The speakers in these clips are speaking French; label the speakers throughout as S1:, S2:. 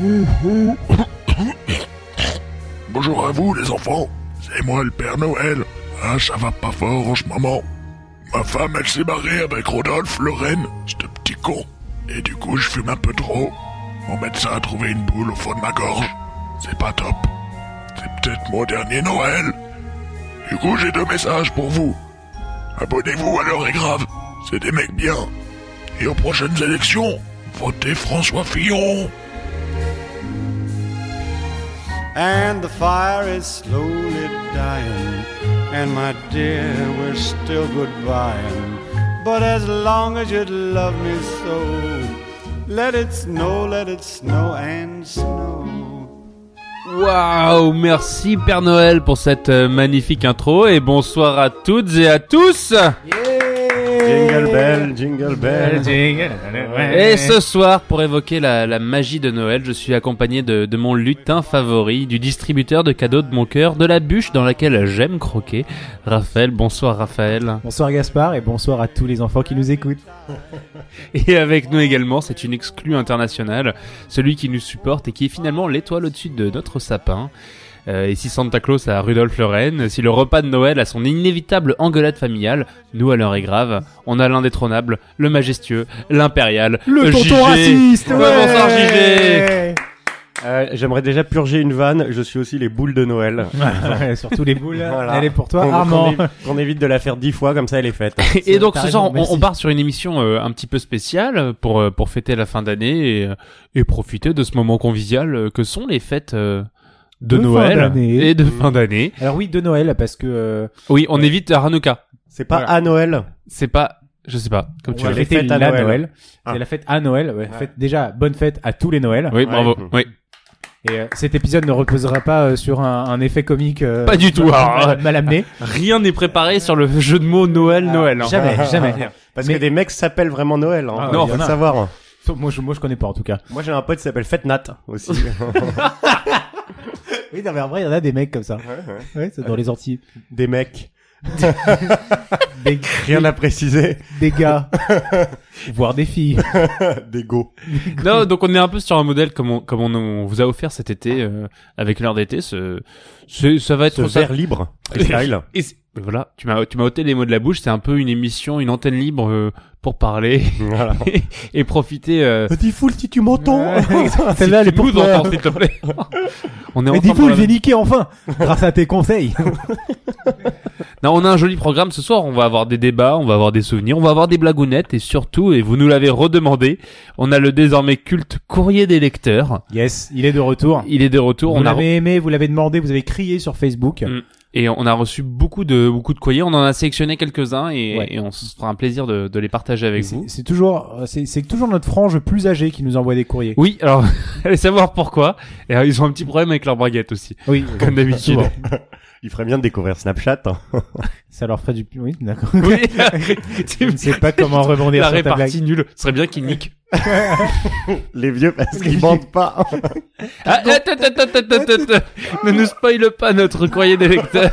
S1: vous. Bonjour à vous, les enfants. C'est moi, le Père Noël. Ah, ça va pas fort en ce moment. Ma femme, elle s'est barrée avec Rodolphe, le renne, ce petit con. Et du coup, je fume un peu trop. Mon médecin a trouvé une boule au fond de ma gorge. C'est pas top. C'est peut-être mon dernier Noël. Du coup, j'ai deux messages pour vous. Abonnez-vous à l'heure est grave. C'est des mecs bien. Et aux prochaines élections, votez François Fillon.
S2: and the fire is slowly dying. And my dear, we're still goodbying. But as long as you love me so, let it snow, let it snow and snow.
S3: Waouh, merci Père Noël pour cette euh, magnifique intro et bonsoir à toutes et à tous.
S2: Jingle bell, jingle bell.
S3: Et ce soir, pour évoquer la, la magie de Noël, je suis accompagné de, de mon lutin favori, du distributeur de cadeaux de mon cœur, de la bûche dans laquelle j'aime croquer. Raphaël, bonsoir Raphaël.
S4: Bonsoir Gaspard et bonsoir à tous les enfants qui nous écoutent.
S3: Et avec nous également, c'est une exclue internationale, celui qui nous supporte et qui est finalement l'étoile au-dessus de notre sapin. Euh, et si Santa Claus a Rudolf Lorraine, si le repas de Noël a son inévitable engueulade familiale, nous à l'heure est grave, on a l'indétrônable, le majestueux, l'impérial,
S4: Le tonton
S3: JG.
S4: raciste
S3: Ouais, bonsoir, JG.
S5: Euh, J'aimerais déjà purger une vanne, je suis aussi les boules de Noël.
S4: Ouais, Surtout les boules,
S5: Voilà.
S4: elle est pour toi
S5: Qu'on-
S4: Armand.
S5: Qu'on évi- qu'on évite de la faire dix fois, comme ça elle est faite.
S3: Et donc
S4: t'as
S3: ce
S4: raison,
S3: soir, on,
S4: merci.
S3: on part sur une émission euh, un petit peu spéciale pour euh, pour fêter la fin d'année et, euh, et profiter de ce moment convivial euh, que sont les fêtes euh, de,
S4: De fin
S3: Noël
S4: d'année.
S3: et de fin d'année.
S4: Alors oui, de Noël parce que euh,
S3: Oui, on évite Hanouka.
S5: C'est pas
S4: Voilà.
S5: à Noël.
S3: C'est pas, je sais pas, comme
S4: on
S3: tu
S4: va
S3: veux.
S5: les
S4: fêter
S5: fêtes à
S4: la
S5: Noël.
S4: C'est
S5: Ah.
S4: la fête à Noël. ouais. Fête- déjà, bonne fête à tous les Noëls.
S3: Oui, bravo.
S5: Ouais.
S3: Oui,
S4: Et euh, cet épisode ne reposera pas euh, sur un, un effet comique euh,
S3: pas du tout. Alors,
S4: mal, mal amené.
S3: Rien n'est préparé sur le jeu de mots
S4: Ah,
S3: Noël, Noël. hein.
S4: Jamais, jamais.
S5: Parce
S4: Mais-
S5: que des mecs s'appellent vraiment Noël. Hein.
S4: Ah,
S3: Non,
S5: faut le
S4: non.
S5: savoir.
S4: Sauf moi, je, moi, je connais pas en tout cas.
S5: Moi j'ai un pote qui s'appelle Fête Nat aussi.
S4: Oui, non, mais en vrai, il y en a des mecs comme ça. Ouais, c'est dans les Antilles.
S5: des mecs.
S4: Des,
S5: Rien à préciser.
S4: des gars, voire des filles.
S5: des go.
S3: Non, donc on est un peu sur un modèle comme on, comme on, on vous a offert cet été euh, avec l'heure d'été. Ce, ce- ça va
S5: Ce
S3: être ça.
S5: verre libre. Freestyle.
S3: Et c'est- voilà, tu m'as tu m'as ôté les mots de la bouche. C'est un peu une émission, une antenne libre euh, pour parler
S5: voilà.
S3: et profiter. euh,
S5: Petit foule si tu m'entends.
S4: Celle-là, elle
S3: si
S4: est
S3: tu
S4: pour
S3: nous
S4: toi.
S3: entends, s'il te plaît. on est
S4: Mais
S3: ensemble pour
S4: dis-vous,
S3: la
S4: j'ai niqué enfin, grâce à tes conseils.
S3: Non, on a un joli programme ce soir. On va avoir des débats, on va avoir des souvenirs, on va avoir des blagounettes et surtout, et vous nous l'avez redemandé, on a le désormais culte courrier des lecteurs.
S4: Yes, il est de retour.
S3: Il est de retour. on
S4: vous
S3: a
S4: l'avez aimé, vous l'avez demandé, vous avez crié sur Facebook.
S3: Mm. et on a reçu beaucoup de beaucoup de courriers. On en a sélectionné quelques-uns et,
S4: Ouais.
S3: et on se fera un plaisir de, de les partager avec
S4: C'est
S3: vous.
S4: c'est toujours, euh, c'est c'est toujours notre frange plus âgée qui nous envoie des courriers.
S3: Oui, alors allez savoir pourquoi. Et alors, ils ont un petit problème avec leur braguette aussi,
S4: Oui,
S3: comme d'habitude.
S4: souvent.
S5: Il ferait bien de découvrir Snapchat. hein.
S4: ça leur ferait du. Oui, d'accord.
S3: Oui.
S4: Je ne sais pas comment rebondir
S3: la
S4: sur ta blague.
S3: répartie nulle. Ce serait bien qu'ils niquent.
S5: Les vieux parce
S4: Les
S5: qu'ils mentent pas.
S3: Ah, attends, attends, attends, attends, attends. Ne nous spoile pas notre courrier des lecteurs.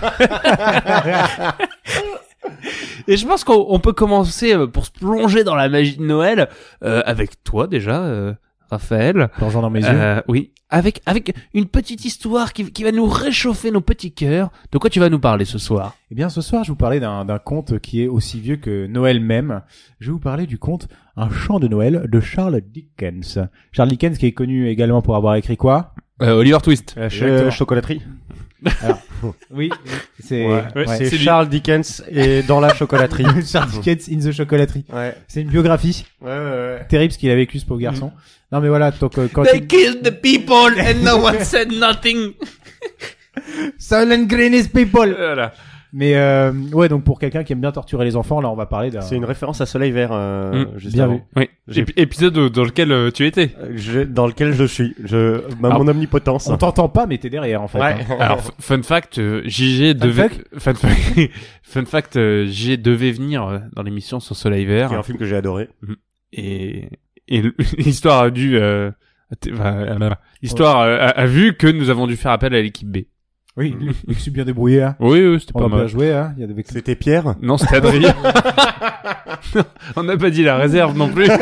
S3: Et je pense qu'on on peut commencer euh, pour se plonger dans la magie de Noël euh, avec toi déjà, euh, Raphaël.
S4: Plongeant dans mes yeux.
S3: Euh, oui, avec avec une petite histoire qui, qui va nous réchauffer nos petits cœurs. De quoi tu vas nous parler ce soir
S4: Eh bien, ce soir, je vous parlais d'un d'un conte qui est aussi vieux que Noël même. Je vais vous parler du conte Un chant de Noël de Charles Dickens. Charles Dickens, qui est connu également pour avoir écrit quoi
S3: Oliver Twist.
S5: Euh, chocolaterie.
S4: Oui, c'est
S5: Ouais.
S4: ouais.
S5: C'est
S3: c'est lui.
S5: Charles Dickens et dans la chocolaterie.
S4: Charles Dickens in the chocolaterie.
S5: ouais.
S4: C'est une biographie
S5: Ouais, ouais,
S4: terrible ce qu'il a vécu ce pauvre garçon. Non mais voilà, donc euh, quand il-
S3: killed the people and no one said nothing.
S4: Silent Green is people.
S3: Voilà.
S4: Mais euh, ouais, donc pour quelqu'un qui aime bien torturer les enfants, là on va parler d'un
S5: C'est une référence à Soleil Vert, euh,
S3: Mm,
S5: juste
S4: bien
S5: avant.
S4: vu.
S3: Oui.
S5: J'ai-
S3: Épi- épisode dans lequel euh, tu étais.
S5: Euh, je- dans lequel je suis. Je, bah,
S3: Alors,
S5: mon omnipotence.
S4: On t'entend pas mais t'es derrière en fait. hein.
S3: Alors, f- fun fact, euh, JG devait, fun fact, fun fact, euh, JG devait venir euh, dans l'émission sur Soleil
S5: qui est un
S3: Vert
S5: film que j'ai adoré.
S3: et, et l- l'histoire a dû, euh, t- enfin, euh, là, là. l'histoire euh, a, a vu que nous avons dû faire appel à l'équipe B.
S4: Oui, je suis bien débrouillé là.
S3: Oui, oui, c'était
S4: On
S3: pas
S4: va bien
S3: mal.
S4: jouer hein. Il y a des
S5: C'était Pierre.
S3: Non, c'était Adrien. Non, On n'a pas dit la réserve non plus.
S4: c'est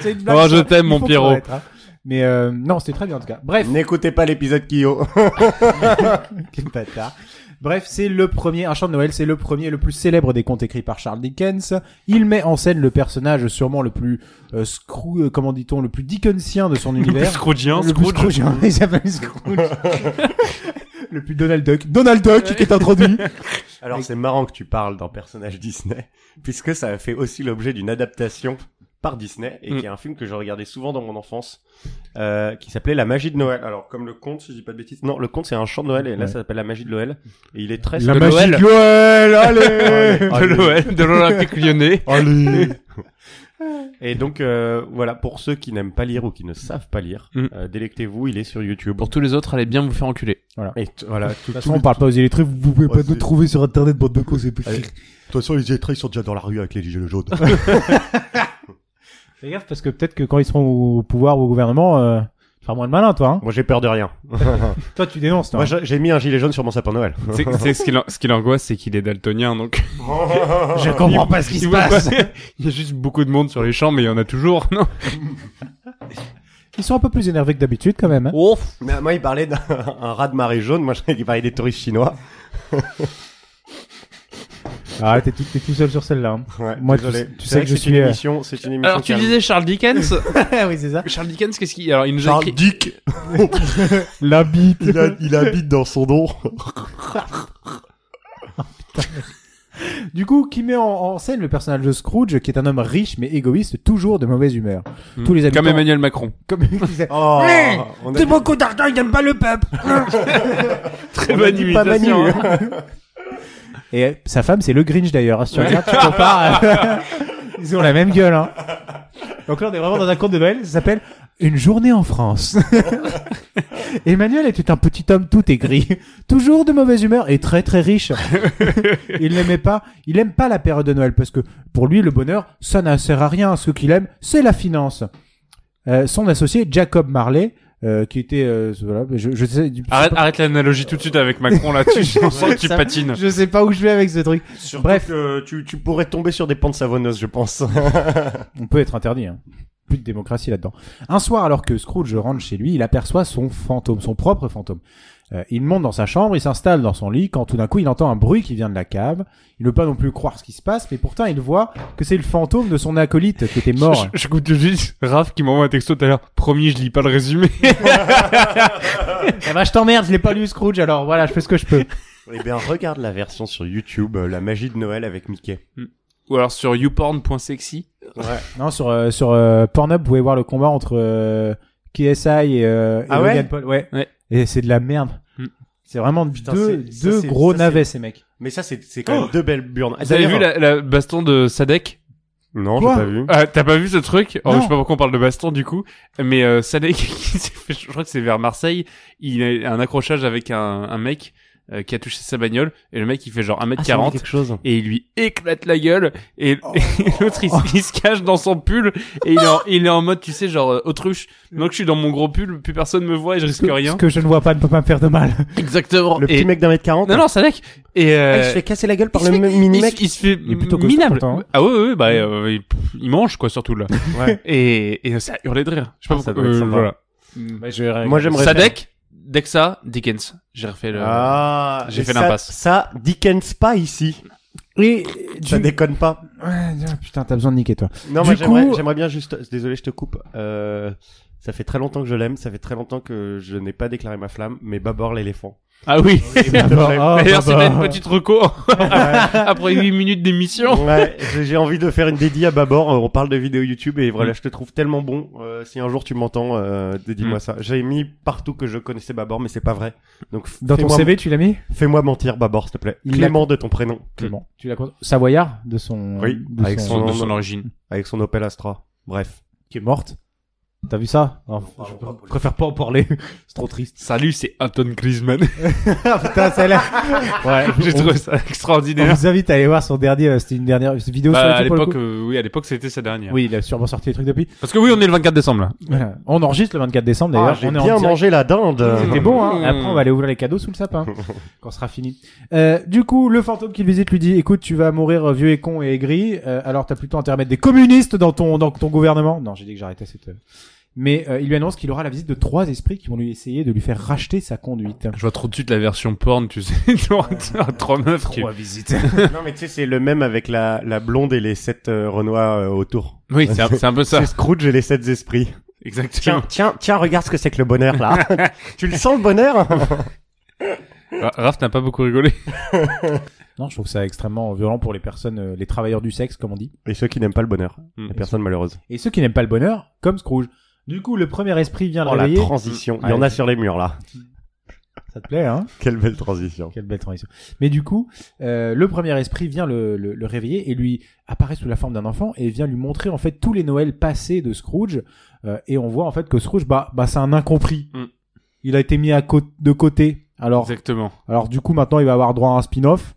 S4: c'est une blague,
S3: Oh, je
S4: ça.
S3: t'aime,
S4: Il
S3: mon
S4: faut
S3: Pierrot.
S4: connaître, hein. Mais euh, non, c'était très bien en tout cas. Bref,
S5: N'écoutez pas l'épisode Kyo.
S4: Quel bâtard. Bref, c'est le premier, un chant de Noël, c'est le premier, le plus célèbre des contes écrits par Charles Dickens. Il met en scène le personnage sûrement le plus euh, screw, euh, comment dit-on, le plus Dickensien de son univers.
S3: Scroogien,
S4: le plus Scrooge, hein, il s'appelle Scrooge. le plus Donald Duck. Donald Duck qui est introduit.
S5: Alors c'est marrant que tu parles d'un personnage Disney, puisque ça a fait aussi l'objet d'une adaptation par Disney, et
S3: Mm.
S5: qui est un film que je regardais souvent dans mon enfance, euh, qui s'appelait La Magie de Noël. Alors comme le conte, si je dis pas de bêtises, non, le conte c'est un chant de Noël, et là
S4: Ouais.
S5: ça s'appelle La Magie de Noël, et il est très...
S4: La
S3: De
S4: magie
S3: Noël.
S4: de Noël, allez
S3: de l'OL, de l'Olympique Lyonnais.
S4: Allez
S5: Et donc euh, voilà, pour ceux qui n'aiment pas lire ou qui ne savent pas lire,
S3: Mm.
S5: euh, délectez-vous, il est sur YouTube.
S3: Pour tous les autres, allez bien vous faire enculer.
S5: Et t- voilà,
S4: De toute façon, on parle pas aux électriques, vous pouvez pas
S6: Ouais,
S4: nous
S6: c'est-
S4: trouver sur internet, bande de cons, c'est
S6: Allez.
S4: petit.
S6: toute façon, les électriques sont déjà dans la rue avec les gilets jaunes.
S4: Fais gaffe, parce que peut-être que quand ils seront au pouvoir ou au gouvernement, euh, tu feras moins de malin, toi, hein.
S5: moi j'ai peur de rien.
S4: Toi, tu dénonces, toi.
S5: Moi j'ai j'ai mis un gilet jaune sur mon sapin de Noël.
S3: C'est c'est ce qui l'an- ce qui l'angoisse, c'est qu'il est daltonien, donc.
S4: Je comprends pas ce qui
S3: Il
S4: se
S3: voit
S4: passe.
S3: pas- Il y a juste beaucoup de monde sur les champs, mais il y en a toujours, non
S4: Ils sont un peu plus énervés que d'habitude quand même. hein.
S3: Ouf
S5: Mais, euh, moi il parlait d'un un rat de marée jaune, moi je croyais qu'il parlait des touristes chinois.
S4: Ah, t'es tout, t'es tout seul sur celle-là. hein.
S5: Ouais,
S4: Moi,
S5: désolé.
S4: tu- tu
S5: C'est
S4: sais
S5: vrai
S4: que je
S5: c'est
S4: suis,
S5: Une
S4: euh,
S5: émission, c'est une émission.
S3: Alors tu
S5: calme.
S3: disais Charles Dickens
S4: oui, c'est ça.
S3: Charles Dickens, qu'est-ce qu'il... Alors il nous a
S6: Charles
S3: écrit...
S6: Dick,
S4: La bite.
S6: il, a- il habite dans son nom.
S4: Du coup, qui met en, en scène le personnage de Scrooge, qui est un homme riche mais égoïste, toujours de mauvaise humeur.
S3: Hmm.
S4: Tous les habitants.
S3: Comme Emmanuel Macron.
S4: Comme il disait,
S5: Oh, on a-
S4: beaucoup d'argent, il n'aime pas le peuple.
S3: Très
S5: On a dit pas Manu. hein.
S4: Et euh, sa femme, c'est le Grinch d'ailleurs. hein, Si tu regardes, tu compares. euh, Ils ont la même gueule. Hein. Donc là, on est vraiment dans un conte de Noël. Ça s'appelle Une journée en France. Emmanuel était un petit homme tout aigri, toujours de mauvaise humeur et très très riche. il n'aimait pas, il aime pas la période de Noël parce que pour lui, le bonheur, ça ne sert à rien. Ce qu'il aime, c'est la finance. Euh, son associé Jacob Marley, euh, qui était, euh, voilà, je, je sais,
S3: Arrête, arrête l'analogie tout de suite avec Macron, là, tu on sent que tu
S4: Ça-
S3: patines.
S4: je sais pas où je vais avec ce truc.
S5: Surtout
S4: Bref.
S5: que tu, tu pourrais tomber sur des pentes savonneuses, je pense.
S4: On peut être interdit. Hein. Plus de démocratie là-dedans. Un soir, alors que Scrooge rentre chez lui, il aperçoit son fantôme, son propre fantôme. Euh, il monte dans sa chambre, il s'installe dans son lit, quand tout d'un coup il entend un bruit qui vient de la cave. Il ne veut pas non plus croire ce qui se passe, mais pourtant il voit que c'est le fantôme de son acolyte qui était mort.
S3: Je, je goûte juste Raph qui m'envoie un texto tout à l'heure. Promis, je lis pas le résumé.
S4: Eh ben, je t'emmerde, je l'ai pas lu Scrooge, alors voilà, je fais ce que je peux.
S5: eh bien, regarde la version sur YouTube, euh, La magie de Noël avec Mickey.
S3: Ou alors sur youporn.sexy.
S4: Non, sur, euh, sur euh, Pornhub, vous pouvez voir le combat entre euh, KSI et, euh, et
S5: Ah ouais
S4: Logan Paul. Ouais.
S3: Ouais.
S4: Et c'est de la merde.
S3: Hmm.
S4: C'est vraiment deux,
S5: c'est- ça,
S4: deux
S5: c'est-
S4: gros
S5: ça, c'est-
S4: navets ces mecs.
S5: Mais ça, c'est c'est quand même deux belles burnes. Ah,
S3: Oh Vous avez vu
S5: d'ailleurs-
S3: la, la baston de Sadek
S5: Non,
S4: Quoi
S5: j'ai pas vu.
S3: Ah, T'as pas vu ce truc oh,
S4: Non.
S3: Je sais pas pourquoi on parle de baston du coup, mais euh, Sadek, qui s'est fait- je crois que c'est vers Marseille, il a un accrochage avec un, un mec euh, qui a touché sa bagnole, et le mec il fait genre 1m40,
S5: quelque chose.
S3: et il lui éclate la gueule et, et l'autre il, se- il se cache dans son pull et il est en, il est en mode tu sais genre euh, autruche donc je suis dans mon gros pull plus personne me voit et je risque
S4: Ce que- Ce
S3: rien
S4: que je ne vois pas ne peut pas me faire de mal.
S3: exactement
S5: Le
S3: et...
S5: petit mec d'un mètre quarante.
S3: non non Sadek et euh,
S5: Ah, il se fait casser la gueule par
S3: il se
S5: le
S3: fait-
S5: m- mini
S3: il se-
S5: mec.
S3: il se fait
S4: Il est plutôt costaud,
S3: minable
S4: pourtant, hein.
S3: ah ouais ouais bah euh, il, pff, il mange quoi surtout là
S5: Ouais.
S3: et et ça a hurlé de rire je sais pas
S5: Ah, ça
S3: pourquoi
S5: doit être
S3: euh,
S5: sympa.
S3: voilà
S5: Moi, j'aimerais.
S3: Sadek Dexa Dickens j'ai refait
S4: Euh,
S3: le
S5: Ah,
S3: J'ai
S5: et
S3: fait
S5: ça-
S3: l'impasse.
S5: Ça, Dickens pas ici.
S4: Et
S5: Ça déconne pas.
S4: Putain, t'as besoin de niquer toi.
S5: Non,
S4: Du
S5: moi j'aimerais,
S4: coup-
S5: j'aimerais bien juste. Désolé, je te coupe. Euh, ça fait très longtemps que je l'aime. Ça fait très longtemps que je n'ai pas déclaré ma flamme. Mais Babor l'éléphant.
S3: ah oui Ah,
S4: D'abord, oh,
S3: d'ailleurs
S4: bah,
S3: c'était une
S4: bah.
S3: petite reco après 8 minutes d'émission
S5: Ouais, j'ai- j'ai envie de faire une dédie à Babor. Euh, On parle de vidéos YouTube et voilà, je te trouve tellement bon. Euh, si un jour tu m'entends, euh, dédie-moi
S3: Mm.
S5: ça. J'ai mis partout que je connaissais Babor, mais c'est pas vrai. Donc f-
S4: Dans ton
S5: fais-moi,
S4: CV, tu l'as mis
S5: fais-moi mentir Babor, s'il te plaît.
S4: Il
S5: Clément de ton prénom,
S4: Clément. Tu l'as con- Savoyard de son.
S5: Oui,
S4: de
S5: avec
S4: son-
S5: son-
S3: de son origine
S5: avec son Opel Astra. Bref.
S4: qui est morte. T'as vu ça Non, Je pr- préfère pas en parler. C'est trop triste.
S3: Salut, c'est Anton Griezmann.
S4: Ah, Putain, ça a l'air. Ouais,
S3: J'ai
S4: on-
S3: trouvé ça
S4: On
S3: extraordinaire.
S4: vous invite à aller voir son dernier. euh, C'était une dernière vidéo
S3: Bah,
S4: sur
S3: à
S4: YouTube pour le
S3: l'époque,
S4: coup.
S3: euh, oui, à l'époque, c'était sa dernière.
S4: Oui, il a sûrement sorti des trucs depuis.
S3: Parce que oui, on est le 24 décembre, là.
S4: Voilà. On enregistre le 24 décembre
S5: Ah,
S4: d'ailleurs.
S5: j'ai
S4: on est en
S5: bien
S4: direct.
S5: mangé la dinde.
S4: C'était bon, hein.
S3: Mmh.
S4: Après, on va aller ouvrir les cadeaux sous le sapin. quand ce sera fini. Euh, du coup, le fantôme qui le visite lui dit, écoute, tu vas mourir euh, vieux et con et aigri, euh, alors t'as plutôt intérêt à mettre des communistes dans ton, dans ton gouvernement. Non, j'ai dit que j'arrêtais cette... euh. Mais euh, il lui annonce qu'il aura la visite de trois esprits qui vont lui essayer de lui faire racheter sa conduite.
S3: Je vois trop de suite la version porn, tu sais. Genre, trois meufs qui...
S4: visites.
S5: non, mais tu sais, c'est le même avec la, la blonde et les sept euh, Renois euh, autour.
S3: Oui, c'est un, c'est un peu ça.
S5: C'est Scrooge et les sept esprits.
S3: Exactement.
S5: tiens, tiens, regarde ce que c'est que le bonheur là. tu le sens le bonheur
S3: Ra- Ah, Raph n'a pas beaucoup rigolé.
S4: Non, je trouve ça extrêmement violent pour les personnes, euh, les travailleurs du sexe, comme on dit.
S5: Et ceux qui n'aiment pas le bonheur,
S3: Mm.
S5: les personnes malheureuses.
S4: Et ceux qui n'aiment pas le bonheur, comme Scrooge. Du coup, le premier esprit vient le
S5: Oh la
S4: réveiller.
S5: transition, il y en
S4: Ouais.
S5: a sur les murs là.
S4: Ça te plaît, hein
S5: Quelle belle transition.
S4: Quelle belle transition. Mais du coup, euh, le premier esprit vient le, le- le réveiller et lui apparaît sous la forme d'un enfant et vient lui montrer en fait tous les Noëls passés de Scrooge. Euh, et on voit en fait que Scrooge, bah, bah c'est un incompris.
S3: Mm.
S4: Il a été mis à cô- de côté. Alors,
S3: Exactement.
S4: alors du coup, maintenant, il va avoir droit à un spin-off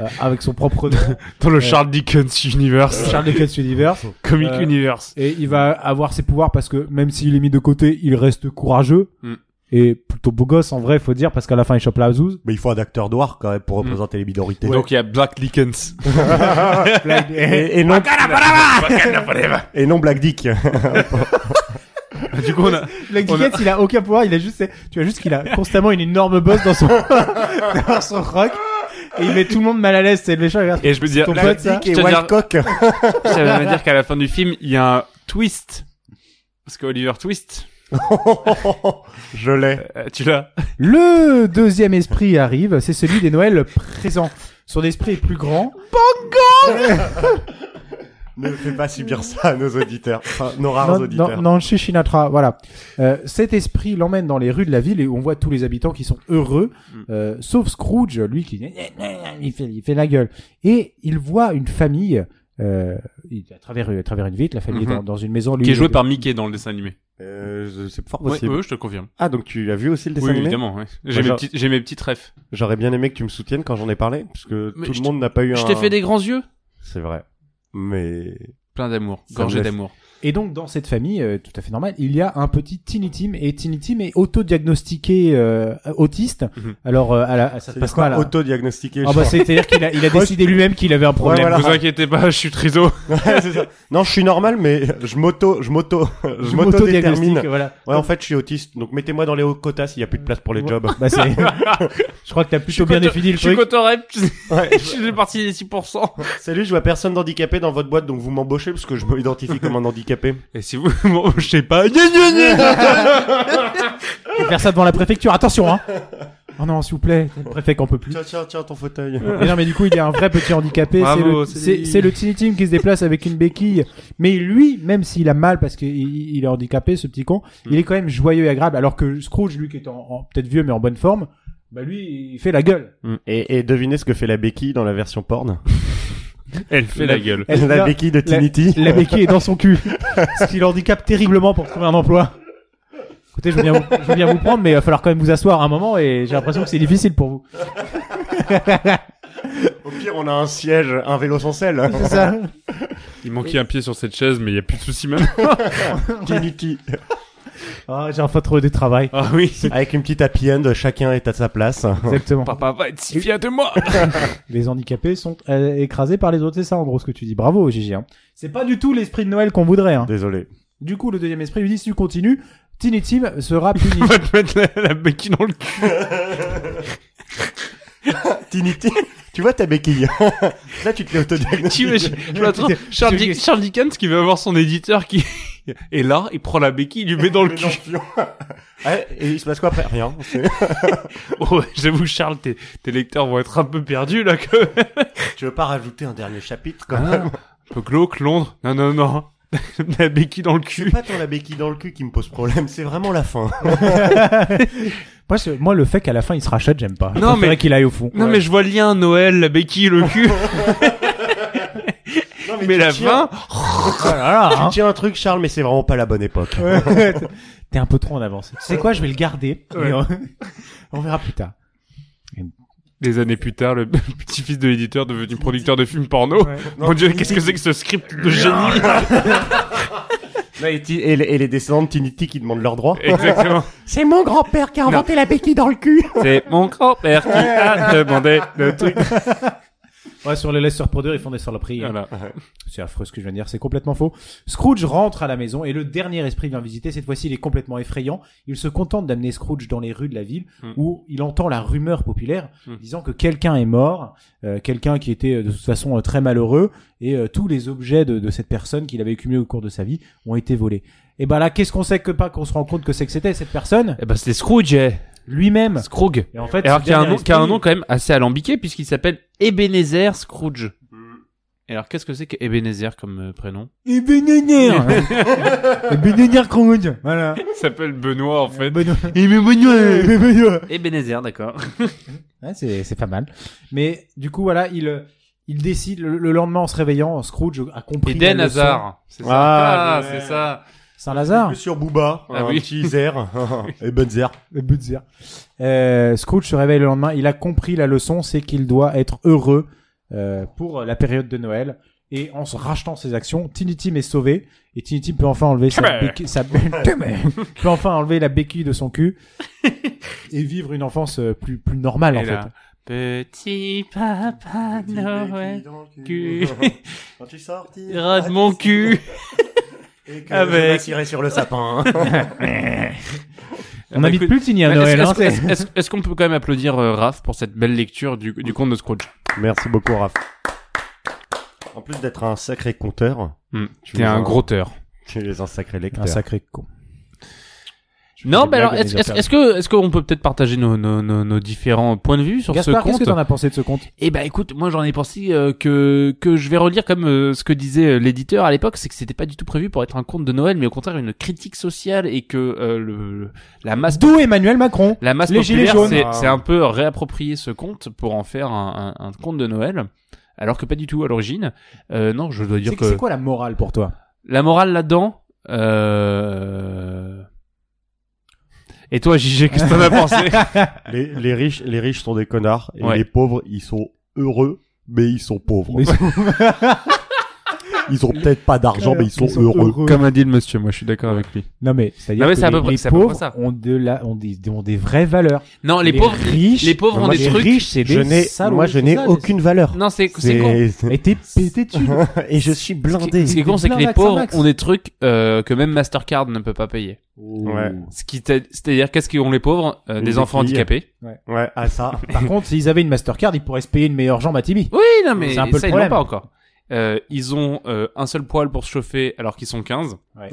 S4: euh, avec son propre nom,
S3: Dans le
S4: Ouais.
S3: Charles Dickens
S4: le
S3: Universe.
S4: Charles Dickens Universe.
S3: Comic
S4: Euh,
S3: Universe.
S4: Et il va avoir ses pouvoirs parce que même s'il est mis de côté, il reste courageux.
S3: Mm.
S4: Et plutôt beau gosse en vrai, faut dire, parce qu'à la fin il chope la zouze.
S6: Mais il faut un acteur noir quand même pour représenter les minorités.
S3: Donc il y a Black Dickens.
S5: Et, et non, et non Black Dick.
S3: du coup, on a...
S4: Le Geekette, il a aucun pouvoir, il a juste, tu vois juste qu'il a constamment une énorme bosse dans son, dans son rock. Et il met tout le monde mal à l'aise, c'est le méchant, regarde.
S3: Et je veux dire,
S4: Ton
S3: Black
S4: pote, ça
S3: Dick
S5: Et
S3: et White
S5: Cock.
S3: Ça veut dire qu'à la fin du film, il y a un twist. Parce que Oliver Twist,
S5: Je l'ai.
S3: euh, tu l'as.
S4: Le deuxième esprit arrive, c'est celui des Noëls présents. Son esprit est plus grand.
S5: Ne fais pas subir ça à nos auditeurs. Enfin, nos rares
S4: Non,
S5: auditeurs.
S4: non, non, chez Shinatra, voilà. Euh, cet esprit l'emmène dans les rues de la ville et on voit tous les habitants qui sont heureux,
S3: Mm.
S4: euh, sauf Scrooge, lui qui il fait, il fait la gueule. Et il voit une famille euh, il- à travers à travers une vitre, la famille
S3: Mhm.
S4: est dans, dans une maison lui,
S3: Qui est joué
S4: de-
S3: par Mickey dans le dessin animé.
S5: Euh, je- c'est fort
S3: Oui,
S5: possible.
S3: je te confirme.
S5: Ah, donc tu as vu aussi le dessin
S3: Oui,
S5: animé
S3: évidemment. ouais. J'ai
S5: Ouais,
S3: mes,
S5: genre-
S3: petits- j'ai mes petites refs.
S5: J'aurais bien aimé que tu me soutiennes quand j'en ai parlé, parce que
S3: Mais
S5: tout
S3: je
S5: le monde n'a pas eu un...
S3: grands yeux
S5: C'est vrai. Mais...
S3: Plein d'amour,
S5: Ça me
S3: gorgé
S5: laisse-
S3: d'amour.
S4: Et donc dans cette famille, euh, tout à fait normal, il y a un petit Tiny Tim et Tiny Tim est autodiagnostiqué euh, autiste.
S3: Mhm.
S4: Alors euh, à la- à- ça se
S5: C'est
S4: passe
S5: quoi
S4: mal. hein.
S5: Auto-diagnostiqué,
S4: Ah
S5: je
S4: bah c'est-à-dire qu'il a, il a décidé lui-même qu'il avait un
S3: Ne
S4: problème.
S5: voilà.
S3: vous inquiétez pas, je suis triso.
S5: Ouais, c'est ça. Non, je suis normal, mais je m'auto, je m'auto, je
S4: Autodiagnostic,
S5: m'auto-détermine.
S4: voilà.
S5: Ouais, en fait, je suis autiste, donc mettez-moi dans les hauts quotas s'il y a plus de place pour les
S4: Ouais.
S5: jobs.
S4: Bah, c'est- je crois que t'as plutôt bien
S3: coto-
S4: défini le
S3: Je suis
S4: truc.
S3: cotorep,
S5: Ouais.
S3: je suis parti des 6%.
S5: Salut, je vois personne d'handicapé dans votre boîte, donc vous m'embauchez parce que je m'identifie comme un handicapé.
S3: Et si vous m'embauchez pas, gna, gna, gna, gna.
S4: Je vais faire ça devant la préfecture. Attention, hein. Oh non, s'il vous plaît. Le préfet qu'on peut plus.
S5: Tiens, tiens, tiens, ton fauteuil.
S4: Mais non, mais du coup, il y a un vrai petit handicapé. C'est
S3: Bravo,
S4: le,
S3: c'est
S4: c'est-
S3: lui.
S4: c'est le Tiny Tim qui se déplace avec une béquille. Mais lui, même s'il a mal parce qu'il il est handicapé, ce petit con, il est quand même joyeux et agréable. Alors que Scrooge, lui, qui est en, en- peut-être vieux, mais en bonne forme, bah lui, il fait la gueule.
S5: Mm. Et, et devinez ce que fait la béquille dans la version porn.
S3: Elle fait la gueule.
S4: Elle-
S5: la
S4: la-
S5: béquille de
S4: la-
S5: Tinity.
S4: La béquille est dans son cul. ce qui l'handicape terriblement pour trouver un emploi. Écoutez, je veux bien vous, je veux bien vous prendre, mais il va falloir quand même vous asseoir un moment et j'ai l'impression que c'est difficile pour vous.
S5: Au pire, on a un siège, un vélo sans selle.
S4: C'est ça.
S3: Il manquait un pied sur cette chaise, mais il y a plus de soucis même.
S5: Tinity.
S4: Ah, j'ai enfin trouvé du travail.
S3: Ah oui.
S5: Avec une petite happy end, chacun est à sa place.
S4: Exactement.
S3: Papa va être si fier de moi.
S4: Les handicapés sont euh, écrasés par les autres, c'est ça en gros ce que tu dis. Bravo Gigi. Hein. C'est pas du tout l'esprit de Noël qu'on voudrait. Hein.
S5: Désolé.
S4: Du coup, le deuxième esprit lui dit si tu continues, Tiny Tim sera puni.
S3: On va te mettre la, la béquille dans le cul.
S5: Tinity, tu vois ta béquille. Là, tu te l'es autodiagnostiqué.
S3: T'imagines- je m'attends, Charles, Dick- Charles Dickens qui va avoir son éditeur qui est là, il prend la béquille, il lui met dans le
S5: Mais
S3: cul.
S5: non, pion. Ouais, Ah, et il se passe quoi après Rien. C'est-
S3: Oh, j'avoue, Charles, tes, tes lecteurs vont être un peu perdus là que. Un
S5: Tu veux pas rajouter un dernier chapitre quand
S3: Ah.
S5: même
S3: peu glauque, Londres. Non, non, non. la béquille dans le cul.
S5: C'est pas tant la béquille dans le cul qui me pose problème, c'est vraiment la fin.
S4: moi, c'est- moi, le fait qu'à la fin il se rachète, j'aime pas.
S3: Non,
S4: Non, mais
S3: mais-
S4: qu'il aille au fond.
S3: Non, mais je vois le lien, Noël, la béquille, le cul. mais la
S5: tu tiens-
S3: fin.
S4: Voilà,
S5: Tu
S4: hein.
S5: tiens un truc, Charles, mais c'est vraiment pas la bonne époque.
S4: Ouais. T'es un peu trop en avance. Tu sais quoi, je vais le garder. mais
S5: euh,
S4: on... on verra plus tard.
S3: Des années plus tard, le petit-fils de l'éditeur devenu producteur de films porno. Mon dieu, qu'est-ce que c'est que ce script de génie
S5: Ouais, et, ti- et les- et les descendants de Tiniti qui demandent leurs droits.
S3: Exactement.
S5: C'est mon grand-père qui a inventé la béquille dans le cul.
S3: C'est mon grand-père qui a demandé le truc.
S4: Ouais, sur les laisseurs pour deux, ils font des saloperies. hein.
S3: Voilà.
S4: C'est affreux ce que je viens de dire, c'est complètement faux. Scrooge rentre à la maison et le dernier esprit vient visiter. Cette fois-ci, il est complètement effrayant. Il se contente d'amener Scrooge dans les rues de la ville
S3: Mm.
S4: où il entend la rumeur populaire
S3: Mm.
S4: disant que quelqu'un est mort, euh, quelqu'un qui était euh, de toute façon euh, très malheureux et euh, tous les objets de, de cette personne qu'il avait accumulés au cours de sa vie ont été volés. Et ben là, qu'est-ce qu'on sait que pas qu'on se rend compte que c'est que c'était cette personne
S3: Eh ben, c'est Scrooge, eh.
S4: lui-même.
S3: Scrooge.
S4: Et Bah. en fait,
S3: Et alors
S4: ce
S3: qu'il y a un
S4: dernier
S3: nom, qui a un
S4: esprit-
S3: nom quand même assez alambiqué puisqu'il s'appelle Ebenezer Scrooge. Et alors qu'est-ce que c'est que Ebenezer comme euh, prénom
S4: Et Benigner Et Benigner Scrooge Voilà.
S3: Il s'appelle Benoît en fait.
S4: Benoît.
S3: Et Benoît
S5: Eh,
S4: Et Benoît.
S3: Ebenezer, d'accord.
S4: Ouais, c'est, c'est pas mal. Mais du coup, voilà, il, euh, il décide, le, le lendemain en se réveillant, Scrooge a compris. la
S3: Eden
S4: leçon. ben
S3: Hazard. C'est ça.
S5: Ah,
S3: Ah,
S5: ouais.
S3: c'est ça.
S4: Saint-Lazare
S5: Plus sur Booba,
S3: Ah
S5: un
S3: oui.
S5: petit Zer et Benzer.
S4: Le but de dire. Euh, Scrooge se réveille le lendemain, il a compris la leçon, c'est qu'il doit être heureux euh, pour la période de Noël. Et en se rachetant ses actions, Tinity est sauvé et Tinity peut enfin enlever sa,
S3: Kemer.
S4: béquille, sa- Kemer. peut enfin enlever la béquille de son cul et vivre une enfance euh, plus plus normale en
S3: Et là,
S4: fait.
S3: Petit papa Noël Ah, cul.
S5: Quand tu sortiras
S3: rase mon cul.
S5: et que
S3: Avec.
S5: je m'assirai sur le sapin.
S4: On
S3: Bah,
S4: n'habite
S3: écoute,
S4: plus Tiny à
S3: Est-ce-
S4: Noël. hein,
S3: Est-ce
S4: c'est-
S3: est-ce- est-ce- est-ce qu'on peut quand même applaudir euh, Raph pour cette belle lecture du, du conte de Scrooge
S5: Merci beaucoup, Raph. En plus d'être un sacré conteur, Tu
S3: T'es
S5: es
S3: Hmm. un
S5: un-
S3: gros teur.
S5: tu es un sacré lecteur.
S4: Un sacré con.
S3: Non,
S4: des
S3: mais alors
S4: blagues,
S3: est-ce
S4: mais
S3: est-ce-
S4: j'ai
S3: est-ce que est-ce qu'on peut peut-être partager nos, nos, nos, nos différents points de vue sur
S4: Gaspard,
S3: ce conte
S4: qu'est-ce que t'en as pensé de ce conte
S3: Eh ben écoute, moi j'en ai pensé euh, que que je vais relire comme euh, ce que disait euh, l'éditeur à l'époque, c'est que c'était pas du tout prévu pour être un conte de Noël, mais au contraire une critique sociale et que euh, le, le- la masse
S4: D'où Emmanuel Macron
S3: la masse
S4: Les
S3: populaire
S4: Gilets jaunes.
S3: c'est
S5: Ah.
S3: c'est un peu réapproprier ce conte pour en faire un, un, un conte de Noël, alors que pas du tout à l'origine. Euh, non, je dois dire
S4: C'est
S3: que
S4: c'est quoi la morale pour toi
S3: la morale là-dedans. Euh... Et toi, JG, qu'est-ce que t'en as pensé
S5: Les, les riches, les riches sont des connards et
S3: Ouais.
S5: les pauvres, ils sont heureux, mais ils sont pauvres.
S4: Mais c'est-
S6: Ils ont peut-être pas d'argent, mais ils sont, heureux.
S3: Comme a dit le monsieur, moi je suis d'accord avec lui.
S4: Non mais c'est-à-dire
S3: Non, mais
S4: que
S3: c'est à
S4: les,
S3: peu près-
S4: les
S3: c'est à peu près
S4: pauvres
S3: ça.
S4: ont de la ont des, ont des vraies valeurs.
S3: Non, les, pauvres,
S4: riches,
S3: les pauvres ont
S4: moi,
S3: des
S4: les
S3: trucs-
S4: riches, c'est
S5: Je
S4: des
S5: n'ai,
S4: salauds,
S5: moi, je
S4: c'est
S5: n'ai
S4: ça,
S5: aucune valeur.
S3: non, c'est c'est con.
S4: c'est- Et t'es pété dessus.
S5: et je suis blindé.
S3: Ce qui est con, c'est que
S4: plein
S3: les
S4: d'accents
S3: pauvres
S4: Max.
S3: ont des trucs euh, que même Mastercard ne peut pas payer.
S5: Ouais.
S3: Ce qui t'a- c'est-à-dire qu'est-ce qu'ils ont les pauvres Euh,
S5: Des
S3: Des enfants
S5: filles.
S3: handicapés.
S5: Ouais, à ça.
S4: Par contre, s'ils avaient une Mastercard, ils pourraient se payer une meilleure jambe à Tibi.
S3: Oui, non mais
S4: C'est un peu
S3: ça
S4: le
S3: ils l'ont
S4: problème.
S3: pas encore. Euh, ils ont euh, un seul poil pour se chauffer alors qu'ils sont 15.
S5: Mm. En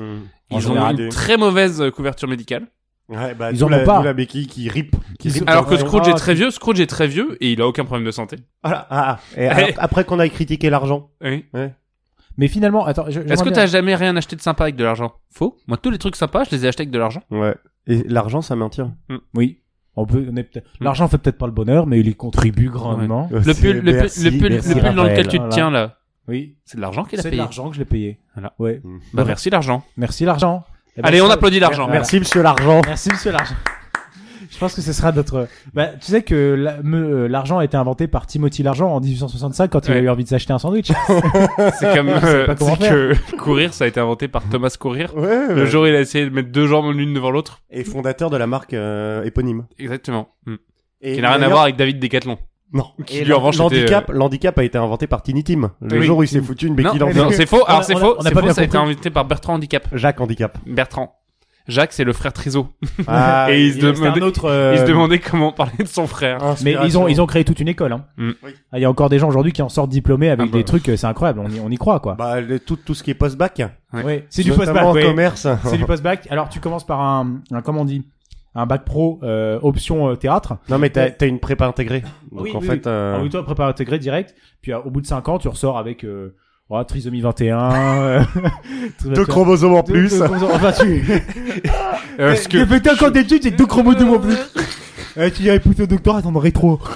S3: Ils ont
S5: général,
S3: une
S5: des-
S3: très mauvaise euh, couverture médicale.
S5: Ouais, bah,
S4: Ils
S5: d'où
S4: en ont
S5: la,
S4: pas.
S5: d'où la béquille qui rip. Qui
S4: Ils-
S5: rip.
S3: Alors que Scrooge
S4: Ah,
S3: est très vieux, Scrooge est très vieux et il a aucun problème de santé.
S5: Ah, ah, ah. Et alors, après qu'on aille critiquer l'argent.
S3: Oui.
S4: Mais finalement, attends, je- j'aimerais
S3: Est-ce que
S4: bien-
S3: t'as jamais rien acheté de sympa avec de l'argent Faux. Moi, tous les trucs sympas, je les ai achetés avec de l'argent.
S5: Ouais. Et l'argent, ça maintient.
S4: Oui. On peut, on est peut-être-
S3: Hmm.
S4: l'argent fait peut-être pas le bonheur, mais il y contribue grandement.
S5: Euh,
S3: Le pull, le pull, le pull,
S4: merci,
S3: le pull dans lequel
S4: Raphaël.
S3: tu te tiens là,
S4: Oui.
S3: c'est de l'argent qu'il a
S4: C'est de
S3: payé.
S4: l'argent que je l'ai payé.
S3: Voilà.
S4: Ouais.
S3: Bah merci l'argent.
S4: Merci l'argent. Eh ben,
S3: Allez, on
S4: ça-
S3: applaudit l'argent.
S4: Voilà.
S5: Merci, monsieur l'argent.
S4: Merci Monsieur l'argent. Je pense que ce sera notre. Bah, tu sais que la- me- euh, l'argent a été inventé par Timothy l'argent en 1865 quand il
S3: Ouais.
S4: a eu envie de s'acheter un sandwich.
S3: C'est comme euh,
S4: pas comment
S3: c'est que courir, ça a été inventé par Thomas Courir.
S5: Ouais,
S3: Le jour, il a essayé de mettre deux jambes l'une devant l'autre.
S5: Euh, Et fondateur de la marque euh, éponyme.
S3: Exactement. Hmm.
S5: Et
S3: Qui n'a rien à
S5: d'ailleurs-
S3: voir avec David Decathlon.
S5: Non.
S3: Qui,
S5: Et
S3: lui, en revanche, était, euh,
S5: l'handicap, l'handicap a été inventé par Tiny Tim. Le
S3: Oui.
S5: jour où il s'est foutu une
S3: Non,
S5: béquille dans le
S3: non,
S5: cul.
S3: c'est faux.
S4: On
S3: Alors
S4: a-
S3: c'est
S4: on a-
S3: faux.
S4: on a
S3: C'est
S4: pas
S3: faux.
S4: bien
S3: Ça a été
S4: compris.
S3: invité par Bertrand Handicap.
S5: Jacques handicap.
S3: Bertrand. Jacques, c'est le frère Triso.
S5: Ah,
S3: Et il se
S4: Il restait
S3: demandait,
S4: un autre, euh,
S3: il se demandait comment parler de son frère.
S4: Mais ils ont ils ont créé toute une école. Hein.
S3: Mm.
S5: Oui.
S4: Ah, il y a encore des gens aujourd'hui qui en sortent diplômés avec
S3: Ah bah.
S4: des trucs, euh, c'est incroyable. On y, on y croit quoi.
S5: Bah, le- tout, tout ce qui est post-bac.
S3: ouais.
S4: Ouais. C'est du
S5: notamment
S4: post-bac.
S5: en
S4: ouais.
S5: commerce.
S4: C'est du post-bac. Alors tu commences par un, un comment on dit, un bac pro euh, option euh, théâtre.
S5: Non, mais t'as, t'as une prépa intégrée. Donc,
S4: Oui,
S5: en
S4: oui,
S5: fait,
S4: oui.
S5: euh,
S4: Alors, Ah oui, toi prépa intégré direct. Puis euh, au bout de 5 ans, tu ressors avec euh, oh, trisomie 21. euh,
S5: deux chromosomes en plus.
S4: Enfin, tu...
S3: Euh, ce que-
S4: putain, quand t'es dessus, c'est deux chromosomes en plus. Eh, tu y avais poussé au doctorat, t'en aurais trop.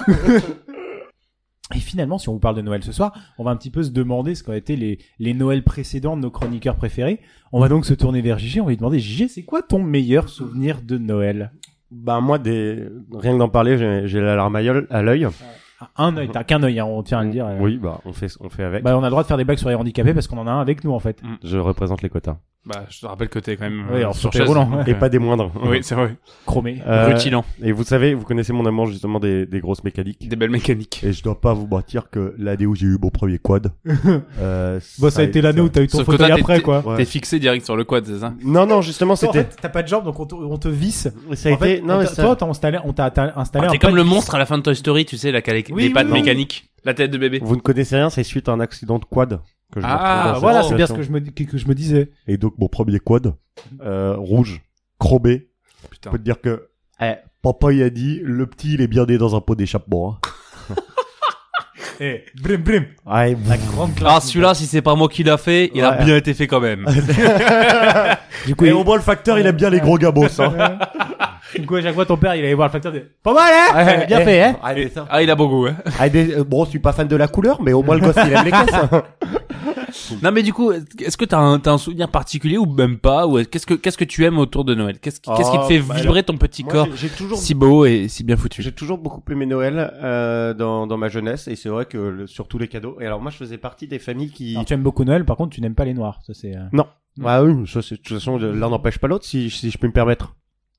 S4: Et finalement, si on vous parle de Noël ce soir, on va un petit peu se demander ce qu'ont été les, les Noëls précédents de nos chroniqueurs préférés. On va donc se tourner vers Gigi, on va lui demander, Gigi, c'est quoi ton meilleur souvenir de Noël
S5: Bah moi, des... rien que d'en parler, j'ai- j'ai la larme à l'œil- à l'œil.
S4: Ah, Un œil, t'as qu'un œil, hein, on tient à le dire. euh.
S5: Oui, bah on fait, on fait avec.
S4: Bah, on a le droit de faire des blagues sur les handicapés parce qu'on en a un avec nous, en fait.
S5: Je représente les quotas.
S3: Bah, je te rappelle que t'es quand même
S4: Oui,
S3: euh,
S4: en
S3: sur
S4: fauteuil
S3: chaise.
S4: roulant, ouais.
S5: Et pas des moindres.
S3: Oui, c'est vrai.
S4: Chromé.
S5: Euh,
S3: Rutilant.
S5: Et vous savez, vous connaissez mon amour justement des, des grosses mécaniques.
S3: Des belles mécaniques.
S6: Et je dois pas vous mentir que l'année où j'ai eu mon premier quad. euh,
S4: Bon, Bah, ça a été l'année où t'as eu ton
S3: Sauf que
S4: fauteuil
S3: toi, t'es-
S4: après, quoi.
S6: Ouais.
S3: T'es fixé direct sur le quad, c'est ça
S5: Non, non, justement,
S4: Toi, en
S5: c'était.
S4: fait, t'as pas de jambe, donc on te, on te visse.
S5: Ça a
S4: En fait,
S5: été. Non,
S4: on
S5: mais
S4: t'a-
S5: ça-
S4: toi, t'as installé, on t'a t'a installé un
S3: Ah, T'es comme
S4: pack-
S3: le monstre à la fin de Toy Story, tu sais, la avec
S4: Oui,
S3: les pattes
S4: oui, oui.
S3: mécaniques, la tête de bébé.
S5: Vous ne connaissez rien, c'est suite à un accident de quad que je me
S3: Ah,
S5: retrouve dans
S4: Ah,
S5: cette
S4: voilà, c'est bien ce
S5: situation.
S4: que je me, que, que je me disais.
S6: Et donc mon premier quad, euh, rouge, chromé.
S3: Oh, Putain.
S6: Je peux te dire que eh, papa il a dit le petit il est bien né dans un pot d'échappement. hein.
S4: Eh, brim, brim.
S6: Ah, et vous-
S4: La grande classe.
S3: Ah, celui-là, si c'est pas moi qui l'a fait, il a
S6: Ouais.
S3: bien été fait quand même.
S4: Du coup,
S6: Et
S4: il-
S6: au moins le facteur il aime bien les gros gabos. Hein.
S4: du coup, à chaque fois, ton père, il allait voir le facteur de, pas mal, hein?
S6: Ouais,
S4: bien
S6: eh.
S4: fait, hein?
S6: Ah, des-
S3: Ah, il a beau goût, hein.
S6: ah, des- euh, bon, je suis pas fan de la couleur, mais au moins le gosse il aime les caisses. hein.
S3: Non, mais du coup, est-ce que t'as un, t'as un souvenir particulier ou même pas ou est- qu'est-ce que qu'est-ce que tu aimes autour de Noël Qu'est-ce qui, qu'est-ce qui te
S5: Oh,
S3: fait
S5: bah
S3: vibrer ton petit
S5: Moi,
S3: corps
S5: j'ai- j'ai toujours
S3: si beau et si bien foutu
S5: J'ai toujours beaucoup aimé Noël euh, dans, dans ma jeunesse et c'est vrai que le- surtout les cadeaux. Et alors moi je faisais partie des familles qui.
S4: Alors, tu aimes beaucoup Noël, par contre, tu n'aimes pas les noirs. Ça, c'est, euh,
S5: Ah oui, ça, c'est- de toute façon l'un n'empêche pas l'autre si, si je peux me permettre.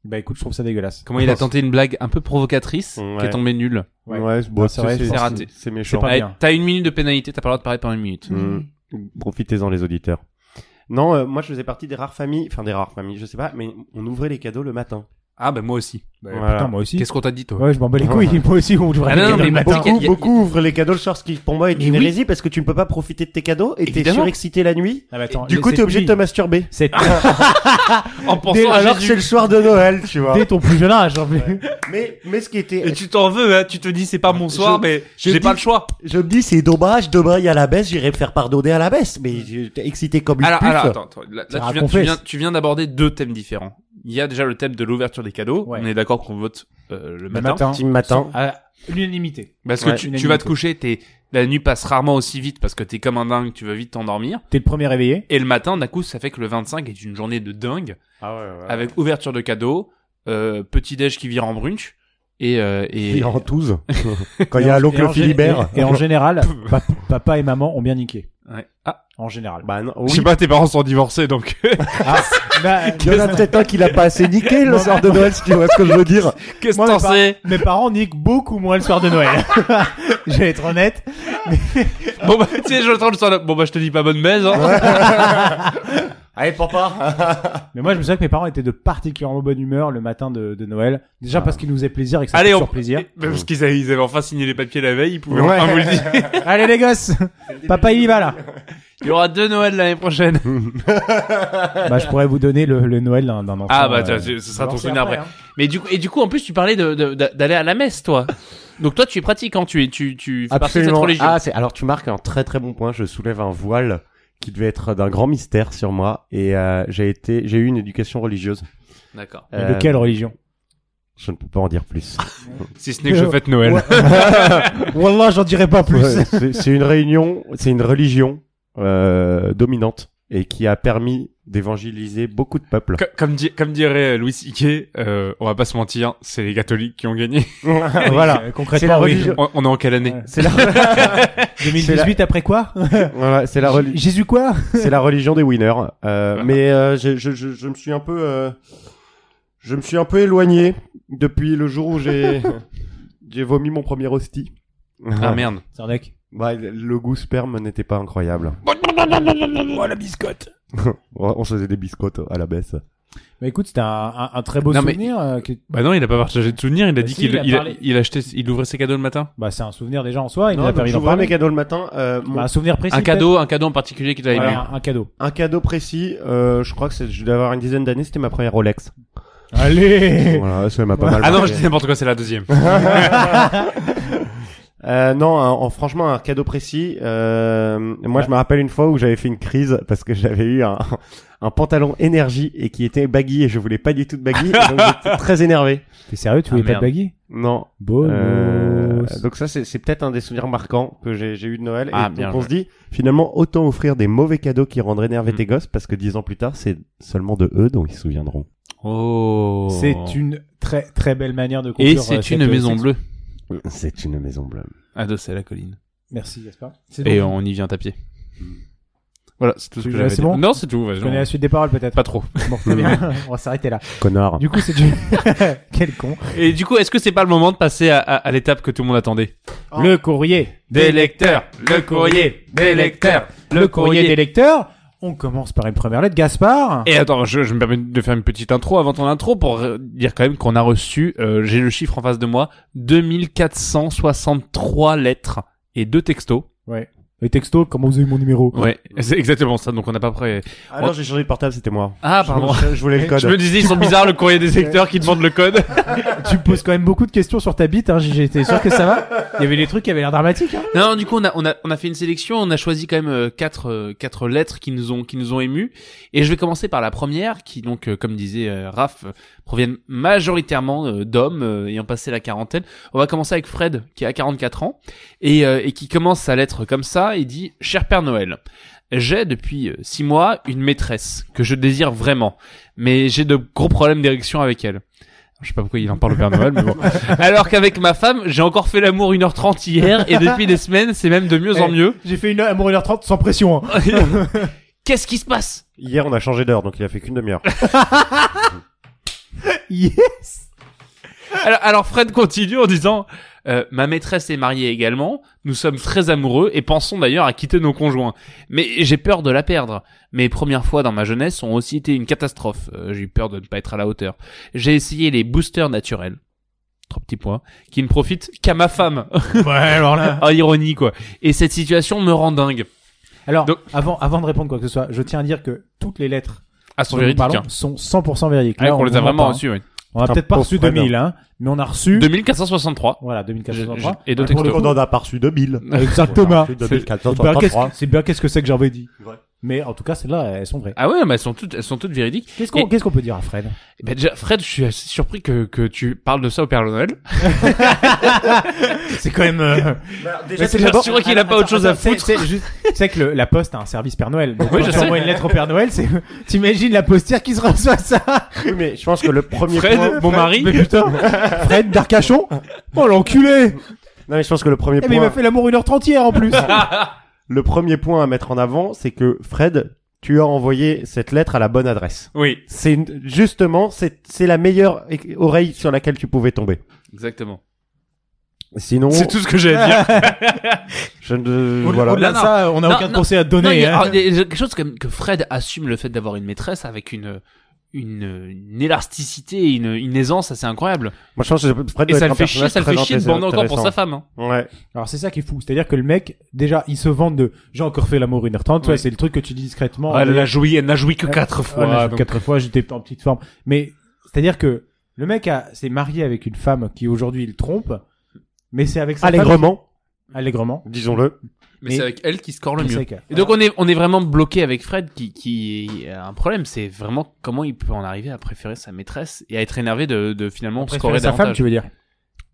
S4: bah, écoute, je trouve ça dégueulasse.
S3: Comment il a tenté une blague un peu provocatrice qui
S5: Ouais.
S3: est tombée nulle
S4: Ouais.
S3: Ah,
S5: bon,
S4: c'est vrai, je pense
S5: raté.
S3: que
S5: C'est méchant.
S4: Pas
S3: Eh, Hmm.
S4: bien.
S3: T'as une minute de pénalité, t'as pas le droit de parler pendant une minute.
S5: Mm. Profitez-en les auditeurs. Non, euh, moi je faisais partie des rares familles, enfin des rares familles, je sais pas, mais on ouvrait les cadeaux le matin.
S3: Ah, ben moi aussi.
S5: Voilà.
S4: Putain, moi aussi.
S3: Qu'est-ce qu'on t'a dit, toi
S4: Ouais, je m'en bats les couilles. Moi aussi, on devrait
S3: Ah non,
S4: aller
S3: non,
S4: dans
S3: mais
S4: le
S3: bah,
S4: matin.
S3: y a-
S5: Beaucoup,
S3: y a-
S5: beaucoup ouvrent les cadeaux le soir, ce qui pour moi est
S3: Mais
S5: une
S3: oui.
S5: hérésie parce que tu ne peux pas profiter de tes cadeaux et t'es
S3: Évidemment.
S5: surexcité la nuit.
S4: Ah, bah, attends,
S5: Du coup,
S4: mais
S5: t'es obligé de
S4: cette
S5: te masturber.
S4: nuit- cette-
S3: Ah. En
S5: Dès-
S3: pensant à
S5: alors que
S3: Jésus.
S5: c'est le soir de Noël, tu vois.
S4: Dès ton plus jeune âge, en plus.
S5: Mais, mais ce qui était.
S3: Et tu t'en veux, hein, tu te dis c'est pas mon soir,
S6: Je-
S3: mais
S6: je dis-
S3: j'ai pas le choix.
S6: Je me dis c'est dommage, demain il y a la baisse, j'irai me faire pardonner à la baisse, mais
S5: euh,
S6: j'étais excité comme une
S3: Alors,
S6: puce.
S3: alors, attends, attends, là, là, tu
S4: Ça
S3: viens, tu
S4: raconfesse.
S3: viens, tu viens d'aborder deux thèmes différents. Il y a déjà le thème de l'ouverture des cadeaux.
S4: Ouais.
S3: On est d'accord qu'on vote euh, le
S4: Le
S3: matin.
S4: matin.
S5: Team matin.
S4: À l'unanimité.
S3: Parce que
S5: Ouais,
S3: tu,
S4: unanimité.
S3: tu vas te coucher, t'es, la nuit passe rarement aussi vite parce que t'es comme un dingue, tu veux vite t'endormir.
S4: T'es le premier réveillé.
S3: Et le matin, d'un coup, ça fait que le 25 est une journée de dingue
S5: Ah ouais, ouais.
S3: avec ouverture de cadeaux, euh, petit déj qui vire en brunch et, euh, et
S6: Et en touze. Quand il y a l'oncle Philibert.
S4: Et, en général, pap- papa et maman ont bien niqué.
S3: Ouais. Ah,
S4: En général.
S5: Bah non,
S3: je sais pas, tes parents sont divorcés donc.
S4: Ah, bah,
S6: Il y en a peut-être un qui l'a pas assez niqué le soir de Noël, si tu vois ce que je veux dire.
S3: Qu'est-ce
S4: Moi,
S3: que t'en
S4: mes parents-
S3: sais
S4: mes parents niquent beaucoup moins le soir de Noël. je vais être honnête.
S3: Bon bah, tu sais, j'entends le soir. de- Bon bah, je te dis pas bonne baise. Hein.
S5: Allez, papa.
S4: Mais moi, je me souviens que mes parents étaient de particulièrement bonne humeur le matin de, de Noël. Déjà parce qu'ils nous faisaient plaisir et que ça
S3: Allez,
S4: fait
S3: on-
S4: toujours plaisir.
S3: Même parce qu'ils avaient, ils avaient enfin signé les papiers la veille, ils pouvaient
S5: Ouais.
S3: enfin vous le dire.
S4: Allez, les gosses. Papa, il y va, là.
S3: Il y aura deux Noël l'année prochaine.
S4: bah, je pourrais vous donner le, le Noël d'un d'un enfant.
S3: Ah bah, tiens,
S4: euh,
S3: ce sera ton
S4: lancé
S3: souvenir après.
S4: hein.
S3: Mais du coup, et du coup, en plus, tu parlais de- de- de- d'aller à la messe, toi. Donc toi, tu es pratiquant, tu es, tu, tu fais partie de cette
S5: Absolument.
S3: religion.
S5: Ah, c'est, alors tu marques un très très bon point. Je soulève un voile qui devait être d'un grand mystère sur moi et euh, j'ai été, j'ai eu une éducation religieuse. Euh,
S3: D'accord.
S4: Mais De quelle religion
S5: Je ne peux pas en dire plus.
S3: Si ce n'est que je fête Noël.
S4: Wallah, j'en dirai pas plus.
S5: Ouais, c'est, c'est une réunion, c'est une religion euh, dominante et qui a permis d'évangéliser beaucoup de peuples.
S3: Co- Comme, di- comme dirait Louis Ike, euh, on va pas se mentir, c'est les catholiques qui ont gagné.
S5: voilà.
S4: Euh,
S5: C'est la
S4: Concrètement, oui.
S5: religion.
S3: On, on est en quelle année
S4: Ouais.
S5: C'est la,
S4: 2018 après quoi
S5: voilà, c'est la religion.
S4: Jésus quoi
S5: c'est la religion des winners. Euh, mais euh, je, je, je, je me suis un peu, euh, je me suis un peu éloigné depuis le jour où j'ai, j'ai vomi mon premier hostie.
S3: Ah merde.
S4: Sardec.
S5: Bah, le goût sperme n'était pas incroyable.
S6: Oh la biscotte.
S5: On on se faisait des biscottes à la baisse.
S4: Bah écoute, c'était un, un, un très beau
S3: Non, mais-
S4: souvenir. euh, que-
S3: Bah non, il a pas partagé de souvenirs, il a
S4: Bah
S3: dit
S4: si,
S3: qu'il
S4: il a
S3: il
S4: parlé.
S3: il achetait, il ouvrait ses cadeaux le matin.
S4: Bah c'est un souvenir déjà en soi. Il nous
S5: Non,
S4: a
S5: donc
S4: permis d'en
S5: j'ouvrais mes
S4: parler.
S5: cadeaux le matin. euh, mon-
S4: Bah, un souvenir précis.
S3: Un
S4: peut-être
S3: cadeau, un cadeau en particulier qu'il avait
S4: Voilà,
S3: aimé.
S4: un, un cadeau.
S5: Un cadeau précis. euh, je crois que c'est- je devais avoir une dizaine d'années. C'était ma première Rolex.
S4: Allez.
S5: voilà, ça m'a pas mal.
S3: Ah non,
S5: marqué.
S3: je dis n'importe quoi, c'est la deuxième.
S5: Euh, non, un- en- franchement, un cadeau précis. euh, moi, je me rappelle une fois où j'avais fait une crise parce que j'avais eu un, un pantalon énergie et qui était baggy et je voulais pas du tout de baggy. et donc, j'étais très énervé.
S4: T'es sérieux, tu
S3: Ah,
S4: voulais pas de
S3: merde.
S4: baggy
S5: Non.
S4: Bonus.
S5: Euh, donc ça, c'est c'est peut-être un des souvenirs marquants que j'ai j'ai eu de Noël.
S3: Ah,
S5: et
S3: bien
S5: donc on se dit, finalement, autant offrir des mauvais cadeaux qui rendent
S3: Mm.
S5: énervés tes gosses parce que dix ans plus tard, c'est seulement de eux dont ils se souviendront.
S3: Oh.
S4: C'est une très très belle manière de conclure.
S3: Et
S4: euh,
S3: c'est
S4: cette,
S3: une
S4: euh,
S3: maison
S4: section.
S3: bleue Mm.
S5: C'est une maison bleue.
S3: adossée à la colline.
S4: Merci Gaspard. C'est
S3: Et
S4: bon.
S3: on y vient à pied. Voilà, c'est tout ce
S4: Tu-
S3: que j'avais. à
S4: c'est
S3: dire.
S4: bon
S3: Non, c'est tout.
S4: Je
S3: vas-y,
S4: connais la
S3: on-
S4: suite des paroles peut-être.
S3: Pas trop.
S4: Bon, très bien. on va s'arrêter là.
S5: Connard.
S4: Du coup, c'est du... Quel con.
S3: Et du coup, est-ce que c'est pas le moment de passer à, à- à l'étape que tout le monde attendait
S2: Oh,
S4: Le courrier.
S3: Des lecteurs, le
S4: courrier des lecteurs, Le courrier des lecteurs. On commence par une première lettre. Gaspard.
S3: Et attends, je, je me permets de faire une petite intro avant ton intro pour euh, dire quand même qu'on a reçu, euh, j'ai le chiffre en face de moi, 2463 lettres et deux textos.
S4: Les textos, comment vous avez mon numéro
S3: Ouais, c'est exactement ça, donc on n'a pas prêt.
S5: Ah non, j'ai changé de portable, c'était moi.
S3: Ah,
S5: Je-
S3: pardon.
S5: Je, je voulais le code.
S3: Je me disais, ils sont bizarres, le courrier des lecteurs qui demande le code.
S4: Tu me poses quand même beaucoup de questions sur ta bite. Hein. J'ai- J'étais sûr que ça va. Il y avait des trucs qui avaient l'air dramatiques. Hein.
S3: Non, du coup, on a, on a, on a fait une sélection, on a choisi quand même euh, quatre, euh, quatre lettres qui nous ont, qui nous ont émus. Et je vais commencer par la première, qui donc, euh, comme disait euh, Raph, euh, proviennent majoritairement euh, d'hommes euh, ayant passé la quarantaine. On va commencer avec Fred, qui a 44 ans, et, euh, et qui commence sa lettre comme ça, et dit « Cher Père Noël, j'ai depuis euh, six mois une maîtresse que je désire vraiment, mais j'ai de gros problèmes d'érection avec elle. » Je sais pas pourquoi il en parle au Père Noël, mais bon. Alors qu'avec ma femme, j'ai encore fait l'amour 1h30 hier, et depuis des semaines, c'est même de mieux en
S4: Eh.
S3: mieux.
S4: J'ai fait une heure, amour 1h30 sans pression. Hein.
S3: Qu'est-ce qui se passe
S5: Hier, on a changé d'heure, donc il a fait qu'une demi-heure.
S4: Yes.
S3: alors, alors Fred continue en disant euh, Ma maîtresse est mariée également, nous sommes très amoureux et pensons d'ailleurs à quitter nos conjoints. Mais j'ai peur de la perdre. Mes premières fois dans ma jeunesse ont aussi été une catastrophe. Euh, j'ai eu peur de ne pas être à la hauteur. J'ai essayé les boosters naturels. Trois petits points. Qui ne profitent qu'à ma femme.
S4: Ouais, alors là.
S3: en ironie, quoi. Et cette situation me rend dingue.
S4: Alors,
S3: Donc-
S4: avant, avant de répondre quoi que ce soit, je tiens à dire que toutes les lettres
S3: À son
S4: dont nous
S3: véridique.
S4: parlons
S3: hein.
S4: sont 100% véridiques.
S3: Ouais,
S4: Là,
S3: qu'on les a
S4: on hein. en
S3: vraiment
S4: parle.
S3: reçus, oui.
S4: On a
S5: Putain,
S4: peut-être pas
S5: pauvre
S4: reçu
S5: Fred,
S4: 2000, hein, mais on a reçu...
S3: 2463.
S4: Voilà, 2463.
S3: Et deux
S4: Pour le
S3: textos.
S5: on en a pas reçu 2000.
S4: Exactement.
S5: C'est-
S4: C'est bien ben, qu'est-ce que- c'est bien qu'est-ce que c'est que j'avais dit. Mais en tout cas, celles-là, elles sont vraies.
S3: Ah ouais, mais elles sont toutes, elles sont toutes véridiques.
S4: Qu'est-ce qu'on
S3: Et-
S4: qu'est-ce qu'on peut dire à Fred
S3: Eh Ben déjà, Fred, je suis assez surpris que, que tu parles de ça au Père Noël.
S4: C'est quand même... euh,
S3: Mais Bah, c'est d'abord- sûr qu'il a pas autre chose à
S4: attends,
S3: foutre.
S4: c'est- c'est juste- Tu sais que le- la poste a un service Père Noël. Donc
S3: Oui,
S4: quand
S3: je
S4: tu
S3: sais.
S4: envoies une lettre au Père Noël, c'est... T'imagines la postière qui se reçoit ça
S5: Oui, mais je pense que le premier
S3: Fred,
S5: point.
S3: mon mari.
S4: Mais putain Fred d'Arcachon Oh l'enculé
S5: Non, mais je pense que le premier
S4: Eh mais il m'a
S5: point,
S4: fait l'amour 1h30 hier en plus
S3: Ah,
S5: le premier point à mettre en avant, c'est que Fred, tu as envoyé cette lettre à la bonne adresse.
S3: Oui,
S5: C'est une- justement, c'est c'est la meilleure é- oreille sur laquelle tu pouvais tomber.
S3: exactement.
S5: Sinon,
S3: C'est tout ce que j'ai à dire.
S5: je ne,
S4: Au-
S5: voilà.
S4: Au-delà de
S3: Non,
S4: ça, on n'a
S3: Non,
S4: aucun
S3: non.
S4: conseil à te
S3: Non, il
S4: donner.
S3: y a-
S4: hein.
S3: alors, il y a quelque chose comme que Fred assume le fait d'avoir une maîtresse avec une une, une élasticité, et une, une aisance assez incroyable.
S5: Moi, je pense que Fred
S3: Et
S5: doit
S3: ça
S5: être
S3: le
S5: un
S3: fait chier,
S5: personnage
S3: ça le
S5: très
S3: fait chier de bander encore pour
S5: intéressant.
S3: sa femme. hein.
S5: Ouais.
S4: Alors c'est ça qui est fou, c'est-à-dire que le mec, déjà, il se vante de « j'ai encore fait l'amour 1h30 tu vois,
S3: Oui.
S4: c'est le truc que tu dis discrètement.
S3: elle n'a joui, elle n'a joui que quatre
S4: Ouais,
S3: fois.
S4: j'ai-
S3: donc-
S4: quatre fois, j'étais en petite forme. Mais c'est-à-dire que le mec a- s'est marié avec une femme qui aujourd'hui il trompe, mais c'est avec sa femme-
S5: Allègrement,
S4: Allègrement.
S5: disons-le.
S3: mais c'est
S4: mais-
S3: avec elle qui score le
S4: C'est
S3: mieux.
S4: vrai que-
S3: Et donc on est on est vraiment bloqué avec Fred qui qui a un problème. C'est vraiment comment il peut en arriver à préférer sa maîtresse et à être énervé de, de finalement
S4: Préférer
S3: scorer
S4: sa
S3: davantage.
S4: femme, tu veux dire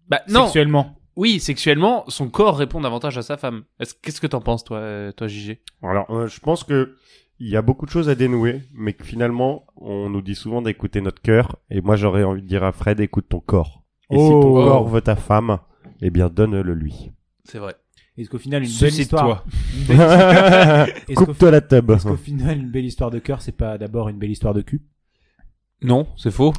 S3: Bah non,
S4: Sexuellement.
S3: Oui, sexuellement, son corps répond davantage à sa femme. Est-ce- Qu'est-ce que t'en penses, toi, euh, toi, JG
S5: Alors, euh, je pense que il y a beaucoup de choses à dénouer, mais que finalement, on nous dit souvent d'écouter notre cœur. Et moi, j'aurais envie de dire à Fred, écoute ton corps. Et si ton
S4: Oh.
S5: corps veut ta femme, eh bien, donne-le lui.
S3: C'est vrai.
S4: Est-ce qu'au final une belle
S3: Suicide-toi.
S4: histoire une belle- Est-ce qu'au
S5: Coupe-toi la tub.
S4: est-ce qu'au final une belle histoire de cœur, c'est pas d'abord une belle histoire de cul
S3: Non, c'est faux.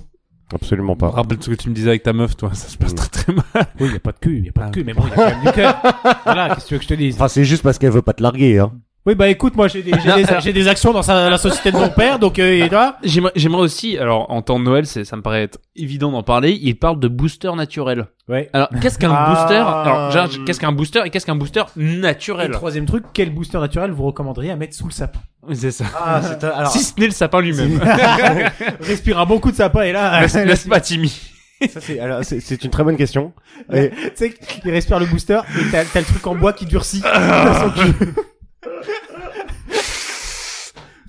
S5: Absolument pas.
S3: Rappelle ce que tu me disais avec ta meuf, toi. Ça se passe très très mal.
S4: Oui, il y a pas de cul, il y a pas
S3: Ah.
S4: de cul, mais bon, il y a quand même du cœur. voilà, qu'est-ce que tu veux que je te dise
S5: Enfin, c'est juste parce qu'elle veut pas te larguer, hein.
S4: Oui, bah écoute, moi j'ai des, j'ai
S3: Non,
S4: des-
S3: alors-
S4: j'ai des actions dans sa- la société de mon père, donc euh, et toi
S3: J'aimerais j'aimerais aussi, alors en temps de Noël, c'est- ça me paraît être évident d'en parler. Il parle de booster naturel.
S4: Ouais.
S3: Alors qu'est-ce qu'un
S5: Ah.
S3: booster Alors déjà, je- qu'est-ce qu'un booster et qu'est-ce qu'un booster
S4: Et
S3: naturel
S4: troisième truc, quel booster naturel vous recommanderiez à mettre sous le sapin
S3: C'est ça.
S5: Ah, c'est alors.
S3: Si ce n'est le sapin lui-même.
S4: Respire un bon coup de sapin et là,
S3: N'est-ce pas, Timmy
S5: Ça, c'est, alors, c'est, c'est une très bonne question. Et,
S4: Tu sais qu'il respire le booster et t'as, t'as le truc en bois qui durcit. dans son cul.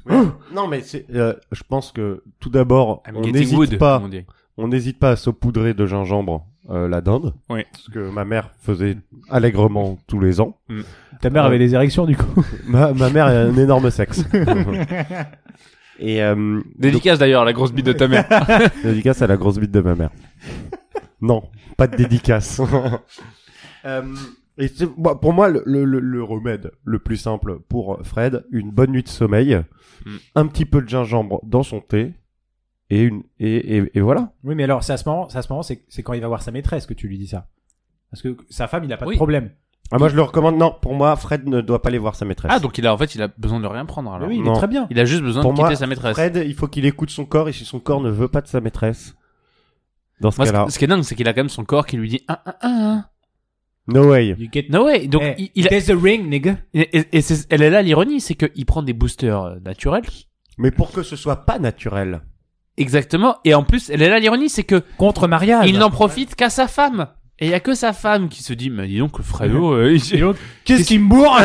S5: non, mais c'est, euh, je pense que tout d'abord,
S3: I'm
S5: on
S3: getting wood,
S5: n'hésite pas,
S3: comme on dit.
S5: on n'hésite pas à saupoudrer de gingembre euh, la dinde,
S3: Oui.
S5: ce que ma mère faisait allègrement tous les ans.
S4: Ta mère avait des érections du coup.
S5: Ma, ma mère a un énorme sexe. Et euh,
S3: Dédicace d'ailleurs, la grosse bite de ta mère.
S5: donc, dédicace à la grosse bite de ma mère. non, pas de dédicace. Euh,
S2: um,
S5: et c'est- bon, pour moi, le, le- le- le remède le plus simple pour Fred, une bonne nuit de sommeil,
S3: Mm.
S5: un petit peu de gingembre dans son thé, et une et, et, et voilà.
S4: Oui, mais alors, c'est à ce moment, c'est à ce moment, c'est, c'est quand il va voir sa maîtresse que tu lui dis ça. Parce que sa femme, il a pas
S3: Oui.
S4: de problème.
S5: Ah, moi, je le recommande. Non, pour moi, Fred ne doit pas aller voir sa maîtresse.
S3: ah, donc il a, en fait, il a besoin de rien prendre
S4: Mais
S3: alors.
S4: oui, il
S5: non.
S4: est très bien.
S3: Il a juste besoin
S5: Pour
S3: de quitter
S5: moi,
S3: sa maîtresse.
S5: Fred, il faut qu'il écoute son corps, et si son corps ne veut pas de sa maîtresse, dans ce
S3: Moi,
S5: cas-là,
S3: ce, ce qui est dingue, c'est qu'il a quand même son corps qui lui dit ah, ah, ah,
S5: no way.
S4: You get...
S3: ah. No way. Donc,
S4: Eh,
S3: il, il a-
S4: there's a ring, nigga.
S3: et, et- et c'est- elle est là l'ironie, c'est qu'il prend des boosters euh, naturels.
S5: Mais pour que ce soit pas naturel.
S3: Exactement. Et en plus, elle est là l'ironie, c'est que
S4: Contre mariage.
S3: il n'en profite qu'à sa femme. Et il y a que sa femme qui se dit, mais dis donc, Fredo, euh, il- Ah,
S4: Qu'est-ce qui me bourre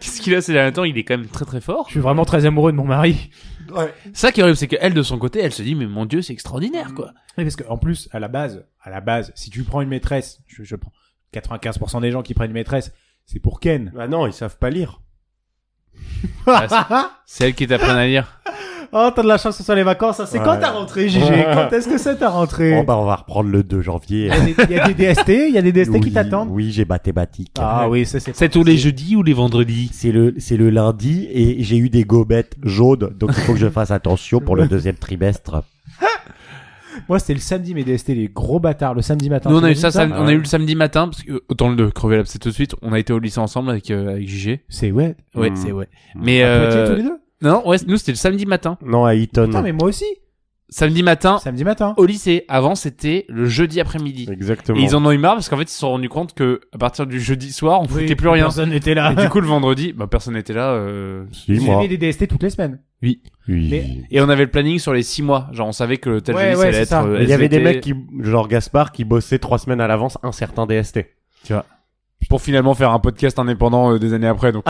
S3: qu'est-ce qu'il a ces derniers temps Il est quand même très très fort.
S4: Je suis vraiment très amoureux de mon mari.
S3: Ça qui est horrible, c'est qu'elle, de son côté, elle se dit, mais mon dieu, c'est extraordinaire, quoi.
S4: Oui, parce qu'en plus, à la base, à la base, si tu prends une maîtresse, je, je prends 95% des gens qui prennent une maîtresse, c'est pour Ken.
S5: Ah non, ils savent pas lire.
S3: C'est elle qui t'apprend à lire.
S4: Oh, t'as de la chance que ce soit les vacances. hein. C'est
S5: Ouais.
S4: quand t'as rentré, GG Quand est-ce que c'est ta rentrée
S5: Bon bah on va reprendre le 2 janvier.
S4: Il y a des- il y a des DST, il y a des DST qui
S6: Oui,
S4: t'attendent.
S6: Oui, j'ai mathématiques.
S4: Ah oui, ça c'est.
S3: C'est tous les jeudis ou les vendredis
S6: C'est le, c'est le lundi et j'ai eu des gobettes jaunes, donc il faut que je fasse attention pour le deuxième trimestre.
S4: Moi, c'était le samedi, mes DST, les gros bâtards, le samedi matin.
S3: Nous on a eu
S4: t'imagines
S3: ça, sam- on a eu le samedi matin parce que autant le crever l'abcès tout de suite, on a été au lycée ensemble avec euh, avec JG.
S4: C'est ouais.
S3: Ouais,
S5: Mm.
S3: c'est ouais. Mais
S4: À
S3: euh,
S4: Poitiers, tous les deux.
S3: non, ouais, nous c'était le samedi matin.
S5: Non à Eton.
S4: Putain, mais moi aussi.
S3: Samedi matin
S4: Samedi matin.
S3: au lycée. Avant c'était le jeudi après-midi.
S5: Exactement.
S3: Et ils en ont eu marre parce qu'en fait ils se sont rendus compte que à partir du jeudi soir on foutait
S4: Oui,
S3: plus rien.
S4: Personne n'était là.
S3: Et du coup le vendredi, bah personne n'était là. euh,
S5: Si,
S4: Vous
S5: moi.
S4: aviez des DST toutes les semaines.
S5: Oui.
S4: Mais-
S3: Et on avait le planning sur les six mois. Genre on savait que tel
S4: Ouais,
S3: jeudi ça
S4: ouais,
S3: allait
S4: c'est
S3: être.
S4: ça.
S3: euh,
S5: Mais Il y avait des
S3: SVT,
S5: mecs qui, genre Gaspard, qui bossaient trois semaines à l'avance un certain DST.
S3: pour finalement faire un podcast indépendant euh, des années après. Donc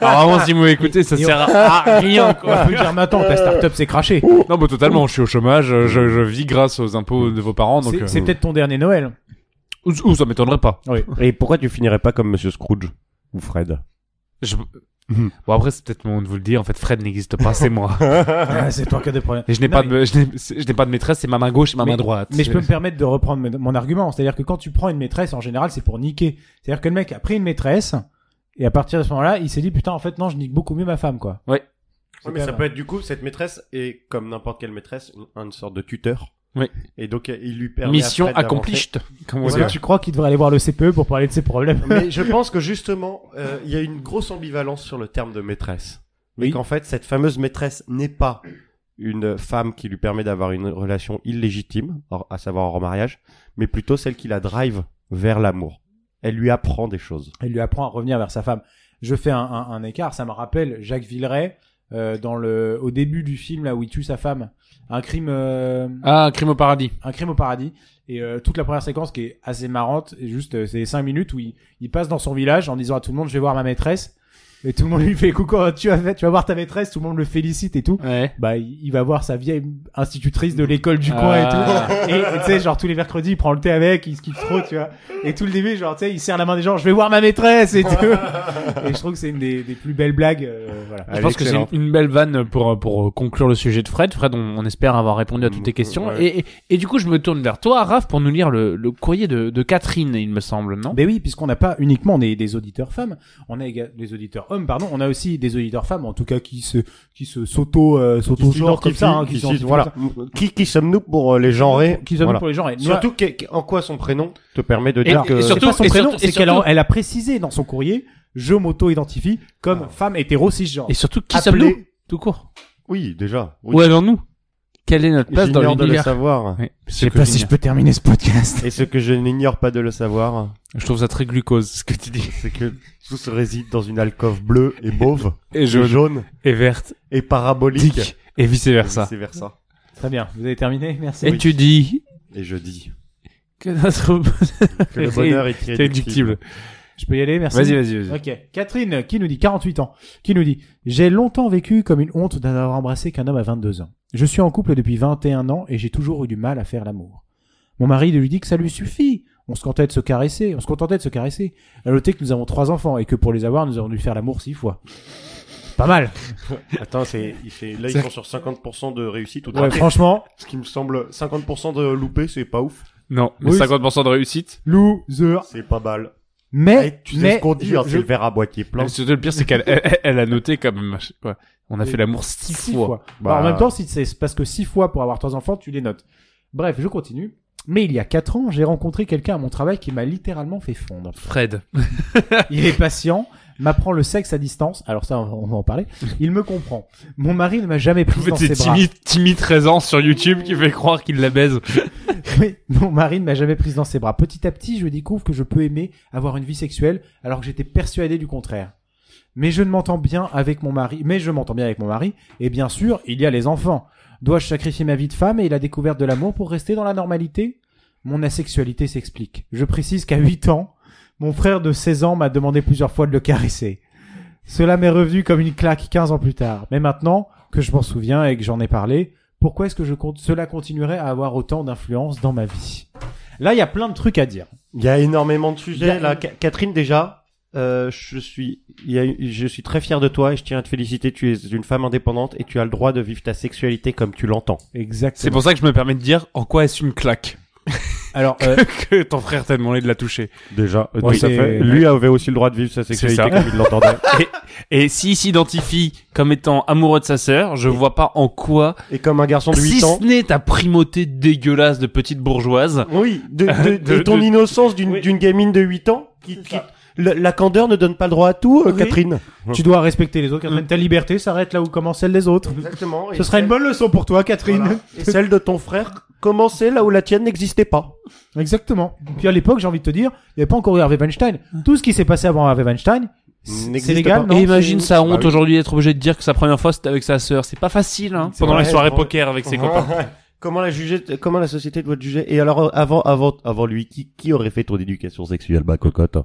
S3: Alors vraiment si vous m'écoutez, ça
S4: Et- et-
S3: sert à rien quoi.
S4: On peut dire maintenant, ta start-up s'est crachée.
S3: Non, bah totalement, je suis au chômage, euh, je, je vis grâce aux impôts de vos parents, donc...
S4: C'est
S3: euh,
S4: c'est peut-être ton dernier Noël.
S3: ou, ou ça m'étonnerait pas.
S5: Et pourquoi tu finirais pas comme Monsieur Scrooge ou Fred
S3: Je- Bon, après, c'est peut-être le moment de vous le dire, en fait, Fred n'existe pas, c'est moi.
S4: Ah, c'est toi qui as des problèmes.
S3: Et je n'ai
S4: Non,
S3: pas,
S4: mais-
S3: de, je n'ai- je n'ai pas de maîtresse, c'est ma main gauche et ma main droite.
S4: Mais je peux me permettre de reprendre mon- mon argument. C'est-à-dire que quand tu prends une maîtresse, en général, c'est pour niquer. C'est-à-dire que le mec a pris une maîtresse, et à partir de ce moment-là, il s'est dit, putain, en fait, non, je nique beaucoup mieux ma femme, quoi.
S3: Ouais.
S4: C'est
S5: mais
S4: quand
S5: ça
S4: même-
S5: peut être du coup cette maîtresse est comme n'importe quelle maîtresse une, une sorte de tuteur.
S3: Oui.
S5: Et donc euh, il lui permet à
S3: Mission
S5: Fred d'avancer.
S3: accomplie, comme on
S4: Est-ce
S3: dit.
S4: que tu crois qu'il devrait aller voir le CPE pour parler de ses problèmes
S5: Mais je pense que justement euh, il y a une grosse ambivalence sur le terme de maîtresse. Mais
S4: Oui.
S5: qu'en fait cette fameuse maîtresse n'est pas une femme qui lui permet d'avoir une relation illégitime, or- à savoir hors mariage, mais plutôt celle qui la drive vers l'amour. Elle lui apprend des choses.
S4: Il lui apprend à revenir vers sa femme. Je fais un, un- un écart, ça me rappelle Jacques Villeray, euh, dans le, au début du film, là où il tue sa femme. Un crime, euh,
S3: Ah, crime au paradis.
S4: un crime au paradis et euh, toute la première séquence qui est assez marrante et juste euh, c'est cinq minutes où il, il passe dans son village en disant à tout le monde je vais voir ma maîtresse et tout le monde lui fait coucou oh, tu vas fait- tu vas voir ta maîtresse tout le monde le félicite et tout
S3: Ouais.
S4: bah il il va voir sa vieille institutrice de l'école du coin
S3: Ah.
S4: et tout et et tu sais genre tous les mercredis il prend le thé avec il se kiffe trop tu vois et tout le début genre tu sais il serre la main des gens je vais voir ma maîtresse et tout et je trouve que c'est une des, des plus belles blagues euh, voilà
S3: Je pense que c'est une, une belle vanne pour, euh, pour euh, conclure le sujet de Fred. Fred, on, on espère avoir répondu à toutes tes questions.
S5: ouais.
S3: Et, et, et du coup, je me tourne vers toi, Raph, pour nous lire le, le courrier de, de Catherine, il me semble, non
S4: Ben oui, puisqu'on n'a pas uniquement des, des auditeurs femmes, on a éga- des auditeurs hommes, pardon, on a aussi des auditeurs femmes, en tout cas qui se qui se s'auto euh, s'auto genre comme ça, hein, qui s'identifient
S5: voilà.
S4: comme
S5: Qui, qui sommes-nous pour euh, les genrer
S4: ça. qui sont
S5: Voilà.
S4: pour les gens. Et nous,
S5: Surtout qu'est- qu'est- en quoi son prénom te permet de
S3: Et-
S5: dire
S3: et
S5: que
S4: c'est
S3: surtout-
S4: pas son prénom,
S3: surtout- et
S4: c'est qu'elle
S3: surtout-
S4: a- elle a précisé dans son courrier, je m'auto-identifie comme femme hétéro cisgenre.
S3: Et surtout, qui
S4: Appelez-
S3: sommes-nous Tout court.
S5: oui déjà oui.
S3: Où allons-nous Quelle est notre place dans
S5: J'ignore de le
S3: l'univers
S5: savoir
S3: Ouais,
S4: Je
S3: c'est
S4: sais
S3: que
S4: pas si je
S3: j'ignore.
S4: peux terminer ce podcast.
S5: et ce que je n'ignore pas de le savoir
S3: Je trouve ça très glucose ce que tu dis.
S5: c'est que tout se réside dans une alcôve bleue et mauve
S3: Et
S5: et jaune
S3: et verte,
S5: et parabolique
S3: et vice versa.
S5: vice versa
S4: Très bien, vous avez terminé, merci.
S3: Et tu dis
S5: et je dis
S3: Que notre-
S5: Que le bonheur est
S3: C'est irréductible.
S4: Je peux y aller, merci.
S3: Vas-y, vas-y, vas-y.
S4: Ok. Catherine, qui nous dit 48 ans, qui nous dit J'ai longtemps vécu comme une honte d'en avoir embrassé qu'un homme à 22 ans. Je suis en couple depuis 21 ans et j'ai toujours eu du mal à faire l'amour. Mon mari lui dit que ça lui suffit. On se contentait de se caresser, on se contentait de se caresser. À noter que nous avons trois enfants et que pour les avoir, nous avons dû faire l'amour six fois. Pas mal.
S5: Attends, c'est, il fait, là, ils sont sur 50% de réussite ou de
S4: Ouais,
S5: raté.
S4: franchement,
S5: Ce qui me semble, 50% de loupé, c'est pas ouf.
S3: Non, mais
S4: Oui,
S3: 50% de réussite.
S4: loser.
S5: C'est pas mal.
S4: Mais,
S5: Eh, tu sais
S4: mais
S5: ce qu'on dit,
S4: je-
S5: hein,
S4: je-
S5: c'est le verre à boîtier plein.
S3: Mais surtout, le pire, c'est qu'elle elle, elle a noté comme... Quoi. On a fait l'amour six,
S4: six
S3: fois.
S4: fois.
S5: Bah,
S4: Alors, en même temps, si c'est c'est parce que six fois pour avoir trois enfants, tu les notes. Bref, je continue. Mais il y a quatre ans, j'ai rencontré quelqu'un à mon travail qui m'a littéralement fait fondre.
S3: Fred.
S4: Il est patient, m'apprend le sexe à distance. Alors ça, on va en parler. Il me comprend. Mon mari ne m'a jamais
S3: En
S4: prise
S3: fait,
S4: dans
S3: c'est
S4: ses bras.
S3: Timmy, Timmy 13 ans sur YouTube qui fait croire qu'il la baise.
S4: Oui, mon mari ne m'a jamais prise dans ses bras. Petit à petit, je découvre que je peux aimer avoir une vie sexuelle alors que j'étais persuadé du contraire. Mais je ne m'entends bien avec mon mari, mais je m'entends bien avec mon mari, et bien sûr, il y a les enfants. Dois-je sacrifier ma vie de femme et la découverte de l'amour pour rester dans la normalité Mon asexualité s'explique. Je précise qu'à 8 ans, mon frère de 16 ans m'a demandé plusieurs fois de le caresser. Cela m'est revenu comme une claque 15 ans plus tard. Mais maintenant que je m'en souviens et que j'en ai parlé, pourquoi est-ce que je compte, cela continuerait à avoir autant d'influence dans ma vie Là, il y a plein de trucs à dire.
S5: Il y a énormément de sujets
S4: Il y a-
S5: là. Ca- Catherine déjà, euh, je suis, il y a, je suis très fier de toi et je tiens à te féliciter. Tu es une femme indépendante et tu as le droit de vivre ta sexualité comme tu l'entends.
S4: Exactement.
S3: C'est pour ça que je me permets de dire en quoi est-ce une claque
S4: Alors, euh,
S3: que ton frère t'a demandé de la toucher.
S5: Déjà,
S4: donc ça fait-
S5: lui avait aussi le droit de vivre sa
S3: ça.
S5: sexualité comme il l'entendait.
S3: Et s'il s'identifie comme étant amoureux de sa sœur, je vois pas en quoi,
S5: Et comme un garçon de
S3: si
S5: 8 ans.
S3: ce n'est ta primauté dégueulasse de petite bourgeoise,
S5: Oui, de,
S3: de- de-
S5: ton
S3: de-
S5: innocence d'une
S3: Oui.
S5: d'une gamine de 8 ans qui, qui- la, la candeur ne donne pas le droit à tout, euh,
S3: Oui.
S5: Catherine.
S4: tu dois respecter les autres. Catherine. Ta liberté s'arrête là où commence celle des autres.
S5: Exactement.
S4: Ce sera une bonne leçon pour toi, Catherine.
S5: Et celle de ton frère commençait là où la tienne n'existait pas.
S4: Exactement. Puis à l'époque, j'ai envie de te dire, il n'y avait pas encore eu Harvey Weinstein. Tout ce qui s'est passé avant Harvey Weinstein, c'est
S5: N'existe
S4: c'est légal,
S5: pas.
S4: non
S3: et imagine
S5: c'est-
S3: sa
S5: bah
S3: honte
S5: oui.
S3: aujourd'hui d'être obligé de dire que sa première fois c'était avec sa sœur. C'est pas facile, hein,
S5: C'est
S3: pendant
S5: vrai,
S3: les soirées
S5: ouais.
S3: poker avec ses copains.
S2: oh.
S5: Comment la juger Comment la société doit te juger Et alors euh, avant, avant, avant lui, qui, qui aurait fait ton éducation sexuelle, ma cocotte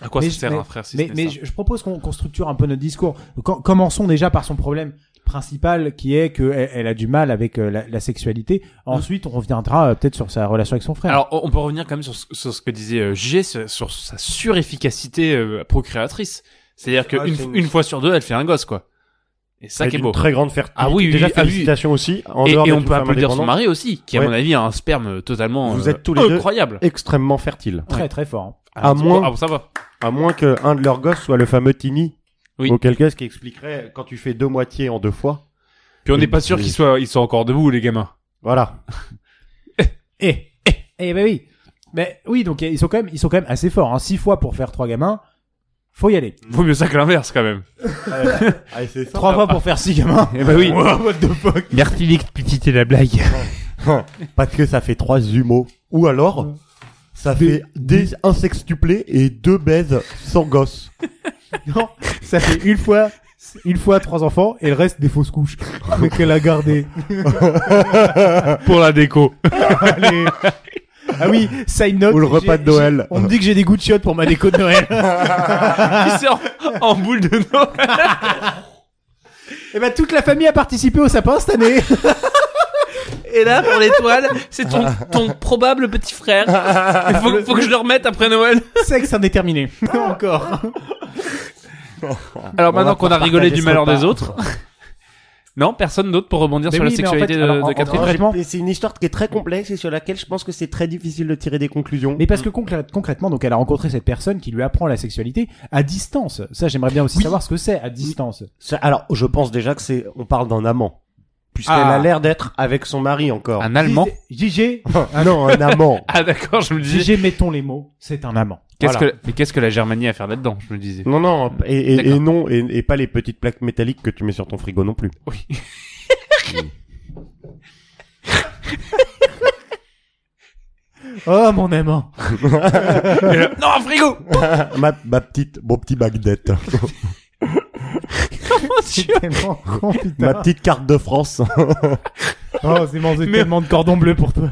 S3: À quoi
S4: Mais
S3: ça
S4: je-
S3: sert,
S4: mais-
S3: un frère, si
S4: mais,
S3: ce n'est
S4: mais
S3: ça
S4: je, je propose qu'on qu'on structure un peu notre discours. Com- commençons déjà par son problème principal qui est qu'elle elle a du mal avec euh, la, la sexualité. Ensuite, on reviendra euh, peut-être sur sa relation avec son frère.
S3: Alors, on on peut revenir quand même sur ce, sur ce que disait euh, G, sur, sur sa surefficacité euh, procréatrice. C'est-à-dire
S5: Ah,
S3: qu'une
S5: c'est une-
S3: une fois sur deux, elle fait un gosse, quoi. Et ça qui est
S5: D'une
S3: beau.
S5: Très grande fertilité.
S3: Ah oui, oui,
S5: déjà
S3: oui, ah oui.
S5: félicitations aussi. En
S3: Et,
S5: dehors
S3: et
S5: d'être
S3: on
S5: une
S3: peut
S5: femme
S3: applaudir son
S5: indépendante,
S3: mari aussi, qui à
S5: Ouais.
S3: mon avis a un sperme totalement
S5: Vous
S3: euh,
S5: êtes tous les deux-
S3: incroyable.
S5: Extrêmement fertile.
S4: Très très fort. hein.
S5: À moins,
S3: Ah, ça va.
S5: à moins que un de leurs gosses soit le fameux Tini.
S3: Oui.
S5: Auquel cas, ce qui expliquerait quand tu fais deux moitiés en deux fois.
S3: Puis on n'est
S5: Et-
S3: pas sûr qu'ils soient, ils soient encore debout, les gamins.
S5: Voilà.
S4: Eh, eh, eh ben oui. Mais oui, donc eh, ils sont quand même, ils sont quand même assez forts. Hein. Six fois pour faire trois gamins, faut y aller.
S3: Vaut mieux ça que l'inverse, quand même.
S5: Ah, c'est ça.
S4: Trois fois pour faire six gamins.
S3: Eh ben oui.
S4: Merci petite et la blague.
S5: Parce que ça fait trois humeaux. Ou alors, ça fait des insextuplés et deux baises sans gosse.
S4: Non, ça fait une fois, une fois trois enfants et le reste des fausses couches. Mais qu'elle a gardé.
S3: Pour la déco.
S4: Allez. Ah oui, side note.
S5: Ou le repas
S4: j'ai-
S5: de Noël.
S4: j'ai- On me dit que j'ai des goûts de chiottes pour ma déco de Noël.
S3: Qui sort en boule de Noël.
S4: et ben toute la famille a participé au sapin cette année.
S3: Et là, pour l'étoile, c'est ton, ton probable petit frère. Faut, faut que je le remette après Noël.
S4: Sexe indéterminé. Encore.
S3: Alors
S5: On va
S3: maintenant qu'on a
S5: pouvoir
S3: rigolé
S5: partager
S3: du
S5: ce
S3: malheur
S5: repas.
S3: des autres. Non, personne d'autre pour rebondir
S4: Mais
S3: sur
S4: oui,
S3: la
S4: mais en
S3: sexualité
S4: fait,
S3: de,
S4: alors,
S3: de
S4: en-
S3: Catherine.
S4: en- Concrètement-
S5: C'est une histoire qui est très complexe et sur laquelle je pense que c'est très difficile de tirer des conclusions.
S4: Mais parce que concrè- concrètement, donc elle a rencontré cette personne qui lui apprend la sexualité à distance. Ça, j'aimerais bien aussi savoir ce que c'est à distance.
S5: Ça- alors, je pense déjà que c'est, on parle d'un amant. Puisqu'elle
S3: Ah.
S5: a l'air d'être avec son mari encore.
S3: Un Allemand.
S4: JG,
S5: non, un amant.
S3: Ah d'accord, je me disais.
S4: JG, mettons les mots, c'est un amant.
S3: Qu'est-ce
S5: Voilà.
S3: que, mais qu'est-ce que la Germanie a à faire là-dedans, je me disais.
S5: Non, non, et, et-
S3: D'accord.
S5: et non, et, et pas les petites plaques métalliques que tu mets sur ton frigo non plus.
S3: Oui.
S4: Oh mon amant.
S3: non, un frigo
S5: ma, ma petite, mon petit baguette.
S3: Oh,
S4: C'est tellement con, putain.
S5: ma petite carte de France.
S4: Oh, c'est mangé
S3: Mais-
S4: tellement de cordon bleu pour toi.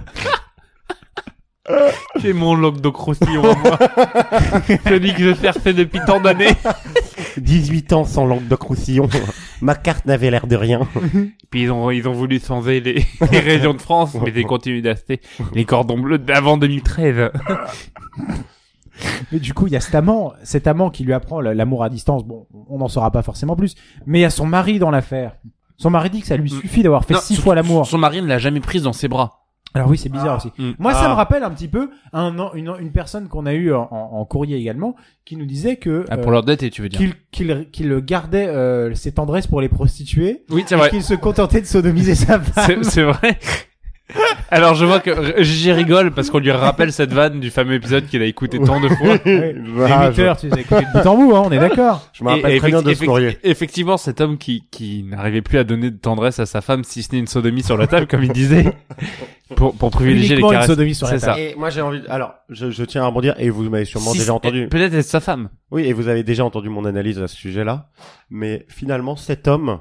S3: Tu es mon lobe de croustillon, moi. Celui que je cherchais depuis tant d'années.
S5: 18 ans sans langue de croustillon. Ma carte n'avait l'air de rien.
S3: Puis ils ont, ils ont voulu changer les, les régions de France, mais ils continuent d'acheter les cordons bleus d'avant 2013.
S4: Mais du coup, il y a cet amant, cet amant qui lui apprend la- l'amour à distance. Bon, on n'en saura pas forcément plus. Mais il y a son mari dans l'affaire. Son mari dit que ça lui suffit d'avoir fait
S3: Non,
S4: six
S3: son-
S4: fois l'amour.
S3: Son mari ne l'a jamais prise dans ses bras.
S4: Alors oui, c'est bizarre aussi.
S3: Mm.
S4: Moi,
S3: Ah.
S4: ça me rappelle un petit peu un, an- une, une personne qu'on a eue euh, en, en- en courrier également, qui nous disait que
S3: Ah,
S4: euh,
S3: pour leur dette, tu veux dire.
S4: qu'il qu'il- qu'il gardait euh, ses tendresses pour les prostituées,
S3: Oui, c'est
S4: et
S3: vrai.
S4: qu'il se contentait de sodomiser sa
S3: C'est
S4: femme.
S3: c'est vrai. Alors je vois que j'y rigole parce qu'on lui rappelle cette vanne du fameux épisode qu'il a écouté tant de fois.
S4: Ouais. Les huit heures, tu les as écoutées de bout en bout, hein, on est d'accord.
S5: Je me rappelle
S3: Et- et
S5: très bien
S3: effecti-
S5: de ce
S3: effecti-
S5: courrier.
S3: Effectivement, cet homme qui, qui n'arrivait plus à donner de tendresse à sa femme, si ce n'est une sodomie sur la table, comme il disait, pour, pour privilégier
S4: Uniquement
S3: les
S4: une
S3: caresses.
S4: sodomie sur la
S3: C'est
S4: table.
S3: ça.
S5: Et moi j'ai envie. de- Alors, je, je tiens à rebondir et vous m'avez sûrement
S3: Si-
S5: déjà
S3: et-
S5: entendu.
S3: Peut-être est-ce sa femme.
S5: Oui, et vous avez déjà entendu mon analyse à ce sujet-là. Mais finalement, cet homme,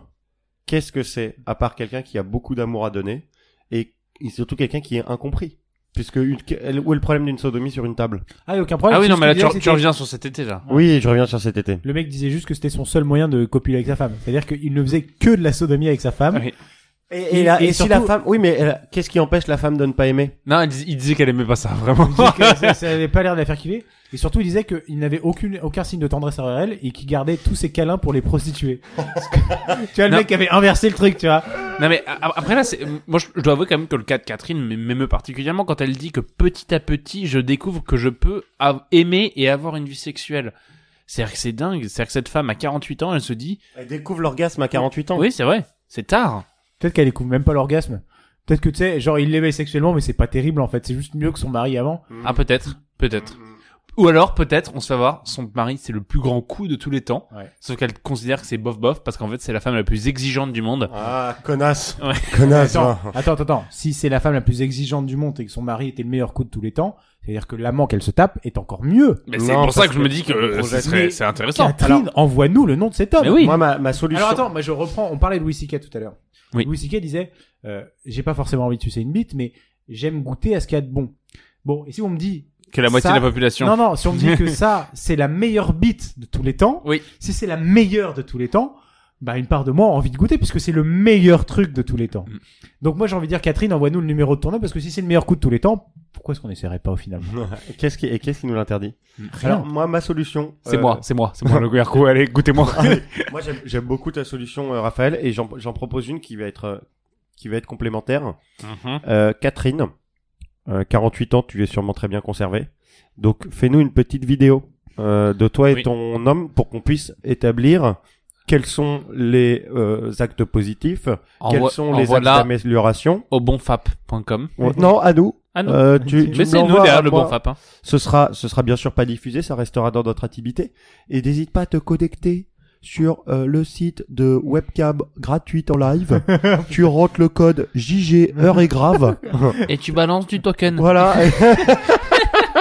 S5: qu'est-ce que c'est à part quelqu'un qui a beaucoup d'amour à donner et et surtout quelqu'un qui est incompris Puisque une- que- où est le problème d'une sodomie sur une table
S4: Ah, y a aucun problème.
S3: ah oui,
S4: c'est
S3: non,
S4: ce
S3: mais là,
S4: qu'il
S3: tu,
S4: disait,
S3: tu
S4: c'était-
S3: reviens sur cet été, là.
S5: Oui, je reviens sur cet été.
S4: Le mec disait juste que c'était son seul moyen de copuler avec sa femme. C'est-à-dire qu'il ne faisait que de la sodomie avec sa femme.
S3: Oui.
S5: Et,
S4: et la- et
S5: si
S4: surtout-
S5: la femme, oui, mais elle- qu'est-ce qui empêche la femme de ne pas aimer
S3: Non, il, dis- il disait qu'elle aimait pas ça, vraiment.
S4: Il disait que ça- ça n'avait pas l'air de la faire kiffer. Et surtout, il disait qu'il n'avait aucune, aucun signe de tendresse envers elle et qu'il gardait tous ses câlins pour les prostituées. Parce que- tu vois, le
S3: Non.
S4: mec avait inversé le truc, tu vois.
S3: Non mais a- après là, c'est- moi je je dois avouer quand même que le cas de Catherine m'é- m'émeut particulièrement quand elle dit que petit à petit je découvre que je peux av- aimer et avoir une vie sexuelle. C'est-à-dire que c'est dingue, c'est-à-dire que cette femme à 48 ans elle se dit
S5: Elle découvre l'orgasme à 48 ans.
S3: oui c'est vrai, c'est tard.
S4: Peut-être qu'elle découvre même pas l'orgasme. Peut-être que tu sais, genre, il l'aimait sexuellement, mais c'est pas terrible en fait. C'est juste mieux que son mari avant.
S3: Ah peut-être, peut-être. Ou alors peut-être, on se fait voir, son mari c'est le plus grand coup de tous les temps,
S4: Ouais.
S3: sauf qu'elle considère que c'est bof bof parce qu'en fait c'est la femme la plus exigeante du monde.
S5: Ah, connasse.
S3: Ouais.
S5: Connasse.
S4: Attends,
S5: hein.
S4: attends, attends, attends. Si c'est la femme la plus exigeante du monde et que son mari était le meilleur coup de tous les temps, c'est-à-dire que l'amant qu'elle se tape est encore mieux.
S3: Mais c'est
S5: Non,
S3: pour ça
S5: parce
S3: que je me dis que euh, ce
S5: Projet-
S3: serait- c'est intéressant.
S4: Catherine, envoie-nous le nom de cet homme.
S3: Mais oui.
S5: Moi, ma, ma solution.
S4: Alors attends, moi je reprends, on parlait de Louis C.K. tout à l'heure.
S3: Oui.
S4: Louis C.K. disait, euh, j'ai pas forcément envie de sucer une bite, mais j'aime goûter à ce qu'il y a de bon. Bon, et si on me dit,
S3: Que la moitié
S4: Ça-
S3: de la population.
S4: non, non, si on me dit que ça, c'est la meilleure bite de tous les temps,
S3: Oui.
S4: si c'est la meilleure de tous les temps, bah une part de moi a envie de goûter puisque c'est le meilleur truc de tous les temps.
S3: Mm.
S4: Donc moi j'ai envie de dire, Catherine, envoie-nous le numéro de ton nom parce que si c'est le meilleur coup de tous les temps, pourquoi est-ce qu'on n'essaierait pas au final
S5: Qu'est-ce qui, et qu'est-ce qui nous l'interdit
S4: Rien.
S5: Alors, moi, ma solution.
S3: C'est
S5: euh,
S3: moi, c'est moi, c'est moi le coup, allez, goûtez-moi.
S5: Moi, j'aime- j'aime beaucoup ta solution, euh, Raphaël, et j'en j'en propose une qui va être, euh, qui va être complémentaire.
S3: Mhm.
S5: Euh, Catherine, euh, 48 ans, tu es sûrement très bien conservée. Donc, fais-nous une petite vidéo euh, de toi et
S3: Oui.
S5: ton homme pour qu'on puisse établir quels sont les euh, actes positifs, quels
S3: Envoie-
S5: sont les actes
S3: envoie-la
S5: d'amélioration.
S3: au bonfap.com.
S5: Ouais, Non, à nous.
S3: Ah non.
S5: Euh, tu, tu
S3: mais
S5: me
S3: c'est nous
S5: l'envoies à
S3: derrière le
S5: moi.
S3: bonfap. Hein.
S5: Ce sera, ce sera bien sûr pas diffusé, ça restera dans notre activité. Et n'hésite pas à te connecter sur euh, le site de webcam gratuite en live. tu rentres le code JG heure et grave.
S3: Et tu balances du token.
S5: voilà.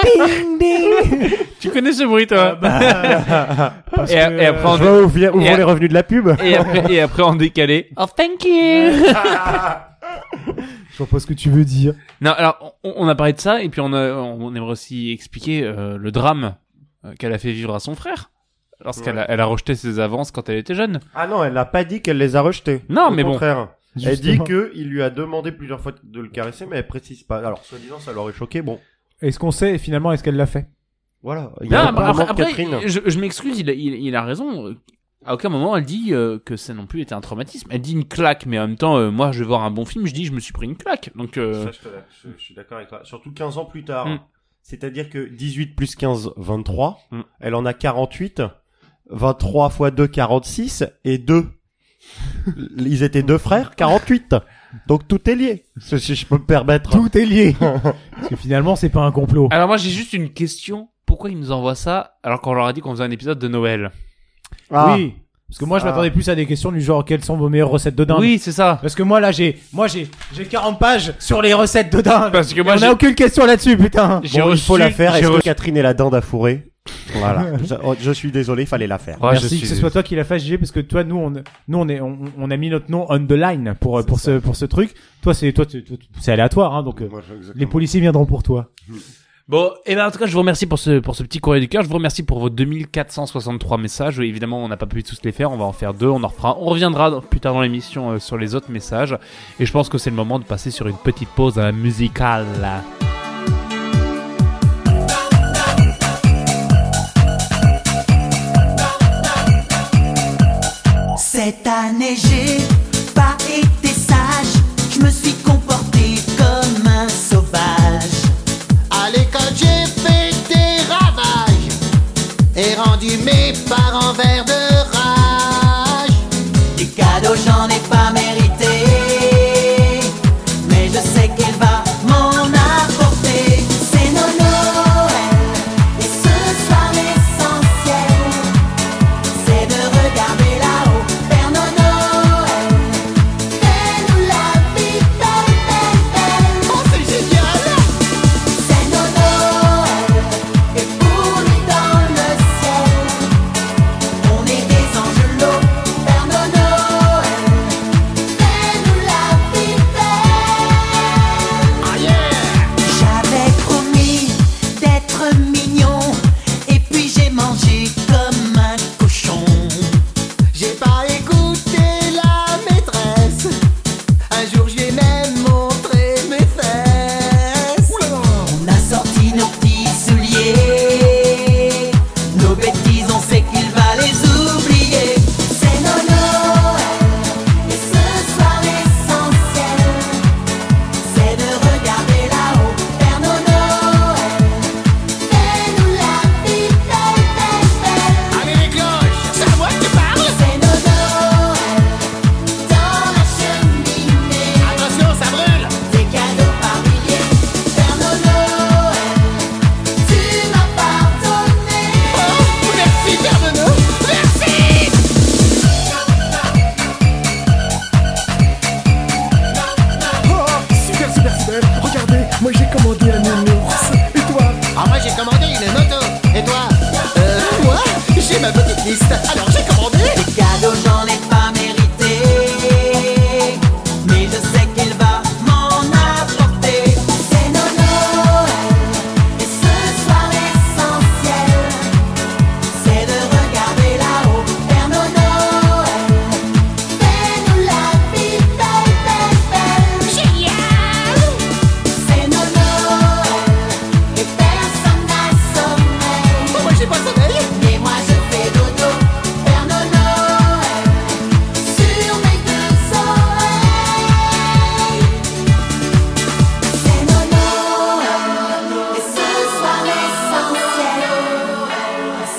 S4: Ding, ding
S3: Tu connais ce bruit,
S5: Ah,
S3: toi
S4: Parce
S5: bah,
S3: et,
S4: que,
S3: et après, en
S5: euh, Je vois où, vi- où
S3: Et-
S5: vont les revenus de la pub.
S3: et, après, et après en décalé. Oh, thank you
S4: Je vois pas ce que tu veux dire.
S3: Non, alors, on, on a parlé de ça, et puis on, a, on aimerait aussi expliquer euh, le drame euh, qu'elle a fait vivre à son frère. Lorsqu'elle a, elle a rejeté ses avances quand elle était jeune.
S5: Ah non, elle n'a pas dit qu'elle les a rejetés.
S3: Non,
S5: Au
S3: mais bon.
S5: contraire. Elle dit
S4: Justement.
S5: que il lui a demandé plusieurs fois de le caresser, mais elle précise pas. Alors, soi-disant, ça l'aurait choqué. Bon,
S4: Est-ce qu'on sait finalement est-ce qu'elle l'a fait
S5: voilà. Il y
S3: Non,
S5: a
S3: après,
S5: un moment
S3: après,
S5: de Catherine.
S3: je, je m'excuse, il, a- il, il a raison. À aucun moment elle dit euh, que ça non plus était un traumatisme. Elle dit une claque, mais en même temps, euh, moi je vais voir un bon film, je dis je me suis pris une claque. Donc, euh,
S5: Ça, je, te la- je- je suis d'accord avec toi. Surtout 15 ans plus tard.
S3: Mm.
S5: C'est-à-dire que 18 plus 15, 23.
S3: Mm.
S5: Elle en a 48. 23 fois 2, 46. Et 2. Ils étaient deux frères, 48. Donc tout est lié. Si si je peux me permettre.
S4: Tout est lié Parce que finalement c'est pas un complot.
S3: Alors moi j'ai juste une question. Pourquoi ils nous envoient ça alors qu'on leur a dit qu'on faisait un épisode de Noël
S4: Oui Parce que moi je
S5: Ah.
S4: m'attendais plus à des questions du genre quelles sont vos meilleures recettes de dinde
S3: Oui, c'est ça.
S4: Parce que moi là j'ai moi j'ai j'ai 40 pages sur les recettes de dinde
S3: Parce que moi
S4: Et On
S3: j'ai
S4: a aucune question là-dessus putain
S3: j'ai
S5: Bon, il
S3: reçu-
S5: faut la faire.
S3: j'ai
S5: Est-ce que
S3: reçu-
S5: Catherine est la dinde à fourrer Voilà. je, oh, je suis désolé, fallait la faire.
S3: Ouais, je
S4: Merci
S3: suis-
S4: que ce soit toi qui l'a fait, JG, parce que toi, nous, on, nous, on est, on, on a mis notre nom on the line pour euh, pour ce pour ce truc. Toi, c'est toi, tu- tu- c'est aléatoire, hein, donc euh, les policiers viendront pour toi.
S3: Bon, et ben en tout cas, je vous remercie pour ce, pour ce petit courrier du cœur. Je vous remercie pour vos 2463 messages. Évidemment, on n'a pas pu tous les faire. On va en faire deux. On en refera. On reviendra dans- plus tard dans l'émission euh, sur les autres messages. Et je pense que c'est le moment de passer sur une petite pause euh, musicale.
S7: Cette année j'ai pas été sage, je me suis comporté comme un sauvage.
S8: À l'école, j'ai fait des ravages et rendu mes parents verts de rage.
S7: Des cadeaux j'en ai pas mérité, mais je sais qu'elle va m'en apporter. C'est nos Noël, et ce soir l'essentiel, c'est de regarder là-haut. Père Noël, fais-nous la vie belle, belle, belle.
S8: Oh, c'est génial!
S7: C'est nos Noël, et pour lui dans le ciel, on est des angelots, Père Noël, fais-nous la vie
S8: Ah,
S7: belle. J'avais promis d'être mignon, et puis j'ai mangé comme un cochon.
S8: J'ai pas écouté la maîtresse. Un jour, j'ai même montré mes fesses.
S7: On a sorti nos petits souliers, nos bêtises, on sait qu'il va les oublier. C'est nos Noël, et ce soir l'essentiel, c'est de regarder là-haut. Père Noël, fais-nous la vie belle, belle,
S8: Allez, les cloches, c'est à moi que tu
S7: belle.
S8: parles.
S7: C'est nos Noël, dans la cheminée.
S8: Attention, ça brûle.
S7: Des cadeaux par milliers, Père Noël, tu m'as
S8: Oh,
S7: pardonné.
S8: merci, Père Nono. Merci.
S9: Super, super, super. Regardez, moi j'ai commandé un nounours. Et toi
S8: Ah, moi, j'ai commandé une moto. Et toi Euh, moi J'ai ma petite liste. Alors, j'ai commandé.
S7: Des cadeaux, j'en ai pas mérité, mais je sais qu'il va m'en apporter. C'est nos Noël, et ce soir l'essentiel, c'est de regarder là-haut. Père Noël, fais-nous la vie belle, belle, belle. C'est nos Noël, et personne n'a sommeil.
S8: Oh, moi, j'ai pas sommeil.
S7: Et moi je fais dodo, Père Noël, sur mes deux oreilles. C'est nos Noël, et ce soir l'essentiel,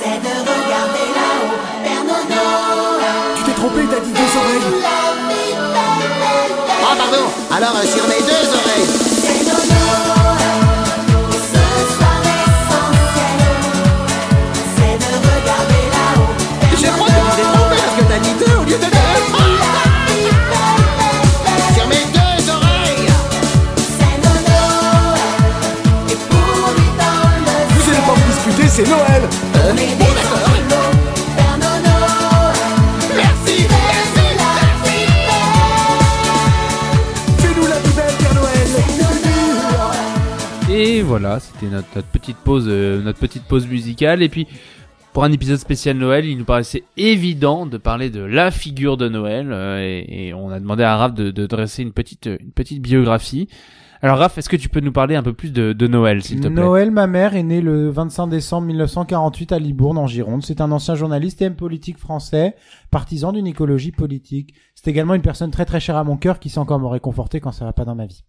S7: c'est de regarder là-haut, Père Noël,
S9: Tu t'es trompé, t'as dit deux oreilles.
S7: la vie belle, belle, belle.
S8: Oh, pardon. Alors, euh, sur mes deux oreilles.
S7: C'est nos Noël, et ce soir l'essentiel, c'est de regarder là-haut, Père
S8: Je crois que tu t'es trompé parce que t'as dit deux au lieu de deux.
S7: Noël.
S8: Sur mes deux oreilles.
S7: C'est nos Noël, et pour lui dans le
S9: Vous allez pas vous disputer, c'est Noël.
S6: Euh,
S7: ciel, on est des angelots, Père Noël,
S8: Merci.
S9: Fais-nous
S7: fais-nous la vie belle.
S9: la plus belle, Père Noël.
S7: C'est nos Noël.
S3: Et voilà, c'était notre, notre petite pause, euh, notre petite pause musicale. Et puis, pour un épisode spécial Noël, il nous paraissait évident de parler de la figure de Noël. euh, et, et on a demandé à Raph de, de dresser une petite, euh, une petite biographie. Alors Raph, est-ce que tu peux nous parler un peu plus de, de Noël, s'il te plaît
S4: Noël, ma mère, est née le 25 décembre 1948 à Libourne, en Gironde. C'est un ancien journaliste et homme politique français, partisan d'une écologie politique. C'est également une personne très très chère à mon cœur qui sait encore me réconforter quand ça va pas dans ma vie.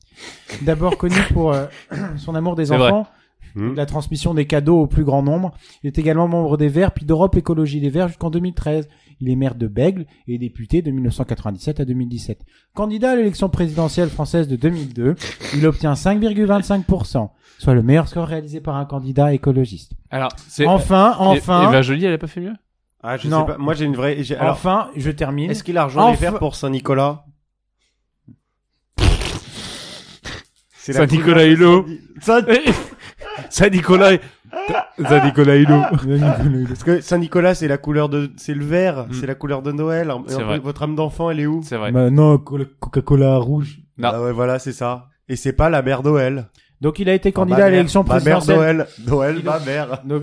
S4: D'abord connu pour euh, son amour des
S3: C'est vrai.
S4: enfants,
S5: Hmm.
S4: la transmission des cadeaux au plus grand nombre. Il est également membre des Verts, puis d'Europe Écologie Les Verts jusqu'en 2013. Il est maire de Bègle et député de 1997 à 2017. Candidat à l'élection présidentielle française de 2002, il obtient 5,25%, soit le meilleur score réalisé par un candidat écologiste.
S3: Alors, c'est...
S4: Enfin, enfin,
S3: Eva Jolie, elle a pas fait mieux
S5: Ah, je
S4: Non.
S5: sais pas. Moi, j'ai une vraie. j'ai- Alors,
S4: enfin, je termine.
S5: est-ce qu'il a rejoint les
S4: Enfin-
S5: verts pour Saint-Nicolas C'est la
S3: Saint-Nicolas
S5: couleur de
S3: Hulot.
S5: Saint- Saint-
S3: Saint-Nicolas, Saint-Nicolas Hulot.
S4: Ah,
S5: Parce que Saint-Nicolas, c'est la couleur de, c'est le vert,
S3: Mm.
S5: c'est la couleur de Noël. Et
S3: C'est
S5: en fait,
S3: vrai.
S5: Votre âme d'enfant, elle est où
S3: C'est vrai.
S4: Bah, non, co- le Coca-Cola rouge.
S3: Non.
S5: Ah ouais, voilà, c'est ça. Et c'est pas la mère Noël.
S4: Donc il a été
S5: Ah, bah,
S4: candidat à l'élection
S5: Ma mère
S4: présidentielle.
S5: Noël. Noël, ma mère.
S4: Donc,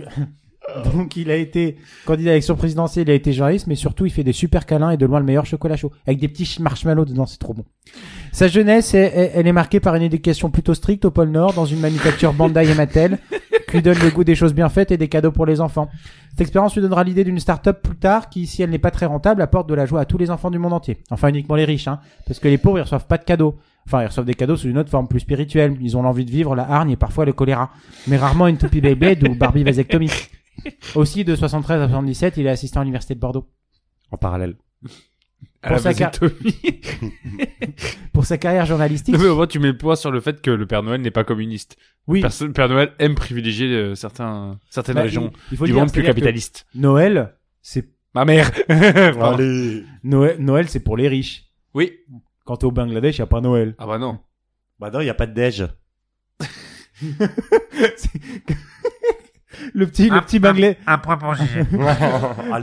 S4: donc, il a été candidat à l'élection présidentielle, il a été journaliste, mais surtout il fait des super câlins et de loin le meilleur chocolat chaud avec des petits marshmallows dedans, c'est trop bon. Sa jeunesse, est- est- elle est marquée par une éducation plutôt stricte au pôle Nord dans une manufacture Bandai et Mattel qui lui donne le goût des choses bien faites et des cadeaux pour les enfants. Cette expérience lui donnera l'idée d'une start-up plus tard qui, si elle n'est pas très rentable, apporte de la joie à tous les enfants du monde entier. Enfin uniquement les riches, hein, parce que les pauvres ils reçoivent pas de cadeaux. Enfin, ils reçoivent des cadeaux sous une autre forme plus spirituelle. Ils ont l'envie de vivre la hargne et parfois le choléra, mais rarement une toupie Beyblade ou Barbie vasectomie. Aussi, de 73 à 77, il est assistant à l'université de Bordeaux.
S5: En parallèle.
S3: À la
S4: Pour sa car-
S3: vasectomie.
S4: Pour sa carrière journalistique,
S3: Non, mais au moins, tu mets le poids sur le fait que le Père Noël n'est pas communiste.
S4: oui,
S3: Parce que Le Père Noël aime privilégier euh, certains, certaines
S4: bah,
S3: régions
S4: il- il faut
S3: du
S4: dire,
S3: monde plus
S4: c'est-à-dire que
S3: capitaliste.
S4: Noël, c'est
S3: Ma mère. Pardon.
S5: Allez.
S4: Noël, Noël, c'est pour les riches.
S3: Oui.
S4: Quand t'es au Bangladesh, y a pas Noël.
S3: Ah bah non.
S5: Bah non, y a pas de déj.
S4: Le petit, le petit Bangla-
S3: Un point pour
S5: Ah, Allez. Hmm.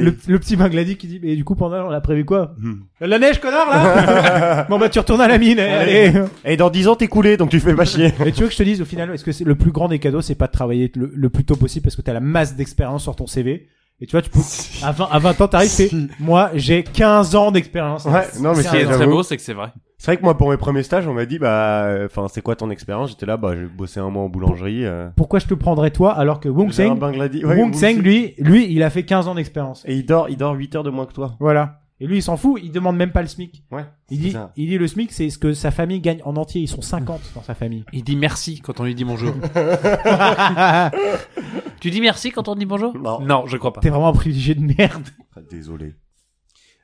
S4: le, le petit Bangladais qui dit, mais du coup, pendant, on a prévu quoi La neige, connard, là Bon bah, tu retournes à la mine. eh,
S5: Allez.
S4: allez.
S5: Et dans 10 ans, t'es coulé, donc tu fais pas chier.
S4: Et tu veux que je te dise au final, est-ce que c'est le plus grand des cadeaux, c'est pas de travailler le, le plus tôt possible parce que t'as la masse d'expérience sur ton CV. Et tu vois, tu peux, à 20, à 20 ans, t'arrives, tu fais, moi, j'ai 15 ans d'expérience.
S5: Ouais, non, mais
S3: Ce qui est
S5: c'est
S3: très
S5: j'avoue.
S3: beau, c'est que c'est vrai.
S5: C'est vrai que moi, pour mes premiers stages, on m'a dit, bah, enfin, c'est quoi ton expérience? J'étais là, bah, j'ai bossé un mois en boulangerie. euh.
S4: Pourquoi je te prendrais toi alors que Wong
S5: J'ai un
S4: Seng,
S5: Bangladesh. ouais,
S4: Wong Seng,
S5: Wung
S4: lui, lui, il a fait 15 ans d'expérience.
S5: Et il dort, il dort 8 heures de moins que toi.
S4: Voilà. Et lui, il s'en fout, il demande même pas le SMIC.
S5: Ouais.
S4: Il
S5: c'est
S4: dit,
S5: ça.
S4: il dit le SMIC, c'est ce que sa famille gagne en entier. Ils sont 50 dans sa famille.
S3: Il dit merci quand on lui dit bonjour. tu dis merci quand on dit bonjour
S5: Non.
S3: Non, je crois pas.
S4: T'es vraiment un privilégié de merde.
S5: Ah, Désolé.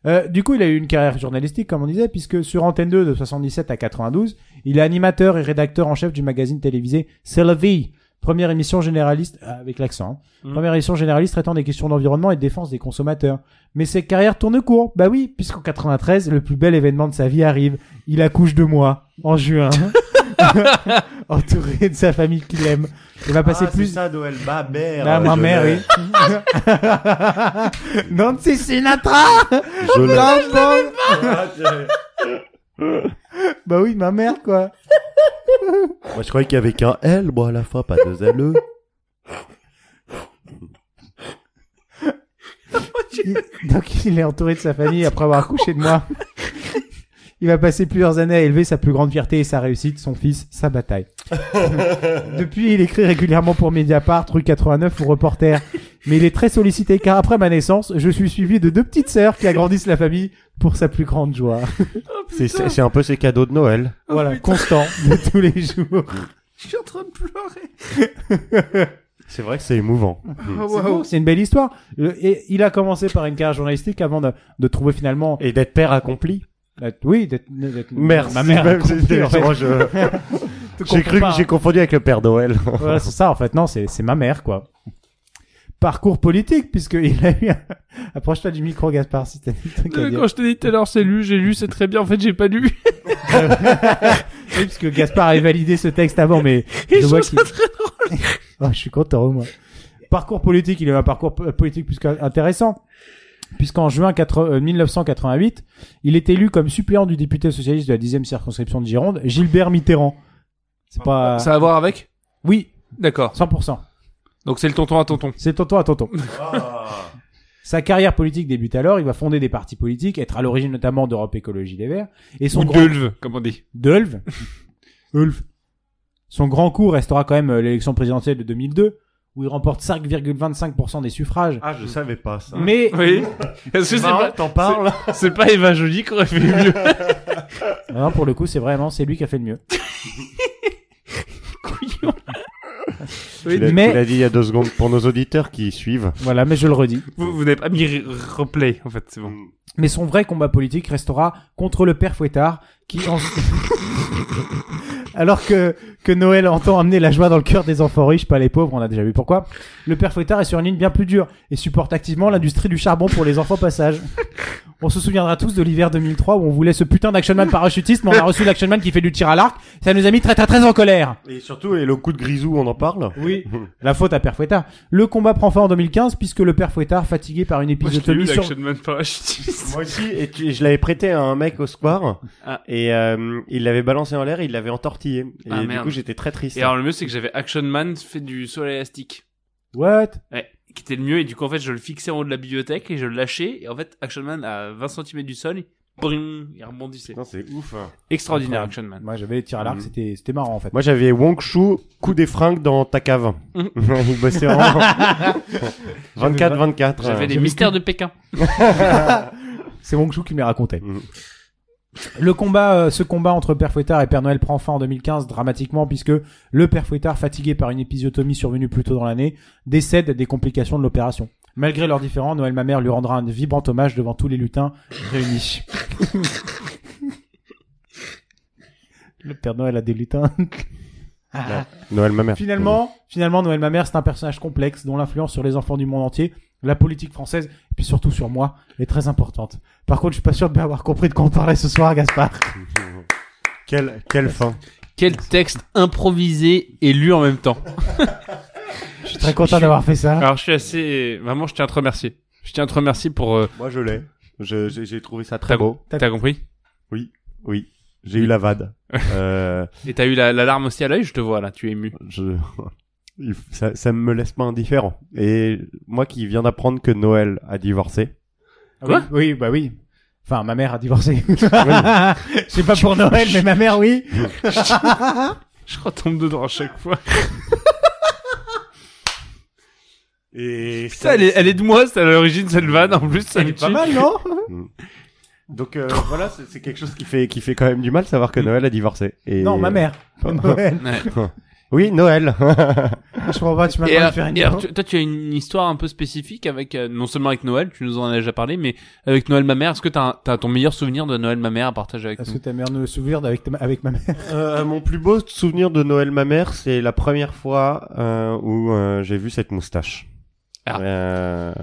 S4: Euh, du coup, il a eu une carrière journalistique, comme on disait, puisque sur Antenne 2 de 77 à 92, il est animateur et rédacteur en chef du magazine télévisé C'est la vie. Première émission généraliste, euh, avec l'accent, hein.
S3: Mm.
S4: première émission généraliste traitant des questions d'environnement et de défense des consommateurs. Mais ses carrières tournent court. Bah oui, puisqu'en 93, le plus bel événement de sa vie arrive. Il accouche de moi, en juin, entouré de sa famille qu'il aime. Il va passer plus...
S5: Ah, ça, Noël, ma mère.
S4: Ah, ma
S5: Je
S4: mère,
S5: l'ai.
S4: oui. Nancy Sinatra
S5: Je l'ai.
S4: Lambon. Bah oui, ma mère, quoi.
S5: Moi, je croyais qu'il y avait qu'un L, moi, à la fois, pas deux L. E.
S4: Oh, Il- Donc il est entouré de sa famille après avoir accouché de moi. Il va passer plusieurs années à élever sa plus grande fierté et sa réussite, son fils, sa bataille. Depuis, il écrit régulièrement pour Mediapart, Rue 89 ou Reporter. Mais il est très sollicité car après ma naissance, je suis suivi de deux petites sœurs qui agrandissent la famille pour sa plus grande joie.
S5: C'est, c'est c'est un peu ses cadeaux de Noël.
S4: Voilà, constant de tous les jours.
S10: Je suis en train de pleurer.
S5: C'est vrai que c'est émouvant.
S4: C'est beau, C'est une belle histoire. Le- Et il a commencé par une carrière journalistique avant de, de trouver finalement
S5: Et d'être père accompli.
S4: La- Oui, d'être, d'être-
S5: Merci.
S4: ma mère. a
S5: Même,
S4: compris,
S5: c'était-
S4: en fait.
S5: moi, je-
S4: Te
S5: j'ai
S4: comprends
S5: cru
S4: pas.
S5: que j'ai confondu avec le père Noël.
S4: Voilà, c'est ça en fait. Non, c'est, c'est ma mère quoi. Parcours politique puisque il a eu. un- Approche-toi du micro, Gaspard, si t'as des trucs à dire.
S3: Quand je te dis tout à l'heure, c'est lu, j'ai lu, c'est très bien. En fait, j'ai pas lu.
S4: Oui, parce que Gaspard avait validé ce texte avant, mais je vois qu'il... Oh, je suis content, moi. Parcours politique, il a eu un parcours po- politique plus intéressant. Puisqu'en juin 80 euh, 1988, il est élu comme suppléant du député socialiste de la 10e circonscription de Gironde, Gilbert Mitterrand. C'est pas...
S3: Ça a à voir avec
S4: Oui,
S3: D'accord.
S4: 100%.
S3: Donc c'est le tonton à tonton.
S4: C'est tonton à tonton.
S5: Ah.
S4: Sa carrière politique débute alors, il va fonder des partis politiques, être à l'origine notamment d'Europe Écologie Les Verts, et son
S3: Ou
S4: grand-
S3: gueulve, comme on dit.
S4: Dulve. Ulf. Son grand coup restera quand même euh, l'élection présidentielle de 2002, où il remporte 5,25% des suffrages.
S5: Ah, je savais pas ça.
S4: Mais
S3: Oui. Est-ce que c'est
S5: Marrant,
S3: pas,
S5: t'en parles.
S3: c'est pas Eva Jolie qui aurait fait mieux
S4: Non, hein, pour le coup, c'est vraiment c'est lui qui a fait le mieux.
S5: Tu l'as,
S4: mais-
S5: tu l'as dit il y a deux secondes pour nos auditeurs qui suivent.
S4: Voilà, mais je le redis.
S3: Vous, vous n'avez pas mis re- replay, en fait, c'est bon.
S4: Mais son vrai combat politique restera contre le père Fouettard, qui en- alors que que Noël entend amener la joie dans le cœur des enfants riches, pas les pauvres, on a déjà vu pourquoi. Le père Fouettard est sur une ligne bien plus dure et supporte activement l'industrie du charbon pour les enfants passage. On se souviendra tous de l'hiver 2003 où on voulait ce putain d'Action Man parachutiste, mais on a reçu l'Action Man qui fait du tir à l'arc. Ça nous a mis très très très en colère.
S5: Et surtout, et le coup de grisou, on en parle.
S4: Oui, la faute à Père Fouettard. Le combat prend fin en 2015 puisque le Père Fouettard, fatigué par une
S3: Moi, je l'ai lu,
S4: épisotomie sur...
S3: l'Action Man parachutiste.
S5: Moi aussi, et tu- je l'avais prêté à un mec au square,
S3: Ah.
S5: et euh, il l'avait balancé en l'air, et il l'avait entortillé. Et
S3: Ah,
S5: du
S3: merde.
S5: coup, j'étais très triste.
S3: Et alors, le mieux, c'est que j'avais Action Man fait du sol élastique.
S4: What
S3: Ouais, qui était le mieux. Et du coup, en fait, je le fixais en haut de la bibliothèque et je le lâchais. Et en fait, Action Man, à 20 cm du sol, il, bring, il rebondissait.
S5: Putain, c'est ouf. hein.
S3: Extraordinaire, Action Man.
S4: Moi j'avais les tirs à l'arc,
S5: Mhm.
S4: c'était c'était marrant en fait.
S5: Moi, j'avais Wong Chou, coup des fringues dans ta cave.
S3: Mhm.
S5: il bossait en 24-24.
S3: J'avais
S5: euh.
S3: les mystères de Pékin.
S4: C'est Wong Chou qui me les racontait.
S5: Mhm.
S4: Le combat, euh, ce combat entre Père Fouettard et Père Noël prend fin en 2015 dramatiquement puisque le Père Fouettard, fatigué par une épisiotomie survenue plus tôt dans l'année, décède des complications de l'opération. Malgré leurs différends, Noël Mamère lui rendra un vibrant hommage devant tous les lutins réunis. le Père Noël a des lutins.
S5: Noël, ma mère.
S4: Ah, Finalement, finalement, Noël Mamère, c'est un personnage complexe dont l'influence sur les enfants du monde entier, la politique française, et puis surtout sur moi, est très importante. Par contre, je suis pas sûr de bien avoir compris de quoi on parlait ce soir, Gaspard.
S5: Quelle, quelle fin.
S3: Quel texte improvisé et lu en même temps.
S4: Je suis très content d'avoir fait ça.
S3: Alors, je suis assez. Vraiment, je tiens à te remercier. Je tiens à te remercier pour. euh,
S5: Moi, je l'ai. Je- J'ai j'ai trouvé ça très
S3: Très
S5: beau.
S3: T'as compris
S5: Oui. J'ai eu la vade. euh,
S3: Et t'as eu la, la larme aussi à l'œil, je te vois là, tu es ému.
S5: je... il- ça, ça me laisse pas indifférent. Et moi qui viens d'apprendre que Noël a divorcé.
S3: Quoi
S4: oui, bah oui. Enfin, ma mère a divorcé. C'est pas pour Noël, mais ma mère, oui.
S3: Je retombe dedans à chaque fois.
S5: Et
S3: Putain, elle est, elle est de moi, c'est à l'origine cette vanne. En plus, ça me tue.
S4: Pas mal, non
S5: Donc euh, voilà, c'est c'est quelque chose qui fait qui fait quand même du mal savoir que Noël a divorcé. Et... euh,
S4: Non, ma mère. Pas Noël.
S3: Ouais.
S5: Oui, Noël.
S4: Je comprends pas, tu m'as
S3: Et,
S4: pas
S3: alors-
S4: faire une
S3: et alors, tu- toi, tu as une histoire un peu spécifique avec euh, non seulement avec Noël, tu nous en as déjà parlé, mais avec Noël ma mère. Est-ce que t'as un- t'as ton meilleur souvenir de Noël ma mère à partager avec
S4: Est-ce
S3: nous
S4: que ta mère ne souvenir avec, ta- avec ma mère
S5: Euh, mon plus beau souvenir de Noël ma mère, c'est la première fois euh, où euh, j'ai vu cette moustache.
S3: Ah.
S5: Euh,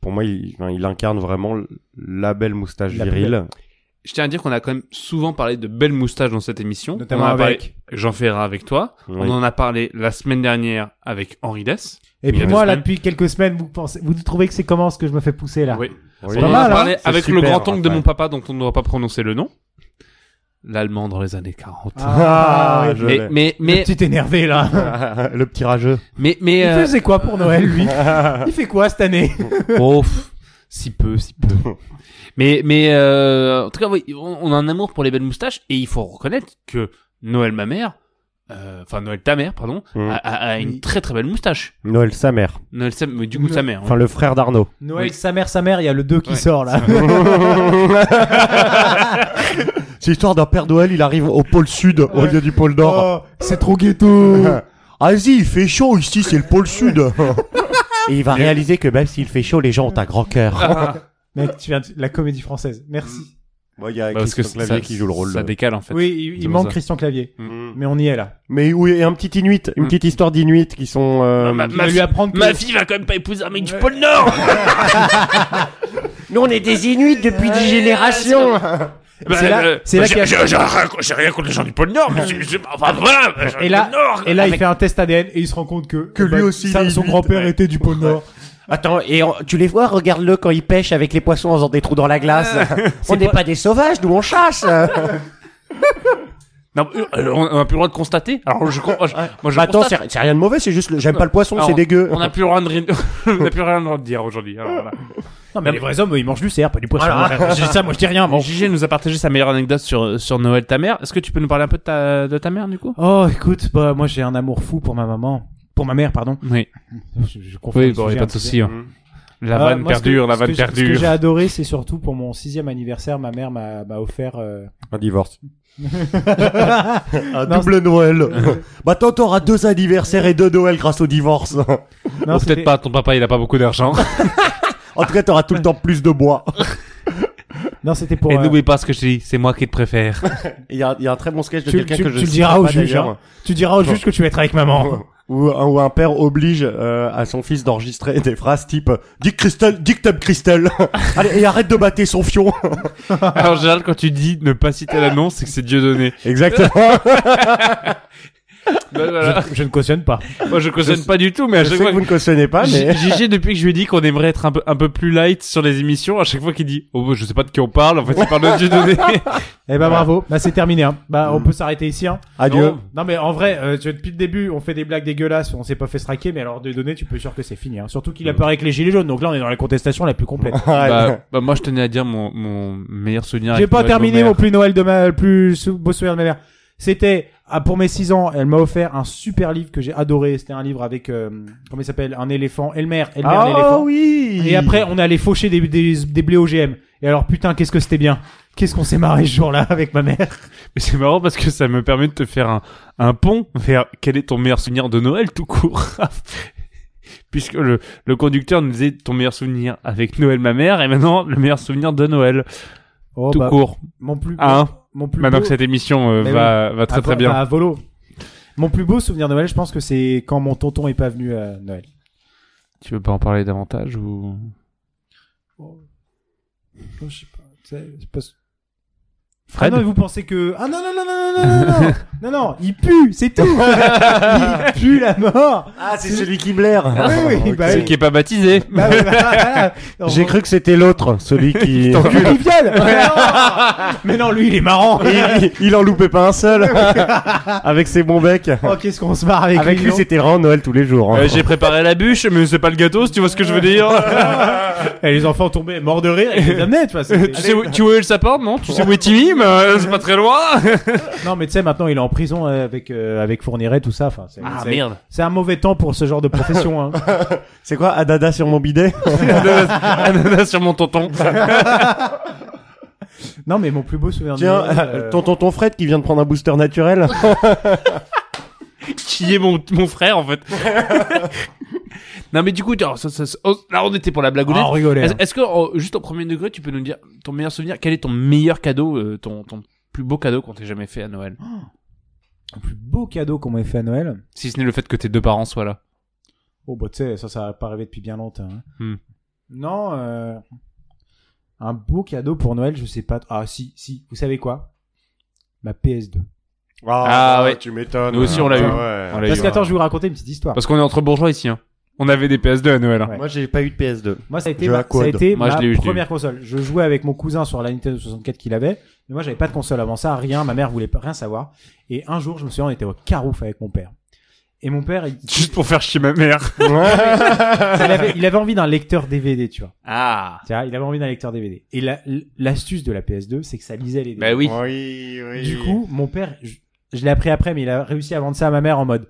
S5: pour moi, il, enfin, il incarne vraiment la belle moustache
S4: La
S5: virile.
S3: Je tiens à dire qu'on a quand même souvent parlé de belles moustaches dans cette émission.
S4: Notamment
S3: On en a parlé-
S4: avec-
S3: Jean Ferrat avec toi.
S5: Oui.
S3: On en a parlé la semaine dernière avec Henri Dess.
S4: Et
S3: Il y
S4: puis
S3: a
S4: moi,
S3: deux
S4: là,
S3: semaines.
S4: depuis quelques semaines, vous pensez, vous trouvez que c'est comment ce que je me fais pousser, là
S3: Oui.
S5: Oui.
S3: On en
S4: mal,
S3: a
S4: hein
S3: parlé avec
S5: C'est
S3: le
S5: super,
S3: grand oncle de
S5: Raphaël.
S3: mon papa dont on ne doit pas prononcer le nom. L'allemand dans les années 40.
S4: Ah,
S5: Ah,
S4: oui.
S5: je
S3: mais,
S5: l'ai.
S3: mais,
S4: Le
S3: mais,
S4: petit énervé, là.
S5: le petit rageux.
S3: mais, mais,
S4: Il
S3: euh,
S4: faisait quoi pour Noël, lui Il fait quoi cette année
S3: Oh, pff, si peu, si peu. Mais, mais euh, en tout cas, oui, on, on a un amour pour les belles moustaches et il faut reconnaître que Noël, ma mère, euh, enfin Noël, ta mère, pardon,
S5: Mm.
S3: a, a- a une
S4: Oui.
S3: très très belle moustache.
S5: Noël sa mère.
S3: Noël, sa- mais du coup,
S4: Ne-
S3: sa mère. hein.
S5: Enfin, le frère d'Arnaud.
S4: Noël,
S3: Oui.
S4: sa mère, sa mère, il y a le 2 qui
S3: Ouais.
S4: sort, là.
S5: C'est l'histoire d'un père Noël, il arrive au pôle sud au lieu du pôle nord.
S4: Oh, c'est trop ghetto
S5: Vas-y, il fait chaud ici, c'est le pôle sud. Et il va réaliser que même s'il fait chaud, les gens ont un grand cœur.
S4: Mec, tu viens de la comédie française. Merci.
S5: Moi, il y a
S3: Bah, parce que
S5: Christian
S3: ça,
S5: Clavier
S3: ça-
S5: qui joue le rôle.
S3: ça
S5: de-
S3: décale en fait.
S4: euh. Oui, il,
S3: C'est
S4: il
S3: pour
S4: manque
S3: ça.
S4: Christian Clavier.
S5: Mm.
S4: Mais on y est, là.
S5: Mais oui, et un petit Inuit, une
S3: Mm.
S5: petite histoire d'Inuit qui sont. euh,
S3: Ah, ma-
S4: Il
S3: ma
S4: va lui
S3: fi-
S4: apprendre que...
S3: Ma fille va quand même pas épouser un mec du pôle Nord
S5: Nous, on est des Inuits depuis des générations.
S4: C'est là- c'est là qu'il y a-
S3: Bah, euh, J'ai rien contre les gens du pôle Nord, mais c'est- c'est- enfin voilà les gens
S4: Et
S3: du
S4: là-
S3: pôle Euh, Nord.
S4: Et là, il
S3: Avec-
S4: fait un test ADN et il se rend compte que... eh ben,
S5: Que lui aussi,
S4: ça-
S5: il est
S4: son
S5: huit.
S4: grand-père
S5: Ouais.
S4: était du pôle Nord.
S5: Attends, et en- tu les vois, regarde-le quand il pêche avec les poissons en faisant des trous dans la glace. on n'est pas des sauvages, nous on chasse.
S3: Non, euh, on on a plus le droit de constater. Alors je, crois- moi, je, moi, je
S5: Bah, attends,
S3: constate.
S5: c'est c'est rien de mauvais, c'est juste le- j'aime pas le poisson,
S3: Alors,
S5: c'est dégueu.
S3: On n'a plus, le droit de ri- on n'a plus rien de dire aujourd'hui. Alors, voilà.
S4: Non, mais les vrais hommes, ils mangent du cerf, pas du poisson.
S3: Voilà.
S4: J'ai dit ça, moi, je dis rien, bon.
S3: Gigi nous a partagé sa meilleure anecdote sur, sur Noël ta mère. Est-ce que tu peux nous parler un peu de ta, de ta mère du coup
S4: Oh, écoute, bah, moi, j'ai un amour fou pour ma maman. Pour ma mère, pardon.
S3: Oui,
S4: Je, je confonds
S3: oui
S4: les
S3: bon, y a
S4: sujets
S3: pas
S4: un
S3: de
S4: petit peu.
S3: souci. hein.
S5: Mm.
S3: La
S4: Ah,
S3: vanne
S4: moi, ce que-
S3: perdure, la
S4: ce que
S3: vanne
S4: j'ai- Ce que
S3: perdure.
S4: j'ai adoré, c'est surtout pour mon sixième anniversaire, ma mère m'a m'a offert. euh,
S5: Un divorce. Un
S4: Non,
S5: double Noël. bah attends, t'auras deux anniversaires et deux Noël grâce au divorce.
S4: Non,
S3: Ou
S4: c'était- Ah,
S3: peut-être pas, ton papa il a pas beaucoup d'argent.
S5: en tout cas, t'auras tout le temps plus de bois.
S4: Non, c'était pour.
S3: Et
S4: euh,
S3: n'oublie pas ce que je te dis, c'est moi qui te préfère.
S5: Il y, a, il y a un très bon sketch de
S4: Tu-
S5: quelqu'un
S4: tu-
S5: que je
S4: tu le
S5: citerai
S4: diras au
S5: pas,
S4: juge,
S5: d'ailleurs.
S4: hein. Tu diras au juge que tu vas être avec maman.
S6: où un, où un père oblige euh, à son fils d'enregistrer des phrases type Dis Christelle, dis que t'aimes Christelle Allez, et arrête de battre son fion
S3: Alors, en général, quand tu dis ne pas citer l'annonce, c'est que c'est Dieu donné.
S6: Exactement
S3: Ben
S4: Je, je ne cautionne pas.
S3: Moi, je cautionne pas du tout, mais à
S6: Je
S3: chaque
S6: sais
S3: fois
S6: que vous ne cautionnez
S4: Ah,
S6: pas, mais...
S3: J- JG, depuis que je lui ai dit qu'on aimerait être un peu, un peu plus light sur les émissions, à chaque fois qu'il dit, oh, je sais pas de qui on parle, en fait, il parle de Dieu donné.
S4: Eh ben bravo, bah c'est terminé. Hein. Bah on peut s'arrêter ici. Hein.
S6: Adieu
S4: Non, non, mais en vrai, euh, tu vois, depuis le début, on fait des blagues dégueulasses, on s'est pas fait straquer, mais alors de données, tu peux être sûr que c'est fini. Hein. Surtout qu'il a peur avec les gilets jaunes, donc là on est dans la contestation la plus complète.
S3: bah, bah, moi, je tenais à dire mon, mon meilleur souvenir.
S4: Ah, J'ai
S3: avec
S4: pas
S3: Noël
S4: terminé
S3: Gomère.
S4: mon plus Noël de ma, le plus sou- beau souvenir de ma mère. C'était ah, pour mes 6 ans, elle m'a offert un super livre que j'ai adoré. C'était un livre avec euh, comment il s'appelle, un éléphant, Elmer, Elmer
S5: Ah,
S4: l'éléphant.
S6: Ah oui
S4: Et après, on allait faucher des, des, des blés OGM. Et alors, putain, qu'est-ce que c'était bien. Qu'est-ce qu'on s'est marré ce jour-là avec ma mère.
S3: Mais c'est marrant parce que ça me permet de te faire un, un pont vers quel est ton meilleur souvenir de Noël tout court. Puisque le, le conducteur nous disait ton meilleur souvenir avec Noël ma mère et maintenant le meilleur souvenir de Noël
S4: Oh,
S3: tout
S4: bah,
S3: court.
S4: Mon plus,
S3: Hein
S4: mon plus
S3: Maintenant
S4: beau-
S3: que cette émission euh,
S4: Mais
S3: va, va très
S4: Après,
S3: très bien.
S4: bah, à volo. Mon plus beau souvenir de Noël, je pense que c'est quand mon tonton est pas venu à Noël.
S3: Tu veux pas en parler davantage ou
S4: Oh, Je sais pas. Fred ah non, mais vous pensez que ah non non non non non non non non non il pue c'est tout il pue la mort
S6: Ah, c'est celui qui blaire
S5: Ah,
S4: Oui, oui,
S6: Ok.
S4: bah oui.
S3: Celui qui est pas baptisé.
S4: Bah oui, bah, voilà. Non,
S6: J'ai
S4: bon.
S6: cru que c'était l'autre, celui qui...
S4: il viole Mais non mais non lui il est marrant
S6: il, il en loupait pas un seul Avec ses bons becs
S4: oh qu'est-ce qu'on se marre avec,
S6: Avec lui,
S4: non
S6: c'était vraiment Noël tous les jours. hein.
S5: Oh.
S3: Euh, J'ai préparé la bûche, mais c'est pas le gâteau, si tu vois ce que je veux dire.
S4: et les enfants tombaient morts de rire ils les amenaient tu vois c'était-
S3: tu, sais où, tu vois où est le sapin Non, tu sais où est Timmy mais, euh, C'est pas très loin.
S4: non mais tu sais maintenant il est en prison euh, avec euh, avec Fourniret tout ça enfin c'est c'est-
S3: Ah, merde.
S4: c'est un mauvais temps pour ce genre de profession hein.
S6: C'est quoi, Adada sur mon bidet
S3: Ananas ananas sur mon tonton.
S4: non mais mon plus beau souvenir
S6: Tiens,
S4: de Noël, euh,
S6: ton tonton Fred qui vient de prendre un booster naturel.
S3: qui est mon, mon frère en fait. non mais du coup, alors, ça- ça- ça- oh, là on était pour la
S4: ah,
S3: blagounette.
S4: on rigolait
S3: Est-ce
S4: hein.
S3: est-ce que oh, juste au premier degré, tu peux nous dire ton meilleur souvenir Quel est ton meilleur cadeau, euh, ton, ton plus beau cadeau qu'on t'ait jamais fait à Noël
S4: le plus beau cadeau qu'on m'ait fait à Noël
S3: Si ce n'est le fait que tes deux parents soient là.
S4: Oh bah tu sais, ça, ça a pas rêvé depuis bien longtemps. hein.
S3: Hmm.
S4: Non, euh, un beau cadeau pour Noël, je sais pas. Ah si, si, vous savez quoi Ma PS2.
S3: Ah, ouais.
S6: tu m'étonnes.
S3: Nous aussi, on l'a
S6: Ah,
S3: eu.
S6: ouais.
S3: On l'a
S4: Parce
S3: eu,
S4: qu'attends,
S3: hein.
S4: je vais vous raconter une petite histoire.
S3: Parce qu'on est entre bourgeois ici. Hein. On avait des PS2 à Noël. hein.
S4: Ouais.
S6: Moi, j'ai pas eu de PS2.
S4: Moi, ça a été
S6: Jeu à
S4: ma, ça a
S6: code.
S4: été
S3: Moi,
S4: ma
S3: je l'ai eu, je l'ai eu.
S4: première console. Je jouais avec mon cousin sur la Nintendo 64 qu'il avait. Mais moi, j'avais pas de console avant ça, rien. Ma mère voulait pas rien savoir. Et un jour, je me souviens, on était au Carouf avec mon père. Et mon père, il,
S3: Juste pour faire chier ma mère.
S4: il avait, il avait envie d'un lecteur DVD, tu vois.
S3: Ah.
S4: Tu vois, il avait envie d'un lecteur DVD. Et la- l'astuce de la PS2, c'est que ça lisait les DVD.
S3: Bah oui.
S6: Oui, oui.
S4: Du coup, mon père, je, je l'ai appris après, mais il a réussi à vendre ça à ma mère en mode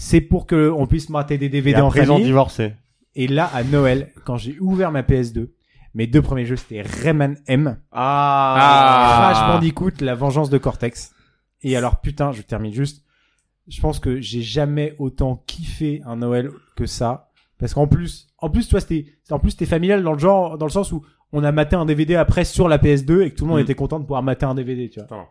S4: c'est pour que on puisse mater des
S6: et
S4: DVD en
S6: après, ils ont
S4: famille.
S6: divorcé.
S4: Et là, à Noël, quand j'ai ouvert ma PS2, mes deux premiers jeux c'était Rayman M,
S3: Ah.
S4: Crash Bandicoot, La Vengeance de Cortex. Et alors putain, je termine juste. Je pense que j'ai jamais autant kiffé un Noël que ça, parce qu'en plus, en plus, toi, c'était, en plus, t'es familial dans le genre, dans le sens où on a maté un DVD après sur la PS2 et que tout le monde
S3: Mm.
S4: était content de pouvoir mater un DVD, tu vois.
S6: Attends.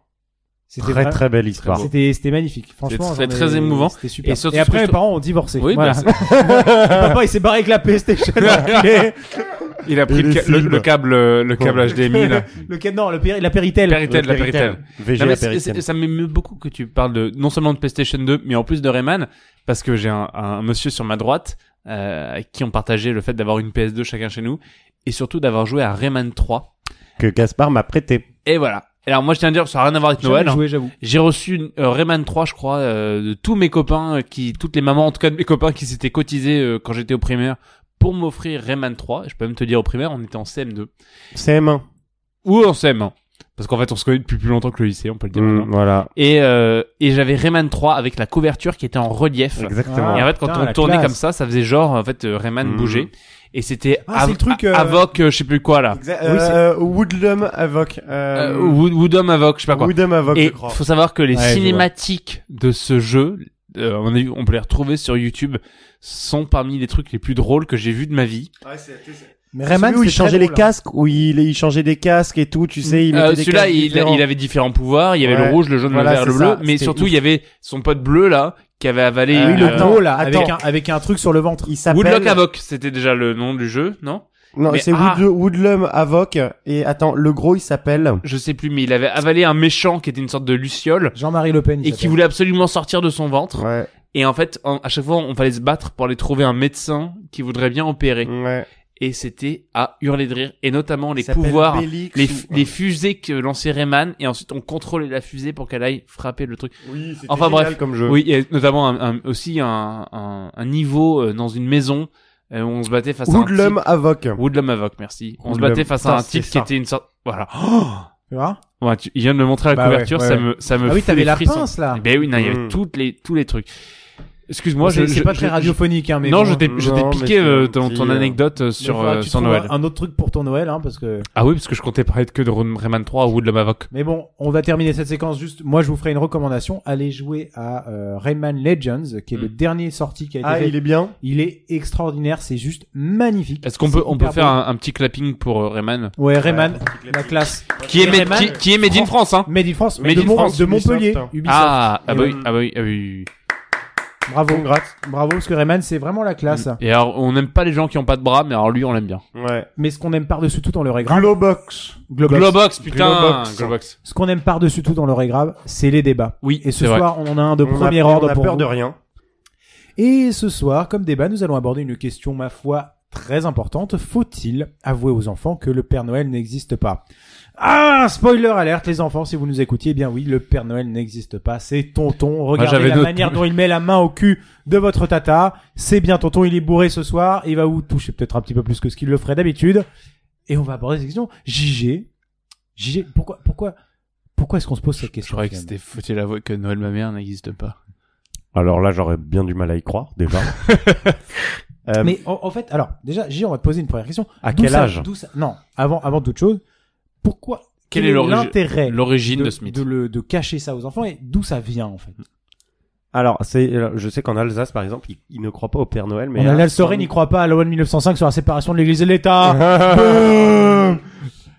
S4: C'était
S6: Très,
S4: vra-
S6: très belle histoire.
S4: c'était c'était magnifique, franchement.
S3: C'était
S4: j'en ai-
S3: très émouvant.
S4: C'était super.
S3: Et
S4: Et,
S3: surtout
S4: après,
S3: ce que
S4: mes
S3: je-
S4: parents ont divorcé.
S3: Oui,
S4: Voilà.
S3: bah,
S4: Papa, il s'est barré avec la PlayStation. enculé.
S3: il a pris
S6: Et
S3: le,
S6: les
S3: ca- le-
S6: films.
S3: le câble, euh, le câble HDMI là.
S4: le ca- non, le péri- la Péritel.
S3: Péritel, la Péritel.
S6: VG
S3: Non, mais
S6: la
S3: c'est-
S6: Péritel.
S3: c'est- ça m'émeut beaucoup que tu parles de non seulement de PlayStation 2, mais en plus de Rayman, parce que j'ai un, un monsieur sur ma droite euh, avec qui ont partagé le fait d'avoir une PS2 chacun chez nous, et surtout d'avoir joué à Rayman 3.
S6: Que Gaspard m'a prêté.
S3: Et voilà. Alors moi je tiens à dire, ça n'a rien à voir avec
S4: Jamais
S3: Noël. hein.
S4: joué, j'avoue.
S3: J'ai reçu une, euh, Rayman 3, je crois, euh, de tous mes copains, euh, qui, toutes les mamans, en tout cas de mes copains qui s'étaient cotisés euh, quand j'étais au primaire pour m'offrir Rayman 3. Je peux même te dire au primaire, on était en CM2
S6: CM1.
S3: ou en CM1, parce qu'en fait on se connaît depuis plus longtemps que le lycée, on peut le dire. maintenant.
S6: Mm, voilà.
S3: Et, euh, et j'avais Rayman 3 avec la couverture qui était en
S6: Ah.
S3: relief.
S6: Exactement.
S3: Et en fait, quand
S4: Ah, putain,
S3: on
S4: la
S3: tournait
S4: classe. Mm.
S3: comme ça, ça faisait genre, en fait, euh, Rayman
S6: Mhm.
S3: bougeait. Et c'était
S4: Ah, c'est le truc, euh,
S3: Avoc, euh, je sais plus quoi, là.
S6: Exa-
S4: Oui, c'est-
S6: euh, Woodlum Avoc.
S3: Euh, Wood- Woodhome Avoc, je sais pas quoi.
S6: Woodlum Avoc, je
S3: et
S6: crois.
S3: faut savoir que les
S4: Ouais, je
S3: cinématiques de ce jeu, euh, on, a eu- on peut les retrouver sur YouTube, sont parmi les trucs les plus drôles que j'ai vus de ma vie.
S4: Mais
S6: Rayman, où il
S4: c'était très
S6: changeait les
S4: drôle, hein.
S6: casques, où il, il changeait des casques et tout, tu sais, il mettait
S3: Euh,
S6: des
S3: Celui-là,
S6: casques
S3: il,
S6: différents.
S3: il avait différents pouvoirs. Il y avait
S6: Ouais.
S3: le rouge, le jaune,
S6: Voilà,
S3: le vert, le
S6: c'est
S3: bleu.
S6: ça.
S3: Mais
S6: C'était Ah
S3: surtout, il y avait son pote bleu là qui avait avalé
S4: Oui,
S3: une-
S4: le
S3: euh,
S4: gros, là, avec
S5: attends.
S4: un, avec un truc sur le ventre.
S5: Il s'appelle.
S3: Woodlock Havoc, c'était déjà le nom du jeu, non
S5: Non,
S3: Mais-
S5: c'est
S3: ah.
S5: Wood- Woodlum Havoc. Et attends, le gros, il s'appelle.
S3: Je sais plus, mais il avait avalé un méchant qui était une sorte de luciole
S4: Jean-Marie Le Pen. il
S3: et qui
S4: s'appelle.
S3: voulait absolument sortir de son ventre.
S5: Ouais.
S3: Et en fait, en- à chaque fois, on fallait se battre pour aller trouver un médecin qui voudrait bien opérer.
S5: Ouais.
S3: Et c'était à hurler de rire. Et notamment les
S5: Il s'appelle
S3: pouvoirs,
S5: Bélix
S3: les,
S5: ou-
S3: fu- les fusées que lançait Rayman. Et ensuite, on contrôlait la fusée pour qu'elle aille frapper le truc.
S5: Oui, c'était
S3: Enfin,
S5: génial
S3: bref.
S5: comme jeu.
S3: Oui, et notamment un- un- aussi un, un- un niveau euh, dans une maison euh, où on se battait face à un
S5: Woodlum Havoc.
S3: type. Woodlum Havoc, merci. On se
S5: Woodlum.
S3: battait face à
S5: Putain,
S3: un
S5: c'est
S3: type qui
S5: ça.
S3: était une sorte... Voilà.
S4: Tu vois
S3: Ouais, tu, il vient de me montrer la
S4: Bah
S3: couverture,
S4: ouais, ouais,
S3: ça
S4: ouais.
S3: me, ça me.
S4: Ah oui,
S3: fout
S4: t'avais
S3: les
S4: la
S3: frissons.
S4: pince, là.
S3: Ben oui, non, il y avait
S5: Mm.
S3: toutes les, tous les trucs. Excuse-moi, je.
S4: C'est- c'est
S3: je-
S4: pas très
S3: je-
S4: radiophonique, hein, mais.
S3: non,
S4: bon,
S3: je t'ai,
S5: bon,
S3: je t'ai
S5: non, mais
S3: piqué
S5: c'est
S3: euh,
S5: un
S3: ton,
S5: petit,
S3: ton
S5: euh,
S3: anecdote euh, sur,
S4: Faudra que
S3: euh,
S4: tu
S3: sur
S4: trouves
S3: Noël.
S4: Un autre truc pour ton Noël, hein, parce que.
S3: Ah oui, parce que je comptais parler que de Rayman 3 ou de la Mavoc.
S4: Mais bon, on va terminer cette séquence juste. Moi, je vous ferai une recommandation. Allez jouer à euh, Rayman Legends, qui est le
S3: Mm.
S4: dernier sorti qui a été
S5: Ah,
S4: fait.
S5: il est bien.
S4: Il est extraordinaire, c'est juste magnifique.
S3: Est-ce qu'on
S4: C'est
S3: peut, on peut
S4: hyper
S3: faire
S4: beau.
S3: un, un petit clapping pour euh, Rayman
S4: Ouais, Rayman, la classe.
S3: qui est,
S4: Et
S3: made-
S4: Rayman,
S3: qui, qui est Made in France, hein
S4: Made in France, mais
S3: Made
S4: de,
S3: in
S4: Mon-
S3: France,
S4: de
S5: Ubisoft.
S4: Montpellier. Ubisoft.
S3: Ah, ah
S4: Et
S3: bah
S4: ouais.
S3: oui, ah bah oui, ah oui.
S4: Bravo, bravo, parce que Rayman, c'est vraiment la classe.
S3: Et alors, on n'aime pas les gens qui ont pas de bras, mais alors lui, on l'aime bien.
S5: Ouais.
S4: Mais ce qu'on aime par-dessus tout dans l'heure est grave.
S5: Globox.
S4: Globox.
S3: Globox, putain, Globox.
S5: Globox.
S4: Ce qu'on aime par-dessus tout dans l'heure est grave, c'est les débats.
S3: Oui,
S4: Et ce
S3: c'est vrai.
S4: soir, on en a un de
S5: On a-
S4: premier
S5: On
S4: ordre
S5: a
S4: pour
S5: peur
S4: vous.
S5: de rien.
S4: Et ce soir, comme débat, nous allons aborder une question, ma foi, très importante. Faut-il avouer aux enfants que le Père Noël n'existe pas Ah, spoiler alerte, les enfants, si vous nous écoutiez, eh bien oui, le Père Noël n'existe pas. C'est tonton. Regardez
S3: j'avais
S4: la
S3: d'autres-
S4: manière dont il met la main au cul de votre tata. C'est bien tonton, il est bourré ce soir. Il va vous toucher peut-être un petit peu plus que ce qu'il le ferait d'habitude. Et on va aborder cette question. JG, JG, pourquoi, pourquoi, pourquoi est-ce qu'on se pose cette
S3: Je
S4: question
S3: croyais que
S4: finalement
S3: c'était faut-il avouer que Noël ma mère n'existe pas.
S5: Alors là, j'aurais bien du mal à y croire, déjà. Euh,
S4: Mais en, en fait, alors déjà, J, on va te poser une première question.
S5: À
S4: D'où
S5: quel
S4: ça-
S5: âge
S4: d'où ça- Non, avant, avant toute chose, pourquoi
S3: Quel est l'origi-
S4: l'intérêt
S3: L'origine de, Smith.
S4: de, le- de cacher ça aux enfants et d'où ça vient en fait
S5: Alors, c'est, alors, je sais qu'en Alsace, par exemple, ils, ils ne croient pas au Père Noël, mais.
S4: On a
S5: à-
S4: l'Alsoré n'y croit pas à la loi de 1905 sur la séparation de l'Église et de l'État.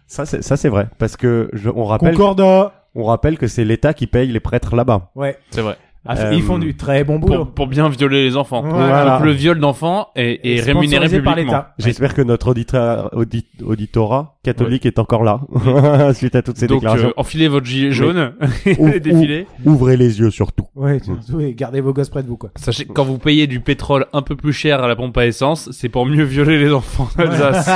S5: ça, c'est, ça, c'est vrai. Parce que, je- on rappelle,
S4: Concordat.
S5: on rappelle que c'est l'État qui paye les prêtres là-bas.
S4: Ouais.
S3: C'est vrai.
S4: Ah,
S5: Euh,
S4: ils font du très bon boulot.
S3: Pour, pour bien violer les enfants.
S4: Voilà.
S3: Donc le viol d'enfants est, est rémunéré
S4: Sponsorisé par
S3: publiquement.
S4: l'État.
S5: J'espère que notre auditeur, audit, auditorat catholique est encore là. Suite à toutes ces
S3: Donc
S5: déclarations.
S3: euh, enfilez votre gilet jaune
S5: Ou-
S3: et défilez.
S5: Ouvrez les yeux surtout.
S4: Ouais,
S5: Mmh.
S4: surtout, et gardez vos gosses près de vous quoi.
S3: Sachez que quand vous payez du pétrole un peu plus cher à la pompe à essence, c'est pour mieux violer les enfants en Alsace.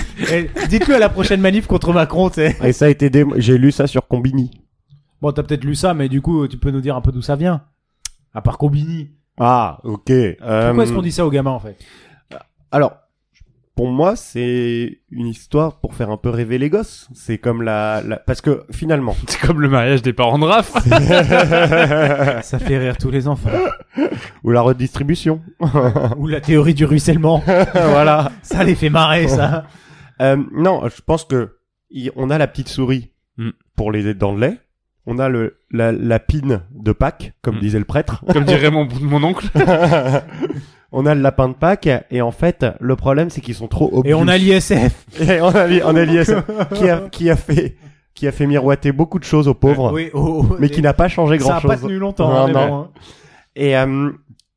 S4: Et Dites-le à la prochaine manif contre Macron, tu sais.
S5: Et ça a été, dé- j'ai lu ça sur Combini.
S4: Bon, t'as peut-être lu ça, mais du coup, tu peux nous dire un peu d'où ça vient. À part Combini.
S5: Ah, ok.
S4: Pourquoi
S5: Euh,
S4: est-ce qu'on dit ça aux gamins en fait
S5: Alors, pour moi, c'est une histoire pour faire un peu rêver les gosses. C'est comme la, la- parce que finalement,
S3: C'est comme le mariage des parents de Raph.
S4: Ça fait rire tous les enfants.
S5: ou la redistribution.
S4: Ou la théorie du ruissellement.
S5: voilà.
S4: Ça les fait marrer, ça. Oh.
S5: Euh, non, je pense que il- on a la petite souris
S3: Mm.
S5: pour les dents de lait. On a le la, la pine de Pâques, comme
S3: Mm.
S5: disait le prêtre.
S3: Comme dirait mon, mon oncle.
S5: on a le lapin de Pâques et en fait, le problème c'est qu'ils sont trop obvious.
S4: Et on a l'ISF.
S5: Et on a li- on a l'ISF qui a qui a fait qui a fait miroiter beaucoup de choses aux pauvres,
S4: Oui, oh, oh,
S5: mais qui n'a pas changé
S4: Ça a
S5: grand
S4: pas
S5: chose.
S4: tenu longtemps.
S5: Non,
S4: hein, mais
S5: non.
S4: bon, hein.
S5: Et euh,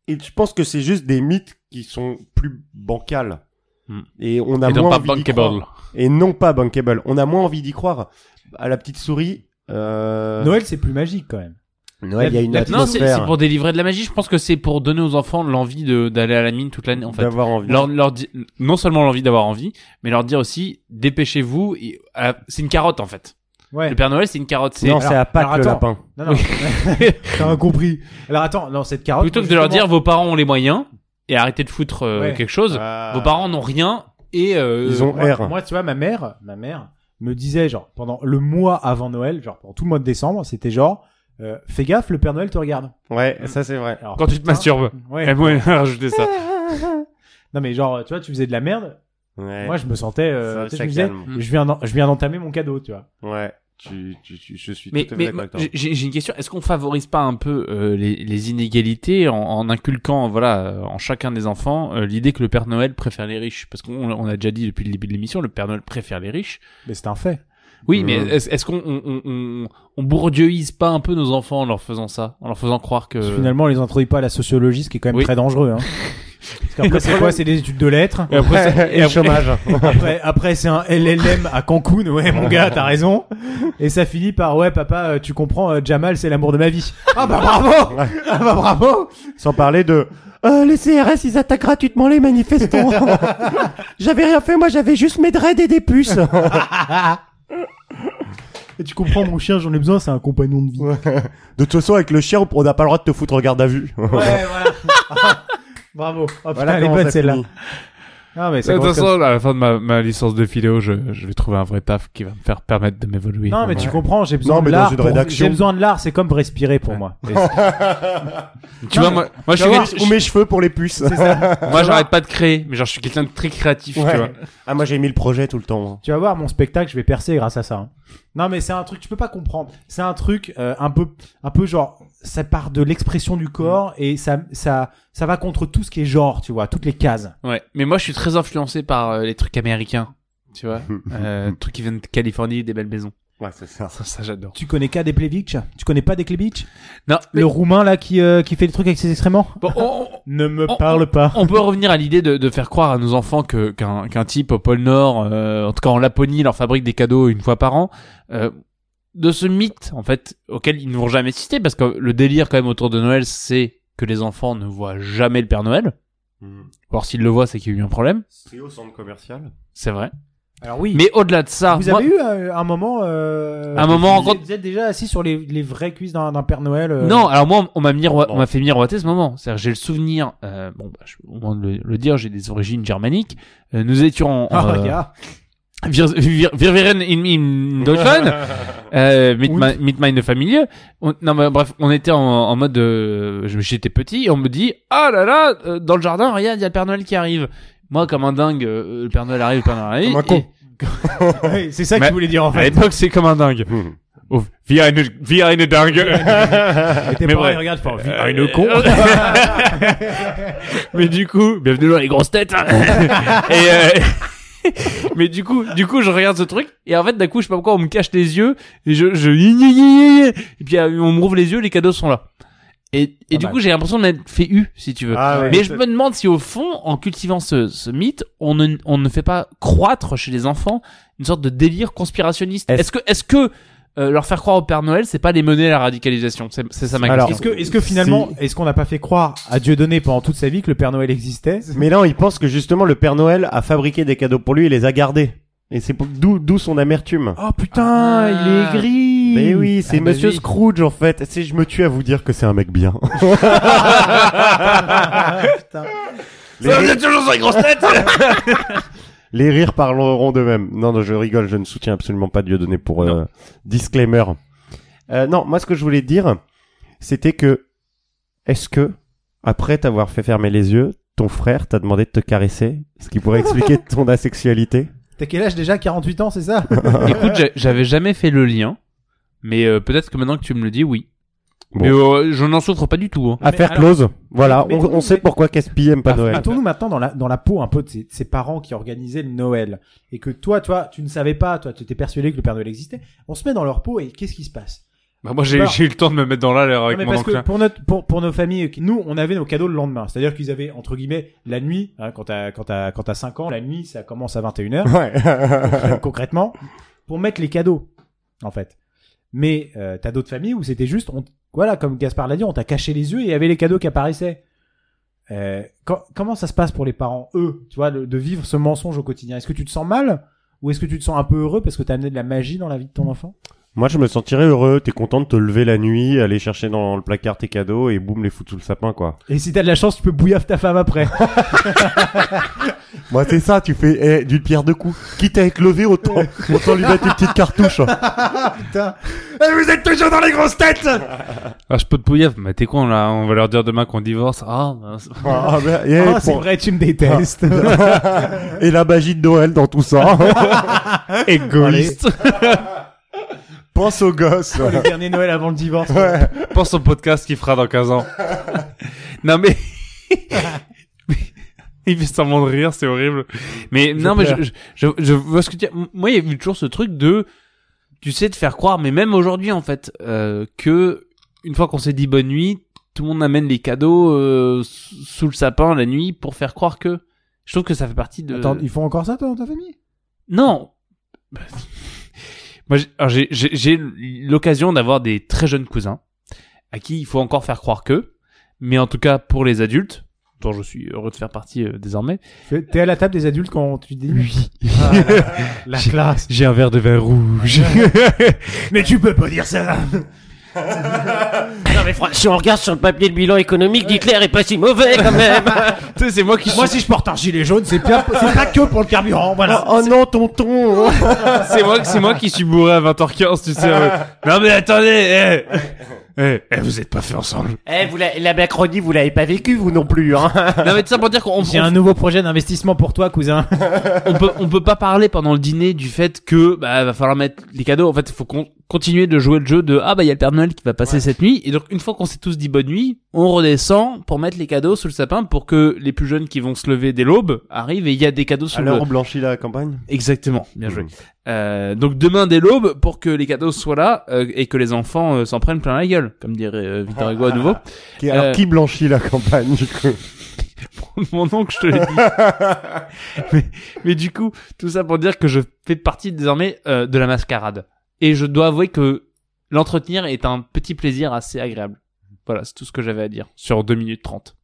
S5: et je pense que c'est juste des mythes qui sont plus bancales.
S3: Mm.
S5: Et on a
S3: Et non
S5: moins
S3: pas
S5: envie d'y croire.
S3: bankable.
S5: Et non pas bankable. On a moins envie d'y croire. À la petite souris. Euh...
S4: Noël, c'est plus magique, quand même.
S5: Noël, il y a une
S4: la petite
S3: Non, c'est
S5: atmosphère
S3: c'est pour délivrer de la magie. Je pense que c'est pour donner aux enfants l'envie de- d'aller à la mine toute l'année, en fait.
S5: d'avoir envie.
S3: Leur, leur di- non seulement l'envie d'avoir envie, mais leur dire aussi, dépêchez-vous. et- ah, C'est une carotte, en fait.
S4: Ouais.
S3: Le Père Noël, c'est une carotte. C'est
S5: Non, c'est à
S4: alors,
S5: Pâques le
S4: attends.
S5: lapin.
S4: Non, non. T'as rien compris. Alors, attends, non, cette carotte.
S3: Plutôt que de leur
S4: justement-
S3: dire vos parents ont les moyens et arrêtez de foutre euh,
S4: Ouais.
S3: quelque chose, vos parents n'ont rien et euh,
S5: Ah. Ils ont
S4: Moi,
S5: R.
S4: moi, tu vois, ma mère, ma mère me disait, genre, pendant le mois avant Noël, genre, pendant tout le mois de décembre, c'était genre, euh, fais gaffe, le Père Noël te regarde.
S5: Ouais, ça c'est vrai.
S4: Alors,
S3: quand tu te
S4: putain,
S3: masturbes.
S4: Ouais.
S3: Elle m'a rajouté ça.
S4: Non, mais genre, tu vois, tu faisais de la merde.
S5: Ouais.
S4: Moi, je me sentais,
S5: Ça,
S4: euh, tu sais,
S5: ça
S4: je me disais,
S5: calme.
S4: je viens d'en- je viens d'entamer mon cadeau, tu vois.
S5: Ouais. Tu, tu, tu- je suis
S3: Mais,
S5: tout à fait
S3: mais
S5: d'accord avec toi.
S3: j'ai- j'ai j'ai une question. Est-ce qu'on favorise pas un peu euh, les, les inégalités en, en inculquant, voilà, euh, en chacun des enfants, euh, l'idée que le Père Noël préfère les riches Parce qu'on on a déjà dit depuis le début de l'émission, le Père Noël préfère les riches.
S4: Mais c'est un fait.
S3: Oui, mais est-ce est-ce qu'on on, on, on, on bourdieuise pas un peu nos enfants en leur faisant ça, en leur faisant croire que
S4: Finalement, on les introduit pas à la sociologie, ce qui est quand même
S3: Oui.
S4: très dangereux. Hein. Parce qu'après, c'est quoi C'est des études de lettres.
S3: Et après, ça- et
S5: Et le
S3: après-
S5: chômage.
S4: Après, après c'est un LLM à Cancun. Ouais, mon gars, t'as raison. Et ça finit par ouais, papa, euh, tu comprends, euh, Jamal, c'est l'amour de ma vie. Ah bah bravo Ah bah bravo
S5: Sans parler de euh, les CRS, ils attaquent gratuitement les manifestants. j'avais rien fait, moi j'avais juste mes dreads et des puces.
S4: Et tu comprends, mon chien, j'en ai besoin, c'est un compagnon de vie.
S5: de toute façon, avec le chien, on n'a pas le droit de te foutre en garde à vue.
S4: Ouais, voilà. bravo. Oh, putain, elle est
S5: comment
S4: bonne
S5: ça
S4: celle-là.
S5: finit.
S4: Ah mais
S3: De
S4: c'est
S3: toute
S4: grosse comme-
S3: façon, à la fin de ma, ma licence de philo, je, je vais trouver un vrai taf qui va me faire permettre de m'évoluer.
S4: Non mais tu comprends, j'ai besoin
S5: Non, mais
S4: de
S5: dans
S4: l'art.
S5: une
S4: pour-
S5: rédaction.
S4: J'ai besoin de l'art, c'est comme respirer pour moi.
S3: Tu vois, moi, moi, je
S5: Tu
S3: suis
S5: vas
S3: quelqu'un-
S5: voir, Ou mes cheveux pour les puces.
S3: moi, j'arrête pas de créer, mais genre, je suis quelqu'un de très créatif,
S5: Ouais.
S3: tu vois.
S5: Ah, moi j'ai mis le projet tout le temps.
S4: Tu vas voir mon spectacle, je vais percer grâce à ça. hein. Non mais c'est un truc, tu peux pas comprendre. C'est un truc euh, un peu, un peu genre, ça part de l'expression du corps et ça, ça, ça va contre tout ce qui est genre, tu vois, toutes les cases.
S3: Ouais. Mais moi, je suis très influencé par euh, les trucs américains, tu vois. Euh, trucs qui viennent de Californie, des belles maisons.
S5: hein. Ouais, c'est ça.
S3: Ça, ça j'adore.
S4: Tu connais qu'à des Plevich Tu connais pas des Klebich
S3: Non, mais
S4: Le roumain là qui, euh, qui fait le truc avec ses excréments
S3: bon, oh. on,
S4: Ne me
S3: On-
S4: parle pas.
S3: on peut revenir à l'idée de, de faire croire à nos enfants que qu'un qu'un type au pôle Nord, euh, en tout cas en Laponie, leur fabrique des cadeaux une fois par an. euh, de ce mythe, en fait, auquel ils ne vont jamais citer, parce que le délire quand même autour de Noël, c'est que les enfants ne voient jamais le Père Noël. Or, s'ils le voient, c'est qu'il y a eu un problème.
S5: Trio centre commercial.
S3: C'est vrai.
S4: Alors oui.
S3: Mais au-delà de ça,
S4: vous
S3: Ah, moi-
S4: avez eu euh, un moment. euh,
S3: Un moment en
S4: vous, êtes-
S3: compte-
S4: vous êtes déjà assis sur les, les vraies cuisses d'un d'un Père Noël euh,
S3: Non, alors moi, on m'a miroi-
S5: Bon.
S3: on m'a fait miroiter ce moment. C'est-à-dire, que j'ai le souvenir. euh, bon, bah, je, au moment de le, le dire, j'ai des origines germaniques. Euh, nous étions en, en,
S4: Ah,
S3: euh,
S4: regarde.
S3: Wir, wir, wir wären in, in Deutschland euh, mit,
S4: Und?
S3: ma, mit meine Familie. On- non, mais bref, on était en, en mode, euh, je- j'étais petit, et on me dit, ah là là, euh, dans le jardin, regarde, il y a le Père Noël qui arrive. Moi, comme un dingue, euh, le Père Noël arrive, le Père Noël arrive.
S5: Comme un con.
S4: Ouais, c'est ça que
S3: Mais-
S4: tu voulais dire en
S3: Et- À
S4: fait.
S3: l'époque, c'est comme un dingue. Oh, wie eine, wie eine dingue.
S4: T'es
S3: mais
S4: pas-
S3: bref.
S4: regarde pas.
S3: Ah, une con. mais du coup, bienvenue dans les grosses têtes. hein. et euh, mais du coup, du coup, je regarde ce truc et en fait, d'un coup, je sais pas pourquoi, on me cache les yeux et je, je et puis euh, on me rouvre les yeux, les cadeaux sont là. Et,
S4: Ah
S3: et
S4: bah.
S3: du coup, j'ai l'impression d'être fait U, si tu veux.
S5: Ah, ouais.
S3: Mais je me demande si au fond, en cultivant ce, ce mythe, on ne, on ne fait pas croître chez les enfants une sorte de délire conspirationniste.
S5: Est-ce-
S3: Est-ce que, est-ce que euh, leur faire croire au Père Noël, c'est pas les mener à la radicalisation C'est c'est ça ma
S5: Alors,
S3: question.
S4: Est-ce que, est-ce que finalement, est-ce qu'on n'a pas fait croire à Dieudonné pendant toute sa vie que le Père Noël existait
S5: Mais non, il pense que justement le Père Noël a fabriqué des cadeaux pour lui et les a gardés. Et c'est pour- d'où d'où son amertume.
S4: Oh putain,
S3: Ah.
S4: il est aigri.
S5: Mais oui, c'est
S3: Ah bah
S5: Monsieur
S3: oui.
S5: Scrooge en fait. C'est je me tue à vous dire que c'est un mec bien.
S4: Putain.
S5: Les, ri- les rires parleront d'eux-mêmes. Non, non, je rigole, je ne soutiens absolument pas Dieudonné pour euh, disclaimer. Euh, non, moi ce que je voulais dire, c'était que est-ce que après t'avoir fait fermer les yeux, ton frère t'a demandé de te caresser, ce qui pourrait expliquer ton asexualité
S4: T'as quel âge déjà 48 ans, c'est ça
S3: Écoute, j'a- j'avais jamais fait le lien, mais euh, peut-être que maintenant que tu me le dis, oui.
S5: Bon.
S3: Mais euh, je n'en souffre pas du tout. hein.
S5: Affaire
S4: alors-
S5: close. Voilà,
S4: Mais-
S5: on, on sait pourquoi Caspi aime pas Noël.
S4: Mettons-nous maintenant dans la, dans la peau un peu de ces, de ces parents qui organisaient le Noël. Et que toi, toi, tu ne savais pas, toi, tu étais persuadé que le Père Noël existait. On se met dans leur peau et qu'est-ce qui se passe
S3: Bah, moi, j'ai
S4: Alors-
S3: j'ai eu le temps de me mettre dans l'allure avec
S4: Non, mais
S3: Ah mon
S4: parce que
S3: oncle.
S4: pour notre pour pour nos familles qui- nous on avait nos cadeaux le lendemain c'est-à-dire qu'ils avaient entre guillemets la nuit hein, quand t'as quand t'as quand t'as 5 ans la nuit ça commence à 21h
S5: Ouais.
S4: concrètement pour mettre les cadeaux en fait mais euh, t'as d'autres familles où c'était juste on voilà comme Gaspard l'a dit on t'a caché les yeux et il y avait les cadeaux qui apparaissaient euh, quand- comment ça se passe pour les parents eux tu vois de, de vivre ce mensonge au quotidien est-ce que tu te sens mal ou est-ce que tu te sens un peu heureux parce que t'as amené de la magie dans la vie de ton enfant
S5: Moi, je me sentirais heureux. T'es content de te lever la nuit, aller chercher dans le placard tes cadeaux et boum, les foutre sous le sapin, quoi.
S4: et si t'as de la chance tu peux bouillaf ta femme après
S5: Moi, c'est ça. Tu fais eh, d'une pierre deux coups. Quitte à être levé, autant, autant lui mettre une petite cartouche.
S4: putain
S5: Eh, vous êtes toujours dans les grosses têtes.
S3: Ah, je peux te pouillave, mais t'es con là, on va leur dire demain qu'on divorce. Ah, mince.
S5: Ah, bah, eh,
S4: Ah, c'est
S5: pour- Ah.
S4: vrai, tu me détestes.
S5: Et la magie de Noël dans tout ça.
S3: égoïste.
S5: Pense aux gosses.
S4: le dernier Noël avant le divorce.
S3: Pense au podcast qu'il fera dans 15 ans. non, mais... Il fait semblant de rire, c'est horrible. Mais non, mais je, je, je- je vois ce que tu... Moi, il y a eu toujours ce truc de... tu sais te faire croire, mais même aujourd'hui en fait, euh, que une fois qu'on s'est dit bonne nuit, tout le monde amène les cadeaux euh, s- sous le sapin la nuit pour faire croire que. Je trouve que ça fait partie de.
S4: Attends, ils font encore ça toi dans ta famille
S3: Non. Bah, Moi, j'ai- alors, j'ai- j'ai j'ai l'occasion d'avoir des très jeunes cousins à qui il faut encore faire croire que, mais en tout cas pour les adultes, dont je suis heureux de faire partie euh, désormais.
S4: Fais- T'es à la table des adultes quand tu dis Ah,
S3: Oui.
S4: la classe.
S3: J'ai un verre de vin rouge.
S4: Mais tu peux pas dire ça.
S6: Eh, Si on regarde sur le papier le bilan économique d'Hitler est pas si mauvais quand même.
S3: tu sais, c'est moi qui suis,
S4: Moi si je porte un gilet jaune, c'est bien- c'est pas que pour le carburant, voilà.
S6: oh non tonton.
S3: c'est moi, c'est moi qui suis bourré à 20h15, tu sais. en mode, non mais attendez, eh, eh, eh, vous êtes pas fait ensemble.
S6: Eh vous la, la Macronie vous l'avez pas vécu vous non plus hein.
S3: Non mais tout ça pour dire qu'on
S4: J'ai
S3: on-
S4: un nouveau projet d'investissement pour toi, cousin.
S3: on peut on peut pas parler pendant le dîner du fait que bah va falloir mettre les cadeaux en fait il faut qu'on continuer de jouer le jeu de ah bah il y a le Père Noël qui va passer cette nuit et donc une fois qu'on s'est tous dit bonne nuit on redescend pour mettre les cadeaux sous le sapin pour que les plus jeunes qui vont se lever dès l'aube arrivent et il y a des cadeaux sous
S5: Alors
S3: le
S5: on blanchit la campagne
S3: exactement bien joué euh, donc demain dès l'aube pour que les cadeaux soient là euh, et que les enfants euh, s'en prennent plein la gueule comme dirait euh, Victor Hugo à nouveau
S5: Qui- Alors
S3: Euh,
S5: qui blanchit la campagne du coup
S3: mon oncle, je te l'ai dit. mais, mais du coup, tout ça pour dire que je fais partie désormais euh, de la mascarade. Et je dois avouer que l'entretenir est un petit plaisir assez agréable. Voilà, c'est tout ce que j'avais à dire sur 2 minutes 30.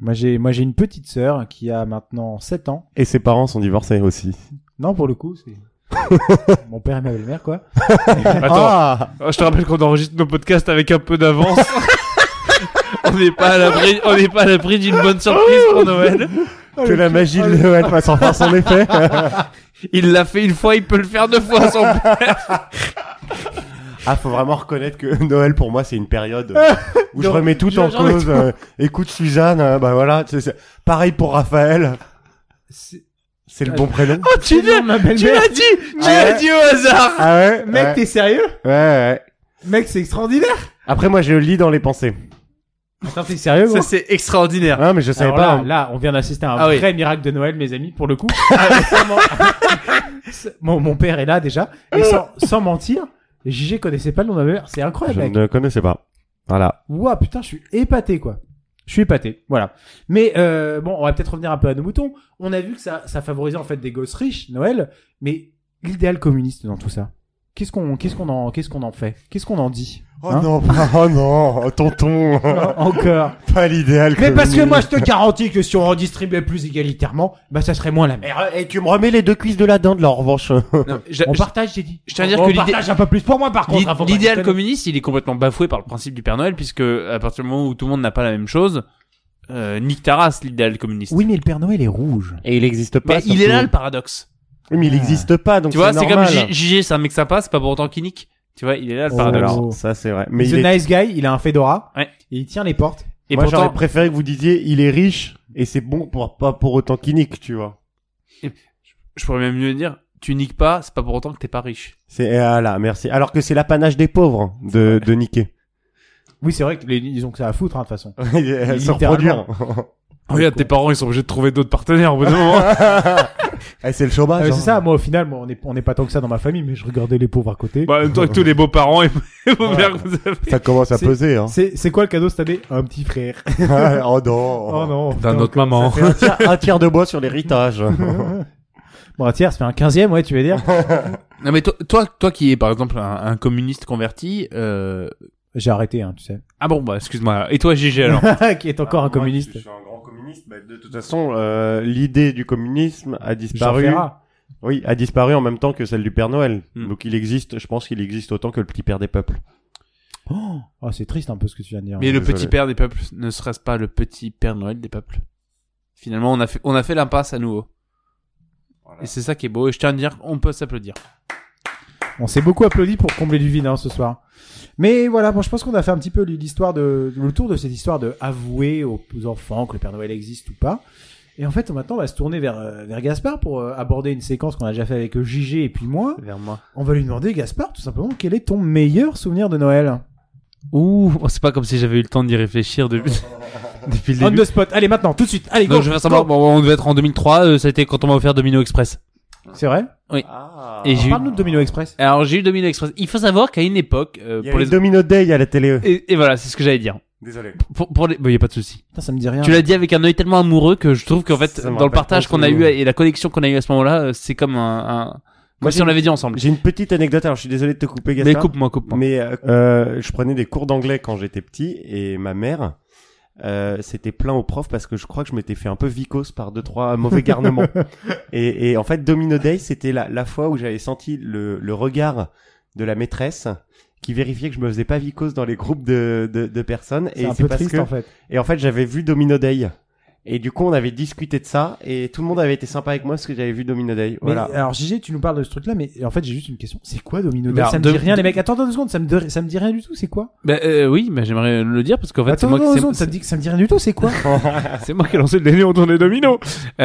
S4: Moi j'ai moi j'ai une petite sœur qui a maintenant 7 ans.
S5: Et ses parents sont divorcés aussi.
S4: Non pour le coup, c'est mon père et ma belle-mère quoi.
S5: Ah.
S3: Attends, oh, je te rappelle qu'on enregistre nos podcasts avec un peu d'avance. on n'est pas à l'abri, on n'est pas à l'abri d'une bonne surprise pour Noël.
S5: que la magie de Noël passe enfin son effet.
S3: Il l'a fait une fois, il peut le faire deux fois sans
S5: Ah, faut vraiment reconnaître que Noël pour moi c'est une période euh, où je
S4: Non,
S5: remets tout
S4: je-
S5: en
S4: je remets
S5: cause.
S4: tout.
S5: euh, écoute Suzanne, euh, bah voilà, c'est c'est- pareil pour Raphaël. C'est le bon prénom.
S3: Oh, tu l'as,
S4: ma
S3: tu
S4: belle-mère.
S3: l'as dit, tu
S5: Ouais.
S3: l'as dit au hasard.
S5: Ah ouais,
S4: Mec,
S5: ouais,
S4: t'es sérieux
S5: ouais, ouais.
S4: Mec, c'est extraordinaire.
S5: Après moi je lis dans les pensées.
S4: Attends, t'es sérieux
S3: Ça c'est extraordinaire.
S5: Ah mais je savais
S4: Alors
S5: pas.
S4: là, là, on vient d'assister à un
S3: Ah oui.
S4: vrai miracle de Noël, mes amis, pour le coup. Ah, vraiment. mon, mon père est là déjà. Et sans, sans mentir, JG connaissait pas le nom de ma mère. C'est
S5: Je
S4: incroyable, mec.
S5: ne connaissais pas. Voilà.
S4: Ouah, putain, je suis épaté, quoi. Je suis épaté, voilà. Mais euh, bon, on va peut-être revenir un peu à nos moutons. On a vu que ça, ça favorisait en fait des gosses riches, Noël. Mais l'idéal communiste dans tout ça, qu'est-ce qu'on, qu'est-ce qu'on en, qu'est-ce qu'on en fait, qu'est-ce qu'on en dit
S5: Oh
S4: Hein
S5: non, pas- oh non, tonton,
S4: Encore.
S5: pas l'idéal.
S4: Mais parce que
S5: communiste.
S4: moi, je te garantis que si on redistribuait plus égalitairement, bah ça serait moins la merde.
S5: Et re- Et Eh, tu me remets les deux cuisses de la dinde là en revanche.
S3: Non, j'a-
S4: On partage, j'ai dit.
S3: Euh, je tiens à dire
S4: on
S3: que l'idée-
S4: partage un peu plus pour moi, par contre. hein, faut
S3: L'i-
S4: pas
S3: L'idéal
S4: déconner.
S3: communiste, il est complètement bafoué par le principe du Père Noël, puisque à partir du moment où tout le monde n'a pas la même chose, euh, nique ta race, l'idéal communiste.
S4: Oui, mais le Père Noël est rouge.
S5: Et il n'existe pas.
S3: mais il est là le paradoxe.
S5: Oui, mais il n'existe pas, donc
S3: Tu vois, c'est comme J-
S5: normal.
S3: JG, c'est un mec sympa, c'est pas pour autant qu'il nique. Tu vois, il est là le
S4: Oh,
S3: paradoxe.
S4: alors.
S5: Alors, ça c'est vrai. Mais
S4: The
S5: il est...
S4: nice guy, il a un fedora.
S3: Ouais.
S4: Et il tient les portes.
S3: Et
S5: moi j'aurais
S3: pourtant,
S5: préféré que vous disiez il est riche et c'est bon pour pas pour autant qu'il nique, tu vois.
S3: je pourrais même mieux dire, tu niques pas, c'est pas pour autant que t'es pas riche.
S5: C'est ah là, merci. Alors que c'est l'apanage des pauvres hein, de, de niquer,
S4: Oui, c'est vrai qu'ils ont que ça à foutre, hein, de toute façon.
S5: Et se reproduire.
S4: Littéralement.
S3: Regarde, tes parents, ils sont obligés de trouver d'autres partenaires au bout d'un moment.
S5: Eh, c'est le
S4: Ah,
S5: chômage.
S4: mais
S5: hein.
S4: c'est ça, moi, au final, moi, on n'est on est pas tant que ça dans ma famille, mais je regardais les pauvres à côté.
S3: bah, en même temps que tous les beaux-parents et vos mères que vous avez.
S5: Ça commence à
S4: C'est-
S5: peser. Hein.
S4: C'est c'est quoi le cadeau cette année Un petit frère.
S5: oh non.
S4: Oh non.
S3: D'un autre maman.
S5: Fais un tiers, un tiers de bois sur l'héritage.
S4: Bon, un tiers, ça fait un quinzième, ouais, tu veux dire
S3: Non, mais toi, toi, toi qui es, par exemple, un, un communiste converti, euh...
S4: J'ai arrêté, hein, tu sais.
S3: ah bon, bah, excuse-moi. Et toi, GG, alors?
S4: Qui est encore un communiste.
S5: Ah, Je suis un grand communiste. bah, de toute façon, euh, l'idée du communisme a disparu.
S4: Ferrat.
S5: Oui, a disparu en même temps que celle du Père Noël.
S3: Hmm.
S5: Donc il existe, je pense qu'il existe autant que le petit père des peuples.
S4: Oh, oh, c'est triste un peu ce que tu viens de dire. hein.
S3: Mais le
S5: désolé.
S3: petit père des peuples, ne serait-ce pas le petit père Noël des peuples Finalement, on a fait, on a fait l'impasse à nouveau. Et c'est ça qui est beau. Et je tiens à dire, on peut s'applaudir.
S4: On s'est beaucoup applaudi pour combler du vide hein, ce soir. Mais voilà, bon, je pense qu'on a fait un petit peu l'histoire de le tour de cette histoire de avouer aux, aux enfants que le Père Noël existe ou pas. Et en fait, maintenant, on va se tourner vers, euh, vers Gaspard pour euh, aborder une séquence qu'on a déjà fait avec JG et puis moi.
S3: Vers moi.
S4: On va lui demander, Gaspard, tout simplement, quel est ton meilleur souvenir de Noël
S3: Ouh, oh, c'est pas comme si j'avais eu le temps d'y réfléchir depuis, depuis le
S4: On
S3: début.
S4: the spot, allez maintenant, tout de suite, allez go
S3: Donc je vais savoir,
S4: go.
S3: bon, on devait être en 2003, euh, ça a été quand on m'a offert Domino Express.
S4: C'est vrai
S5: Ah.
S3: Et j'ai eu...
S4: Parle-nous de Domino Express.
S3: Alors j'ai eu Domino Express. Il faut savoir qu'à une époque, euh,
S5: Il y
S3: pour
S5: avait
S3: les
S5: Domino Day à la télé.
S3: et, et voilà, c'est ce que j'allais dire.
S5: Désolé.
S3: Pour, pour les, bon, y a pas de souci.
S4: Putain, ça me dit rien.
S3: Tu l'as dit avec un œil tellement amoureux que je trouve qu'en fait,
S5: Ça me
S3: dans le
S5: rappelle
S3: partage
S5: pas
S3: qu'on a
S5: tout.
S3: eu et la connexion qu'on a eu à ce moment-là, euh, c'est comme un, un- comme
S5: Moi,
S3: si
S5: j'ai-
S3: on l'avait dit ensemble.
S5: J'ai une petite anecdote, alors je suis désolé de te couper, Gaspard.
S3: Mais coupe-moi, coupe-moi.
S5: Mais euh, euh, je prenais des cours d'anglais quand j'étais petit et ma mère euh, s'était plaint au prof parce que je crois que je m'étais fait un peu vicose par deux trois mauvais garnements. et, et en fait, Domino Day, c'était la, la fois où j'avais senti le, le regard de la maîtresse qui vérifiait que je me faisais pas vicose dans les groupes de, de, de personnes.
S4: C'est
S5: Et
S4: un
S5: c'est
S4: peu
S5: parce
S4: triste
S5: que
S4: en fait.
S5: et en fait, j'avais vu Domino Day. Et du coup, on avait discuté de ça et tout le monde avait été sympa avec moi parce que j'avais vu Domino Day.
S4: Mais, euh,
S5: Voilà.
S4: alors Gigi, tu nous parles de ce truc-là, mais en fait j'ai juste une question. C'est quoi Domino
S3: Mais
S4: Day
S3: alors,
S4: Ça me
S3: Bah,
S4: dit
S3: de-
S4: rien,
S3: de-
S4: les mecs. Attends, attends deux secondes, ça me, de- ça me dit rien du tout. C'est quoi
S3: Bah, euh, oui, mais j'aimerais le dire parce qu'en fait, c'est
S4: Attends,
S3: moi,
S4: attends,
S3: qui-
S4: deux
S3: c'est-
S4: secondes, ça me dit que ça me dit rien du tout. C'est quoi
S3: c'est moi qui ai lancé le dernier autour des dominos.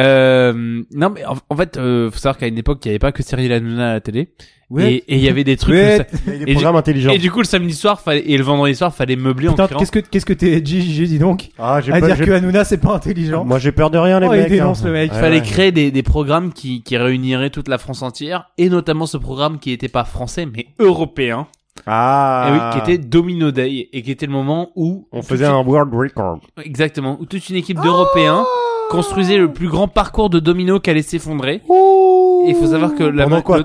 S3: Euh, non, mais en, en fait, euh, faut savoir qu'à une époque, il n'y avait pas que Cyril Hanouna à la télé.
S4: Ouais.
S3: Et et il y avait des trucs.
S4: Ouais.
S3: le sa-
S5: Il y a
S3: et
S5: des programmes intelligents.
S3: Et du coup, le samedi soir fallait, et le vendredi soir, fallait meubler en
S4: Putain,
S3: créant.
S4: qu'est-ce que qu'est-ce que t'es Gigi, dis donc
S5: Ah, j'ai
S4: À
S5: pas-
S4: dire
S5: j'ai-
S4: que Hanouna c'est pas intelligent.
S5: Moi, j'ai peur de rien, les
S4: Oh, il
S5: mecs. hein.
S4: dénonce le
S5: Ah
S4: mec.
S3: Il fallait créer des, des programmes qui, qui réuniraient toute la France entière, et notamment ce programme qui n'était pas français, mais européen,
S5: Ah.
S3: et Eh oui, qui était Domino Day, et qui était le moment où...
S5: On
S3: toute
S5: faisait un world record.
S3: une- Exactement, où toute une équipe d'Européens construisait le plus grand parcours de domino qui allait s'effondrer. Et il faut savoir que la
S5: Pendant quoi
S3: le,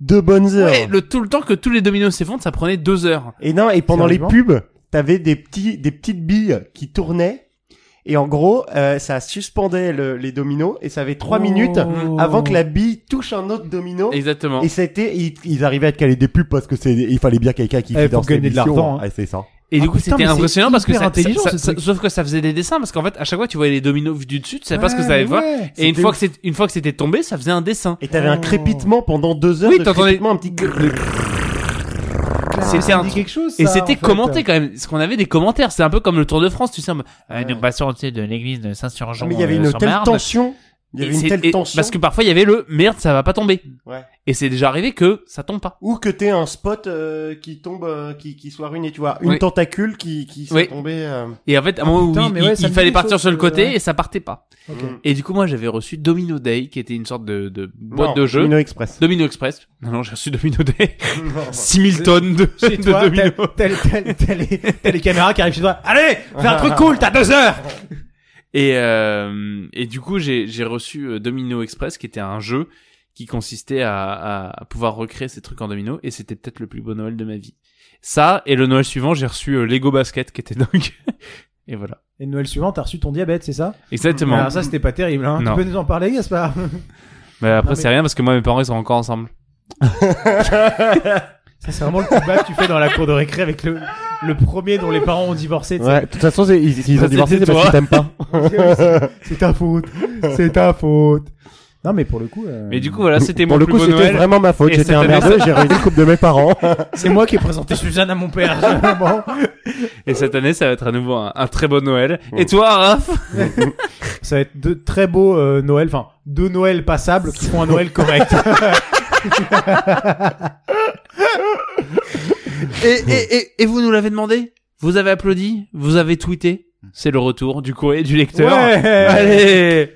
S5: Deux bonnes heures.
S3: ouais, le- tout le temps que tous les dominos s'effondrent, ça prenait deux heures.
S5: Et non, et pendant les
S4: Sérieusement
S5: pubs, t'avais des petits, des petites billes qui tournaient. Et en gros, euh, ça suspendait le- les dominos et ça avait trois
S4: Oh.
S5: minutes avant que la bille touche un autre domino.
S3: Exactement.
S5: Et c'était, ils, ils arrivaient à te caler des pubs parce que c'est, il fallait bien quelqu'un qui
S4: Eh,
S5: finance
S4: pour gagner de
S5: l'émission,
S4: l'argent,
S5: hein.
S4: hein.
S5: Ah, c'est ça.
S3: Et
S4: Ah,
S3: du coup,
S4: putain,
S3: c'était
S4: mais c'est
S3: intelligent parce que
S4: hyper
S3: ça,
S4: intelligent,
S3: ça-
S4: ce
S3: ça-
S4: truc.
S3: sauf que ça faisait des dessins parce qu'en fait, à chaque fois, tu voyais les dominos vus du dessus, tu savais pas ce que ça allait
S4: Ouais,
S3: voir.
S4: ouais.
S3: Et une fois que c'est, une fois que c'était tombé, ça faisait un dessin.
S5: Et t'avais un
S4: Oh.
S5: crépitement pendant deux heures.
S3: Oui,
S5: de
S3: t'entendais-
S5: crépitement, un petit. grrrr.
S3: c'est- c'est
S4: Ça
S3: un
S4: me dit
S3: truc-
S4: quelque chose.
S3: Et
S4: ça, en
S3: c'était
S4: fait. euh,
S3: commenté quand même, parce qu'on avait des commentaires. C'est un peu comme le Tour de France, tu sais. en mode, Ah, Nous passons tu sais, de l'église de Saint-Surgeon.
S5: Ah,
S4: Ah,
S5: Mais il y avait
S3: euh,
S5: une
S3: sur
S5: telle
S3: Marne.
S5: tension. Il y
S3: Et
S5: avait une
S3: c'est-
S5: telle
S3: et-
S5: tension.
S3: Parce que parfois il y avait le merde, ça va pas tomber.
S5: Ouais.
S3: Et c'est déjà arrivé que ça tombe pas.
S5: ou que t'aies un spot euh, qui tombe, euh, qui, qui soit ruiné, tu vois, une
S3: Oui.
S5: tentacule qui, qui soit
S3: Oui.
S5: tombée. euh,
S3: Et en fait, à un moment
S4: putain,
S3: où il,
S4: mais ouais,
S3: il-
S4: ça me
S3: il
S4: dit
S3: fallait
S4: quelque
S3: partir
S4: chose,
S3: sur le
S4: euh,
S3: côté
S4: ouais.
S3: et ça partait pas.
S4: Ok.
S5: hmm.
S3: Et du coup, moi j'avais reçu Domino Day, qui était une sorte de, de boîte
S5: non,
S3: de jeu.
S5: Domino Express.
S3: Domino Express. Non, non, j'ai reçu Domino Day. 6000 tonnes de,
S4: Chez
S3: de
S4: toi,
S3: Domino.
S4: t'as- t'as- t'as- t'as les- t'as les caméras qui arrivent chez toi. Allez, fais un truc cool, t'as deux heures.
S3: Et, euh, et du coup, j'ai j'ai reçu euh, Domino Express, qui était un jeu qui consistait à, à- à pouvoir recréer ces trucs en domino, et c'était peut-être le plus beau Noël de ma vie. Ça, et le Noël suivant, j'ai reçu euh, Lego Basket, qui était dingue. et voilà.
S4: Et Noël suivant, t'as reçu ton diabète, c'est ça
S3: Exactement.
S5: Ah,
S4: Alors ça, c'était pas terrible. Hein.
S3: Non.
S4: Tu peux nous en parler, Gaspard
S3: mais après,
S5: Ah,
S4: Non, mais-
S3: c'est rien, parce que moi, mes parents, ils sont encore ensemble.
S4: Ça, c'est vraiment le combat que tu fais dans la cour de récré avec le, le premier dont les parents ont divorcé. tu sais.
S5: Ouais, de toute façon, c'est- ils, ils
S3: Ça,
S5: ont divorcé,
S3: Bah, c'était
S5: c'est parce
S3: toi.
S5: qu'ils t'aiment pas.
S4: C'est ta faute. C'est ta faute. Non, mais pour le coup, euh,
S3: Mais du coup, voilà, Bah, c'était
S5: Pour
S3: mon
S5: le
S3: plus
S5: coup,
S3: beau
S5: c'était
S3: Noël.
S5: vraiment ma faute.
S3: Et
S5: J'étais
S3: cette
S5: un
S3: année,
S5: merdeux, j'ai ruiné le couple de mes parents.
S4: c'est moi qui ai présenté Suzanne à mon père. généralement.
S3: Et cette année, ça va être à nouveau un, un très beau Noël.
S5: Oh.
S3: Et toi, Raph
S4: ça va être deux très beaux euh, Noël, enfin deux Noël passables qui font un Noël correct.
S3: et, et, et, et vous nous l'avez demandé Vous avez applaudi Vous avez tweeté C'est le retour du courrier du lecteur.
S4: hein.
S3: Allez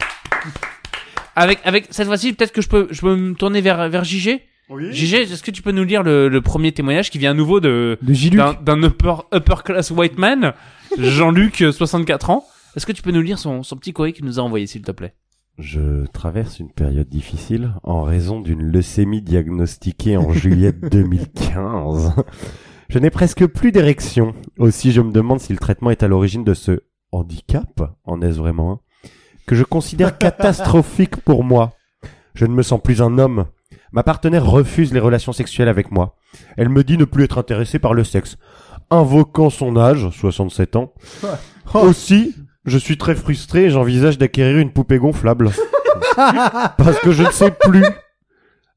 S3: avec, avec cette fois-ci, peut-être que je peux, je peux me tourner vers, vers JG. JG, est-ce que tu peux nous lire le, le premier témoignage qui vient à nouveau de
S4: De Giluc.
S3: d'un d'un upper, upper class white man, Jean-Luc, euh, 64 ans. Est-ce que tu peux nous lire son, son petit courrier qu'il nous a envoyé, s'il te plaît
S5: Je traverse une période difficile en raison d'une leucémie diagnostiquée en juillet 2015. Je n'ai presque plus d'érection. Aussi, je me demande si le traitement est à l'origine de ce handicap, en est vraiment un, que je considère catastrophique pour moi. Je ne me sens plus un homme. Ma partenaire refuse les relations sexuelles avec moi. Elle me dit ne plus être intéressée par le sexe, invoquant son âge, 67 ans. Aussi, je suis très frustré et j'envisage d'acquérir une poupée gonflable. Parce que je ne sais plus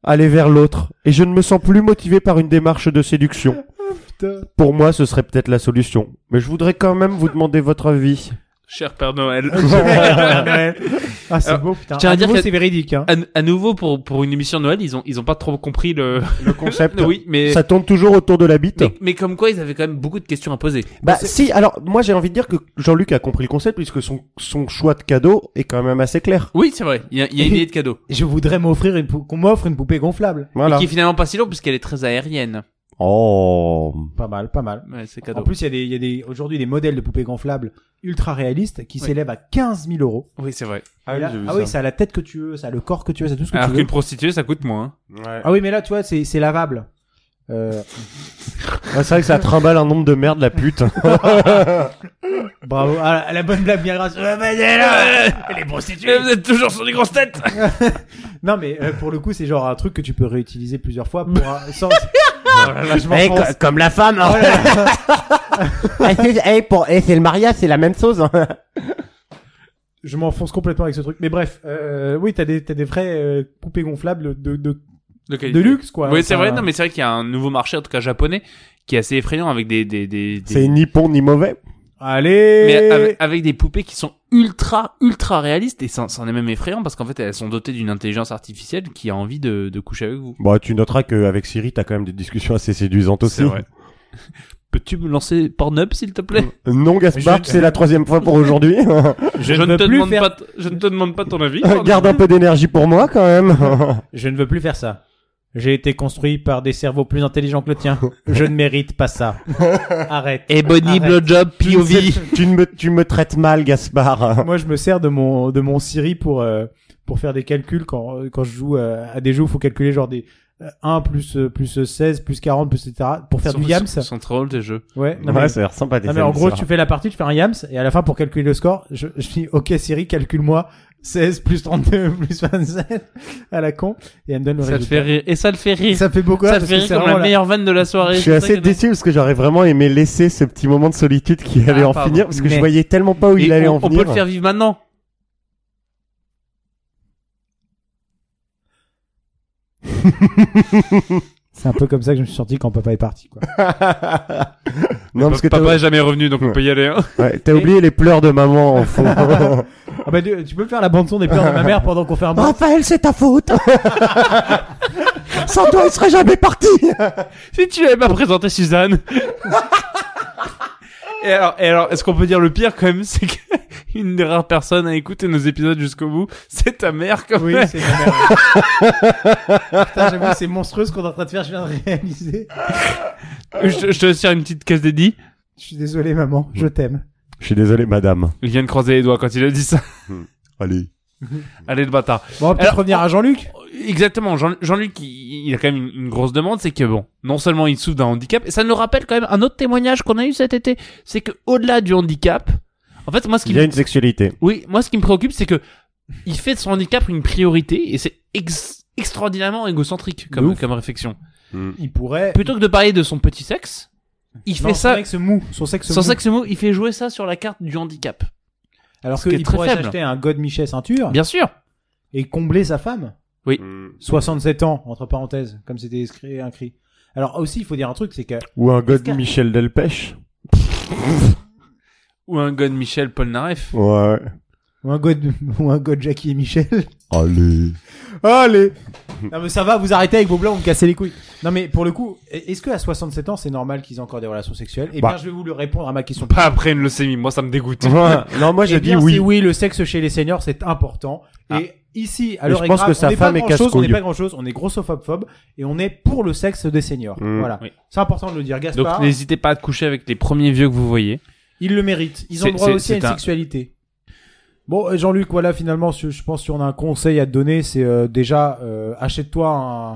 S5: aller vers l'autre et je ne me sens plus motivé par une démarche de séduction.
S4: putain.
S5: Pour moi, ce serait peut-être la solution. Mais je voudrais quand même vous demander votre avis.
S3: cher Père Noël.
S4: ah, c'est
S3: Alors,
S4: beau, putain.
S3: je Euh, tiens à
S4: À
S3: dire
S4: nouveau,
S3: que- Euh,
S4: c'est véridique, hein.
S3: à, à nouveau pour pour une émission de Noël, ils ont ils ont pas trop compris le
S5: Le concept.
S3: oui, mais
S5: Ça tourne toujours autour de la bite.
S3: mais, mais comme quoi ils avaient quand même beaucoup de questions à poser.
S5: Bah si, alors moi j'ai envie de dire que Jean-Luc a compris le concept puisque son, son choix de cadeau est quand même assez clair.
S3: Oui, c'est vrai. Il y a, il y a une idée de cadeau.
S4: Je voudrais m'offrir une, pou- qu'on m'offre une poupée gonflable.
S5: Voilà.
S3: Et qui est finalement pas si lourde puisqu'elle est très aérienne.
S5: Oh.
S4: Pas mal, pas mal.
S3: Ouais, c'est
S4: En
S3: cadeau.
S4: plus, il y a des, il y a des, aujourd'hui des modèles de poupées gonflables ultra réalistes qui
S3: Oui.
S4: s'élèvent à 15 000 euros.
S3: Oui, c'est vrai.
S4: Ah,
S5: j'ai vu
S4: ah
S5: ça.
S4: oui, ça a la tête que tu veux, ça a le corps que tu veux, ça a tout ce que
S3: Alors
S4: tu veux.
S3: qu'une prostituée, ça coûte moins.
S5: Ouais.
S4: Ah oui, mais là, tu vois, c'est, c'est lavable. Euh,
S5: Ah, c'est vrai que ça trimballe un nombre de merde la pute.
S4: bravo. Ah, la bonne blague bien Ah, grâce.
S3: Ah, Elle est prostituée. Vous êtes toujours sur des grosses têtes.
S4: Non, mais euh, pour le coup, c'est genre un truc que tu peux réutiliser plusieurs fois pour un, sans,
S3: Oh
S11: Eh, co- comme la femme. hein. Eh, pour- eh, c'est le mariage, c'est la même chose. hein.
S4: je m'enfonce complètement avec ce truc. Mais bref, euh, oui, t'as des, t'as des vraies euh, poupées gonflables de, de, de luxe, quoi.
S3: Oui, c'est
S4: Enfin,
S3: vrai. Non, mais c'est vrai qu'il y a un nouveau marché, en tout cas japonais, qui est assez effrayant avec des des des. des-
S5: c'est ni bon ni mauvais.
S4: Allez!
S3: Mais euh, avec, avec des poupées qui sont ultra ultra réalistes et c'en c'en est même effrayant parce qu'en fait elles sont dotées d'une intelligence artificielle qui a envie de, de coucher avec vous.
S5: Bon, tu noteras qu'avec Siri, t'as quand même des discussions assez séduisantes aussi.
S3: C'est vrai. Peux-tu me lancer Pornhub s'il te plaît
S5: Non, Gaspard,
S4: Je-
S5: c'est la troisième fois pour aujourd'hui.
S3: Je,
S4: ne
S3: ne te
S4: veux plus
S3: demande
S4: faire-
S3: pas t- je ne te demande pas ton avis. Pornhub.
S5: Garde un peu d'énergie pour moi quand même.
S4: Je ne veux plus faire ça. J'ai été construit par des cerveaux plus intelligents que le tien. Je ne mérite pas ça. Arrête.
S3: Ebony
S4: Arrête.
S3: Eh, Blowjob
S5: tu, ne
S3: POV.
S5: sais- tu ne me, tu me traites mal, Gaspard.
S4: Moi, je me sers de mon de mon Siri pour euh, pour faire des calculs quand euh, quand je joue euh, à des jeux où faut calculer genre des euh, 1 plus euh, plus euh, 16 plus 40 plus etc pour faire du yams.
S3: Ils sont trop drôles tes jeux.
S4: Ouais. non, mais-
S5: Ouais, ça a l'air sympa. tes
S4: non, mais en
S5: amis,
S4: gros,
S5: ça.
S4: tu fais la partie, tu fais un yams et à la fin pour calculer le score, je, je dis OK Siri, calcule-moi 16 plus 32 plus 27 à la con et elle me donne le
S3: Ça te
S4: résultat.
S3: fait rire et ça le fait rire.
S4: Ça fait beaucoup
S3: Ça
S4: rire
S3: te
S4: parce
S3: fait
S4: que
S3: rire
S4: c'est
S3: comme
S4: vraiment
S3: la
S4: la-
S3: meilleure vanne de la soirée.
S5: Je suis
S3: C'est ça
S5: assez
S3: qui est
S5: déçu parce que j'aurais vraiment aimé laisser ce petit moment de solitude qui allait
S3: Ah,
S5: en
S3: pardon.
S5: finir parce que je
S4: Mais-
S5: voyais tellement pas où
S3: Et
S5: il allait
S3: on,
S5: en
S3: on
S5: finir.
S3: peut le faire vivre maintenant.
S4: C'est un peu comme ça que je me suis senti quand papa est parti quoi.
S5: non, parce que t'as
S3: papa est jamais revenu, donc on peut y aller. hein.
S5: ouais, t'as oublié les pleurs de maman en fond.
S4: Ah bah tu, tu peux faire la bande son des pleurs de ma mère pendant qu'on fait un bain.
S11: Raphaël, c'est ta faute. Sans toi, il serait jamais parti.
S3: Si tu l'avais pas présenté, Suzanne. et alors, et alors est-ce qu'on peut dire le pire quand même, c'est qu'une des rares personnes à écouter nos épisodes jusqu'au bout, c'est ta mère quand
S4: Oui,
S3: même.
S4: c'est ma mère. Putain, j'avoue, c'est monstrueux ce qu'on est en train de faire, je viens de réaliser.
S3: Je, je te sers une petite caisse dédiée.
S4: Je suis désolé maman, je t'aime.
S5: je suis désolé, madame.
S3: Il vient de croiser les doigts quand il a dit ça.
S5: Allez.
S3: Allez le bâtard.
S4: Bon, on va peut-être
S3: Alors,
S4: revenir à Jean-Luc.
S3: Exactement. Jean- Jean-Luc, il, il a quand même une, une grosse demande, c'est que bon, non seulement il souffre d'un handicap, et ça nous rappelle quand même un autre témoignage qu'on a eu cet été, c'est que au-delà du handicap, en fait, moi ce qui
S5: Il y a une sexualité.
S3: Oui, moi ce qui me préoccupe, c'est que il fait de son handicap une priorité et c'est ex- extraordinairement égocentrique
S4: De
S3: comme,
S4: ouf.
S3: comme réflexion.
S5: Mm.
S4: Il pourrait...
S3: Plutôt que de parler de son petit sexe, il
S4: Non,
S3: fait
S4: Son
S3: ça.
S4: sexe mou. Son sexe
S3: Son
S4: mou.
S3: sexe mot, il fait jouer ça sur la carte du handicap.
S4: Alors
S3: ce qui est
S4: qu'il
S3: très
S4: pourrait
S3: faible.
S4: s'acheter un God Michet ceinture
S3: Bien sûr.
S4: et combler sa femme.
S3: Oui.
S5: Mm.
S4: 67 ans, entre parenthèses, comme c'était inscrit, inscrit. Alors aussi, il faut dire un truc, c'est que...
S5: Ou un
S4: Est-ce
S5: god
S4: que-
S5: Michel Delpech.
S3: Ou un gun Michel Polnareff.
S5: Ouais.
S4: Ou un God, ou un God Jackie et Michel.
S5: Allez.
S4: Allez Non mais ça va, vous arrêtez avec vos blancs, vous me cassez les couilles. Non mais pour le coup, est-ce que à 67 ans c'est normal qu'ils aient encore des relations sexuelles Eh
S5: Bah.
S4: bien je vais vous le répondre à ma question.
S3: Pas après une leucémie, moi ça me dégoûte.
S5: non, moi je
S4: Eh
S5: dis
S4: bien,
S5: oui.
S4: c'est oui, le sexe chez les seniors c'est important. Et ici, à
S5: Et
S4: l'heure
S5: je
S4: est
S5: pense
S4: grave,
S5: que sa
S4: on n'est pas
S5: femme est
S4: grand chose, on n'est
S5: casse-couille.
S4: pas grand chose, on est grossophobe et on est pour le sexe des seniors.
S5: Mm.
S4: Voilà,
S3: Oui.
S4: c'est important de le dire.
S3: Donc
S4: Gaspard,
S3: n'hésitez pas à coucher avec les premiers vieux que vous voyez.
S4: ils le méritent. Ils ont
S3: C'est-
S4: droit
S3: c'est-
S4: aussi à
S3: c'est
S4: une
S3: un-
S4: sexualité. Bon euh, Jean-Luc, voilà finalement, je je pense si on a un conseil à te donner, c'est euh, déjà euh, achète-toi un,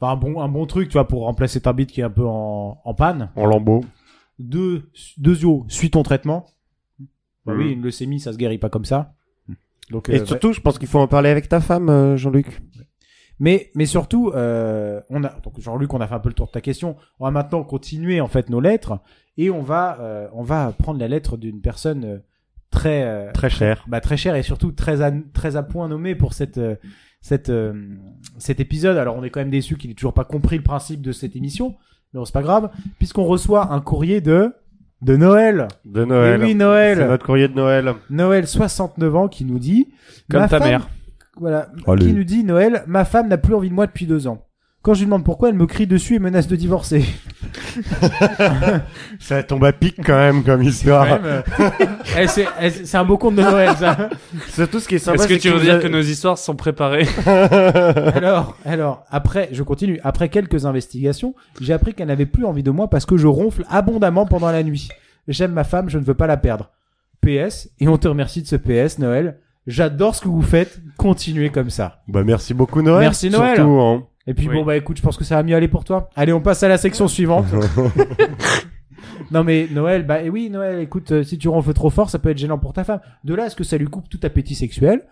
S4: enfin, un bon un bon truc, tu vois, pour remplacer ta bite qui est un peu en, en panne.
S5: En lambeau.
S4: deux, deux yeux, suis ton traitement. Bah
S5: Mhm.
S4: oui, une leucémie, ça se guérit pas comme ça.
S3: Mhm.
S4: Donc, euh,
S5: Et surtout, je pense qu'il faut en parler avec ta femme, euh, Jean-Luc.
S4: Mais, mais surtout, euh, on a, donc Jean-Luc, on a fait un peu le tour de ta question. On va maintenant continuer en fait nos lettres et on va, euh, on va prendre la lettre d'une personne euh, très, euh,
S5: Très cher.
S4: bah, très chère et surtout très à, très à point nommée pour cette, euh, cette, euh, cet épisode. Alors on est quand même déçu qu'il ait toujours pas compris le principe de cette émission, mais bon, c'est pas grave, puisqu'on reçoit un courrier de de Noël.
S5: De Noël.
S4: Eh oui, Noël.
S5: C'est notre courrier de Noël.
S4: Noël, 69 ans, qui nous dit.
S3: Comme
S4: ma
S3: ta
S4: femme-
S3: mère.
S4: Voilà.
S6: Allez.
S4: Qui nous dit, Noël, ma femme n'a plus envie de moi depuis deux ans. Quand je lui demande pourquoi, elle me crie dessus et menace de divorcer.
S5: Ça tombe à pic quand même comme histoire.
S4: Eh, c'est eh, c'est- c'est un beau conte de Noël, ça.
S5: Surtout ce qui est sympa,
S3: Est-ce que
S5: c'est
S3: tu
S5: qu'il
S3: veux
S5: nous
S3: dire
S5: a-
S3: que nos histoires sont préparées
S4: alors, alors, après, je continue. Après quelques investigations, j'ai appris qu'elle n'avait plus envie de moi parce que je ronfle abondamment pendant la nuit. J'aime ma femme, je ne veux pas la perdre. PS, et on te remercie de ce PS, Noël. J'adore ce que vous faites. Continuez comme ça.
S5: Bah merci beaucoup Noël.
S4: Merci, Noël.
S5: Surtout, hein.
S4: Et puis
S3: Oui.
S4: bon, bah écoute, je pense que ça va mieux aller pour toi. Allez, on passe à la section suivante. non mais Noël, bah eh oui Noël, écoute, euh, si tu ronfles trop fort, ça peut être gênant pour ta femme. De là à ce que ça lui coupe tout appétit sexuel,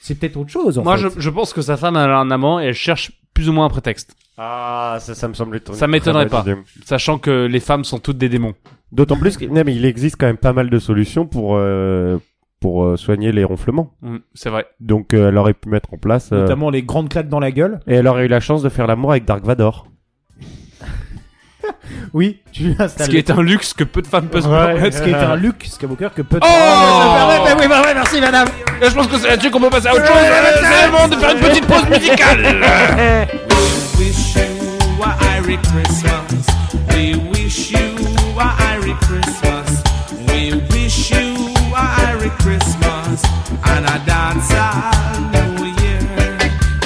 S4: c'est peut-être autre chose. En
S3: Moi,
S4: fait.
S3: je, je pense que sa femme a un amant et elle cherche plus ou moins un prétexte.
S5: Ah ça, ça me semble être une
S3: Ça m'étonnerait
S5: très bonne idée.
S3: Sachant que les femmes sont toutes des démons.
S5: D'autant plus qu'il non, mais il existe quand même pas mal de solutions pour euh, pour euh, soigner les ronflements.
S3: Mm, C'est vrai.
S5: Donc euh, elle aurait pu mettre en place. euh,
S4: Notamment les grandes claques dans la gueule.
S5: Et elle aurait eu la chance de faire l'amour avec Dark Vador.
S4: Oui, tu lui
S3: Ce
S4: installes.
S3: qui est un luxe que peu de femmes peuvent se
S4: Ouais,
S3: permettre.
S4: ce qui est un Luke Skywalker que
S3: Oh,
S4: Oh, peut.
S3: oui, bah merci madame. je pense que c'est là-dessus qu'on peut passer à autre chose. C'est le moment de faire une petite pause musicale.
S12: wish you a Merry Christmas. We wish you a Merry Christmas. We wish you a Merry Christmas and a dance all New Year.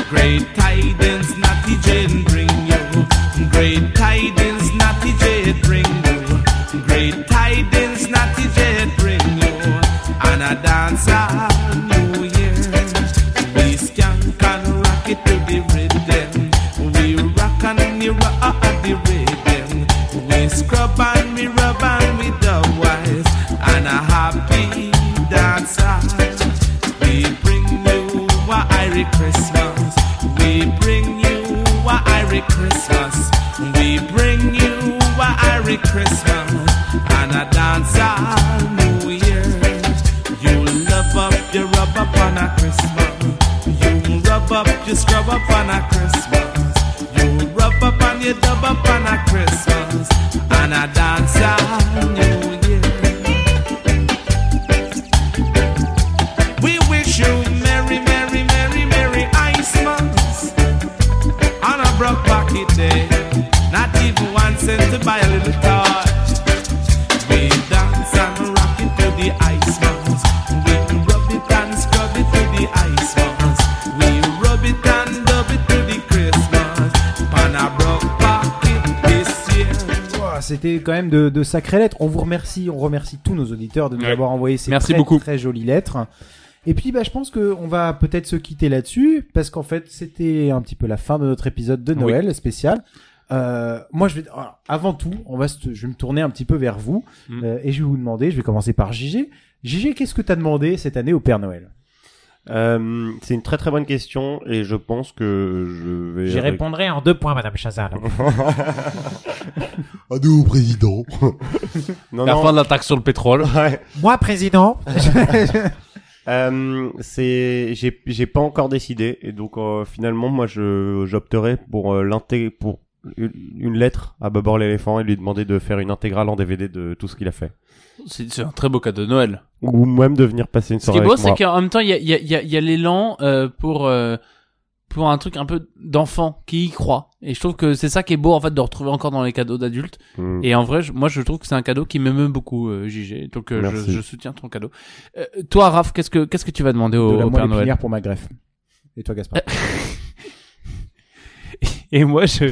S12: Great tidings, Natty Jane bring you. Great tidings, Natty Jane bring you. Great tidings, Natty Jane bring you. And a dance all New Year. We skank and rock it to the rhythm. We rock and mirror at the rhythm. We scrub and we rub and we wise and a happy dancer. We bring you a Irish Christmas. We bring you a Irish Christmas. We bring you a Irish Christmas and a dance all New Year. You love up, you rub up on a Christmas. You rub up, you scrub up on a Christmas. You rub up and you dub up on a Christmas. And I dance on New Year. We wish you merry, merry, merry, merry Christmas. On a broke pocket day. Not even one cent to buy a little toy. We dance and rock it to the ice mounds. We rub it and scrub it to the ice mounds. We rub it and dub it to the Christmas. Panabrook pocket this year.
S4: Ouah, C'était quand même de, de sacrées lettres. On vous remercie, on remercie tous nos auditeurs de nous
S3: Ouais.
S4: avoir envoyé ces
S3: Merci
S4: très,
S3: beaucoup.
S4: très jolies lettres. Et puis, bah, je pense qu'on va peut-être se quitter là-dessus, parce qu'en fait, c'était un petit peu la fin de notre épisode de Noël spécial. Euh, moi, je vais alors, avant tout, on va, se- je vais me tourner un petit peu vers vous
S3: Mm.
S4: euh, et je vais vous demander. Je vais commencer par JG. JG, qu'est-ce que t'as demandé cette année au Père Noël
S5: Euh, c'est une très très bonne question et je pense que je vais.
S4: répondrai en deux points, Madame Chazal.
S1: Adieu, président.
S5: Non,
S3: La
S5: non.
S3: fin de la taxe sur le pétrole.
S5: Ouais.
S4: Moi, président.
S5: Euh, c'est j'ai j'ai pas encore décidé et donc euh, finalement moi je j'opterai pour euh, l'inté- pour une une lettre à Babor l'éléphant et lui demander de faire une intégrale en DVD de tout ce qu'il a fait
S3: C'est c'est un très beau cadeau de Noël.
S5: ou même de venir passer une
S3: Ce qui
S5: soirée
S3: est beau,
S5: avec
S3: c'est
S5: moi.
S3: qu'en même temps, il y a, il y a- il y a- il y a l'élan euh, pour euh, pour un truc un peu d'enfant qui y croit. Et je trouve que c'est ça qui est beau en fait de retrouver encore dans les cadeaux d'adultes.
S5: Mm.
S3: Et en vrai, je- moi, je trouve que c'est un cadeau qui m'émeut beaucoup, euh, JG. Donc, euh, je,
S5: Merci.
S3: je soutiens ton cadeau. Euh, toi, Raph, qu'est-ce que qu'est-ce que tu vas demander
S4: de
S3: au,
S4: la
S3: au Père
S4: moelle
S3: Noël
S4: épinière pour ma greffe. Et toi, Gaspard
S3: Euh, Et moi, je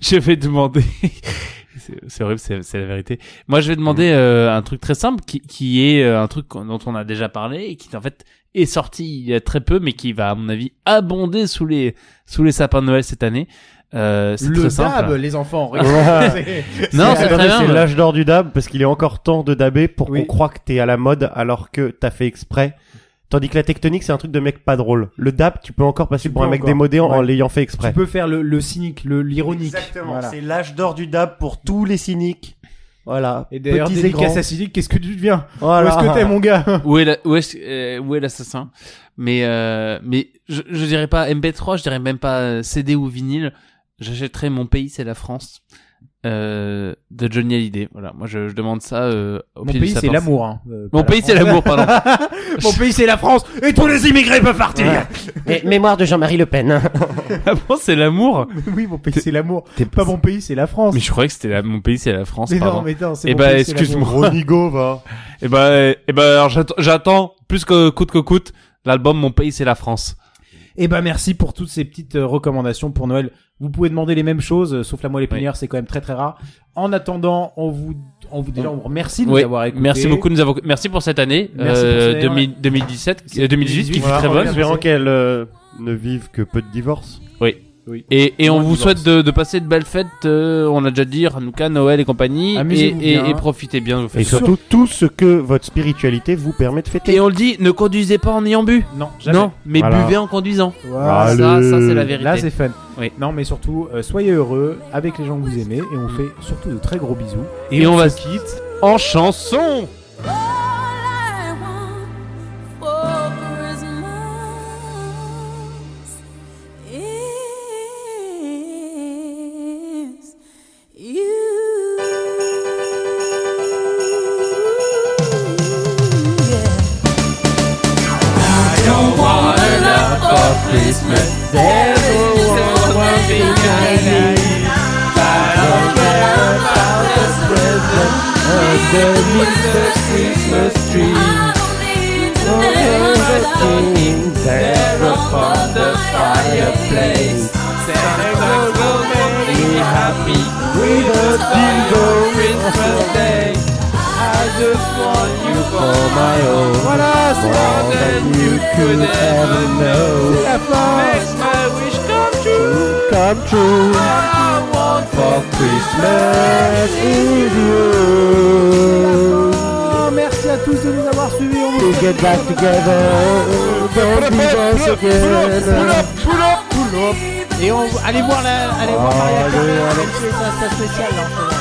S3: je vais demander. c'est- C'est horrible, c'est c'est la vérité. Moi, je vais
S5: Mm.
S3: demander euh, un truc très simple qui, qui est euh, un truc qu'on- dont on a déjà parlé et qui en fait est sorti il y a très peu, mais qui va à mon avis abonder sous les sous les sapins de Noël cette année. Euh, c'est
S4: Le
S3: très simple.
S4: dab, les enfants.
S5: Ouais.
S4: regardez.
S3: Non,
S5: C'est-
S3: c'est
S5: attendez,
S3: très
S5: c'est
S3: bien.
S5: l'âge d'or du dab parce qu'il est encore temps de daber pour
S4: Oui.
S5: qu'on croie que t'es à la mode alors que t'as fait exprès. Tandis que la tectonique c'est un truc de mec pas drôle. Le dab tu peux encore passer
S4: Tu
S5: pour
S4: peux
S5: un mec
S4: encore.
S5: démodé en, en
S4: Ouais.
S5: l'ayant fait exprès.
S4: Tu peux faire le, le cynique, le l'ironique.
S5: Exactement.
S4: Voilà.
S5: C'est l'âge d'or du dab pour tous les cyniques. Voilà.
S4: Et d'ailleurs,
S5: Petits et grands.
S4: dédicace à cynique, qu'est-ce que tu deviens
S5: Voilà.
S4: Où est-ce que t'es, mon gars
S3: Où est la, où est euh, où est l'assassin Mais euh, mais je, je dirais pas MP3, je dirais même pas euh, CD ou vinyle. J'achèterais mon pays, c'est la France. euh, de Johnny Hallyday. Voilà, moi je, je demande ça euh, au
S4: Mon
S3: pied
S4: pays,
S3: du sapin.
S4: c'est l'amour. hein. Euh,
S3: Mon
S4: pas la
S3: pays, c'est
S4: France.
S3: l'amour, pardon.
S4: Mon pays, c'est la France. Et tous les immigrés peuvent partir.
S5: Mais- mémoire de Jean-Marie Le Pen.
S3: Ah bon, c'est l'amour
S4: Oui, mon pays, c'est l'amour.
S3: T'es-
S4: Pas mon pays, c'est la France.
S3: Mais je croyais que c'était la... mon pays, c'est la France,
S4: Mais non,
S3: pardon.
S4: mais non, c'est
S3: Eh
S4: mon
S3: ben,
S4: pays, c'est
S3: excuse-moi.
S4: l'amour.
S5: Ronigo va.
S3: Et ben, et ben, alors, j'attends- j'attends plus que coûte que coûte l'album Mon pays, c'est la France.
S4: Eh ben merci pour toutes ces petites euh, recommandations pour Noël. Vous pouvez demander les mêmes choses, euh, sauf la moelle épinière, c'est quand même très très rare. En attendant, on vous, on vous, déjà, on vous remercie de nous
S3: Oui,
S4: avoir écoutés.
S3: Merci beaucoup, de nous avons... merci pour cette année euh,
S4: Merci pour cette année,
S3: 2000- 2017, euh, 2018, qui fut
S4: Voilà,
S3: très
S4: on
S3: bonne.
S4: revient.
S5: Espérant qu'elle euh, ne vive que peu de divorces.
S3: Et, et on
S4: Moins
S3: vous
S4: divorce.
S3: souhaite de, de passer de belles fêtes. euh, on a déjà dit Hanouka, Noël et compagnie. Et,
S4: Amusez-vous
S3: et-
S4: bien.
S3: et profitez bien. Vous faites
S5: Et surtout tout ce que votre spiritualité vous permet de fêter.
S3: Et on le dit, ne conduisez pas en ayant bu.
S4: Non, jamais.
S3: Non, mais
S5: Voilà.
S3: buvez en conduisant.
S4: Voilà.
S5: Allez.
S3: Ça, ça c'est la vérité.
S4: Là, c'est fun.
S3: Oui.
S4: Non, mais surtout, euh, soyez heureux avec les gens que vous aimez et
S3: Mm.
S4: on fait surtout de très gros bisous.
S3: et on va se quitter en chanson.
S7: All I want for Christmas is you. Yeah.
S4: Voilà, c'est la fin. Oh, merci à tous de nous avoir suivis. On vous souhaite Et on, allez voir la, allez voir Maria Carré, elle fait sa- sa spéciale, hein, là, en ce moment.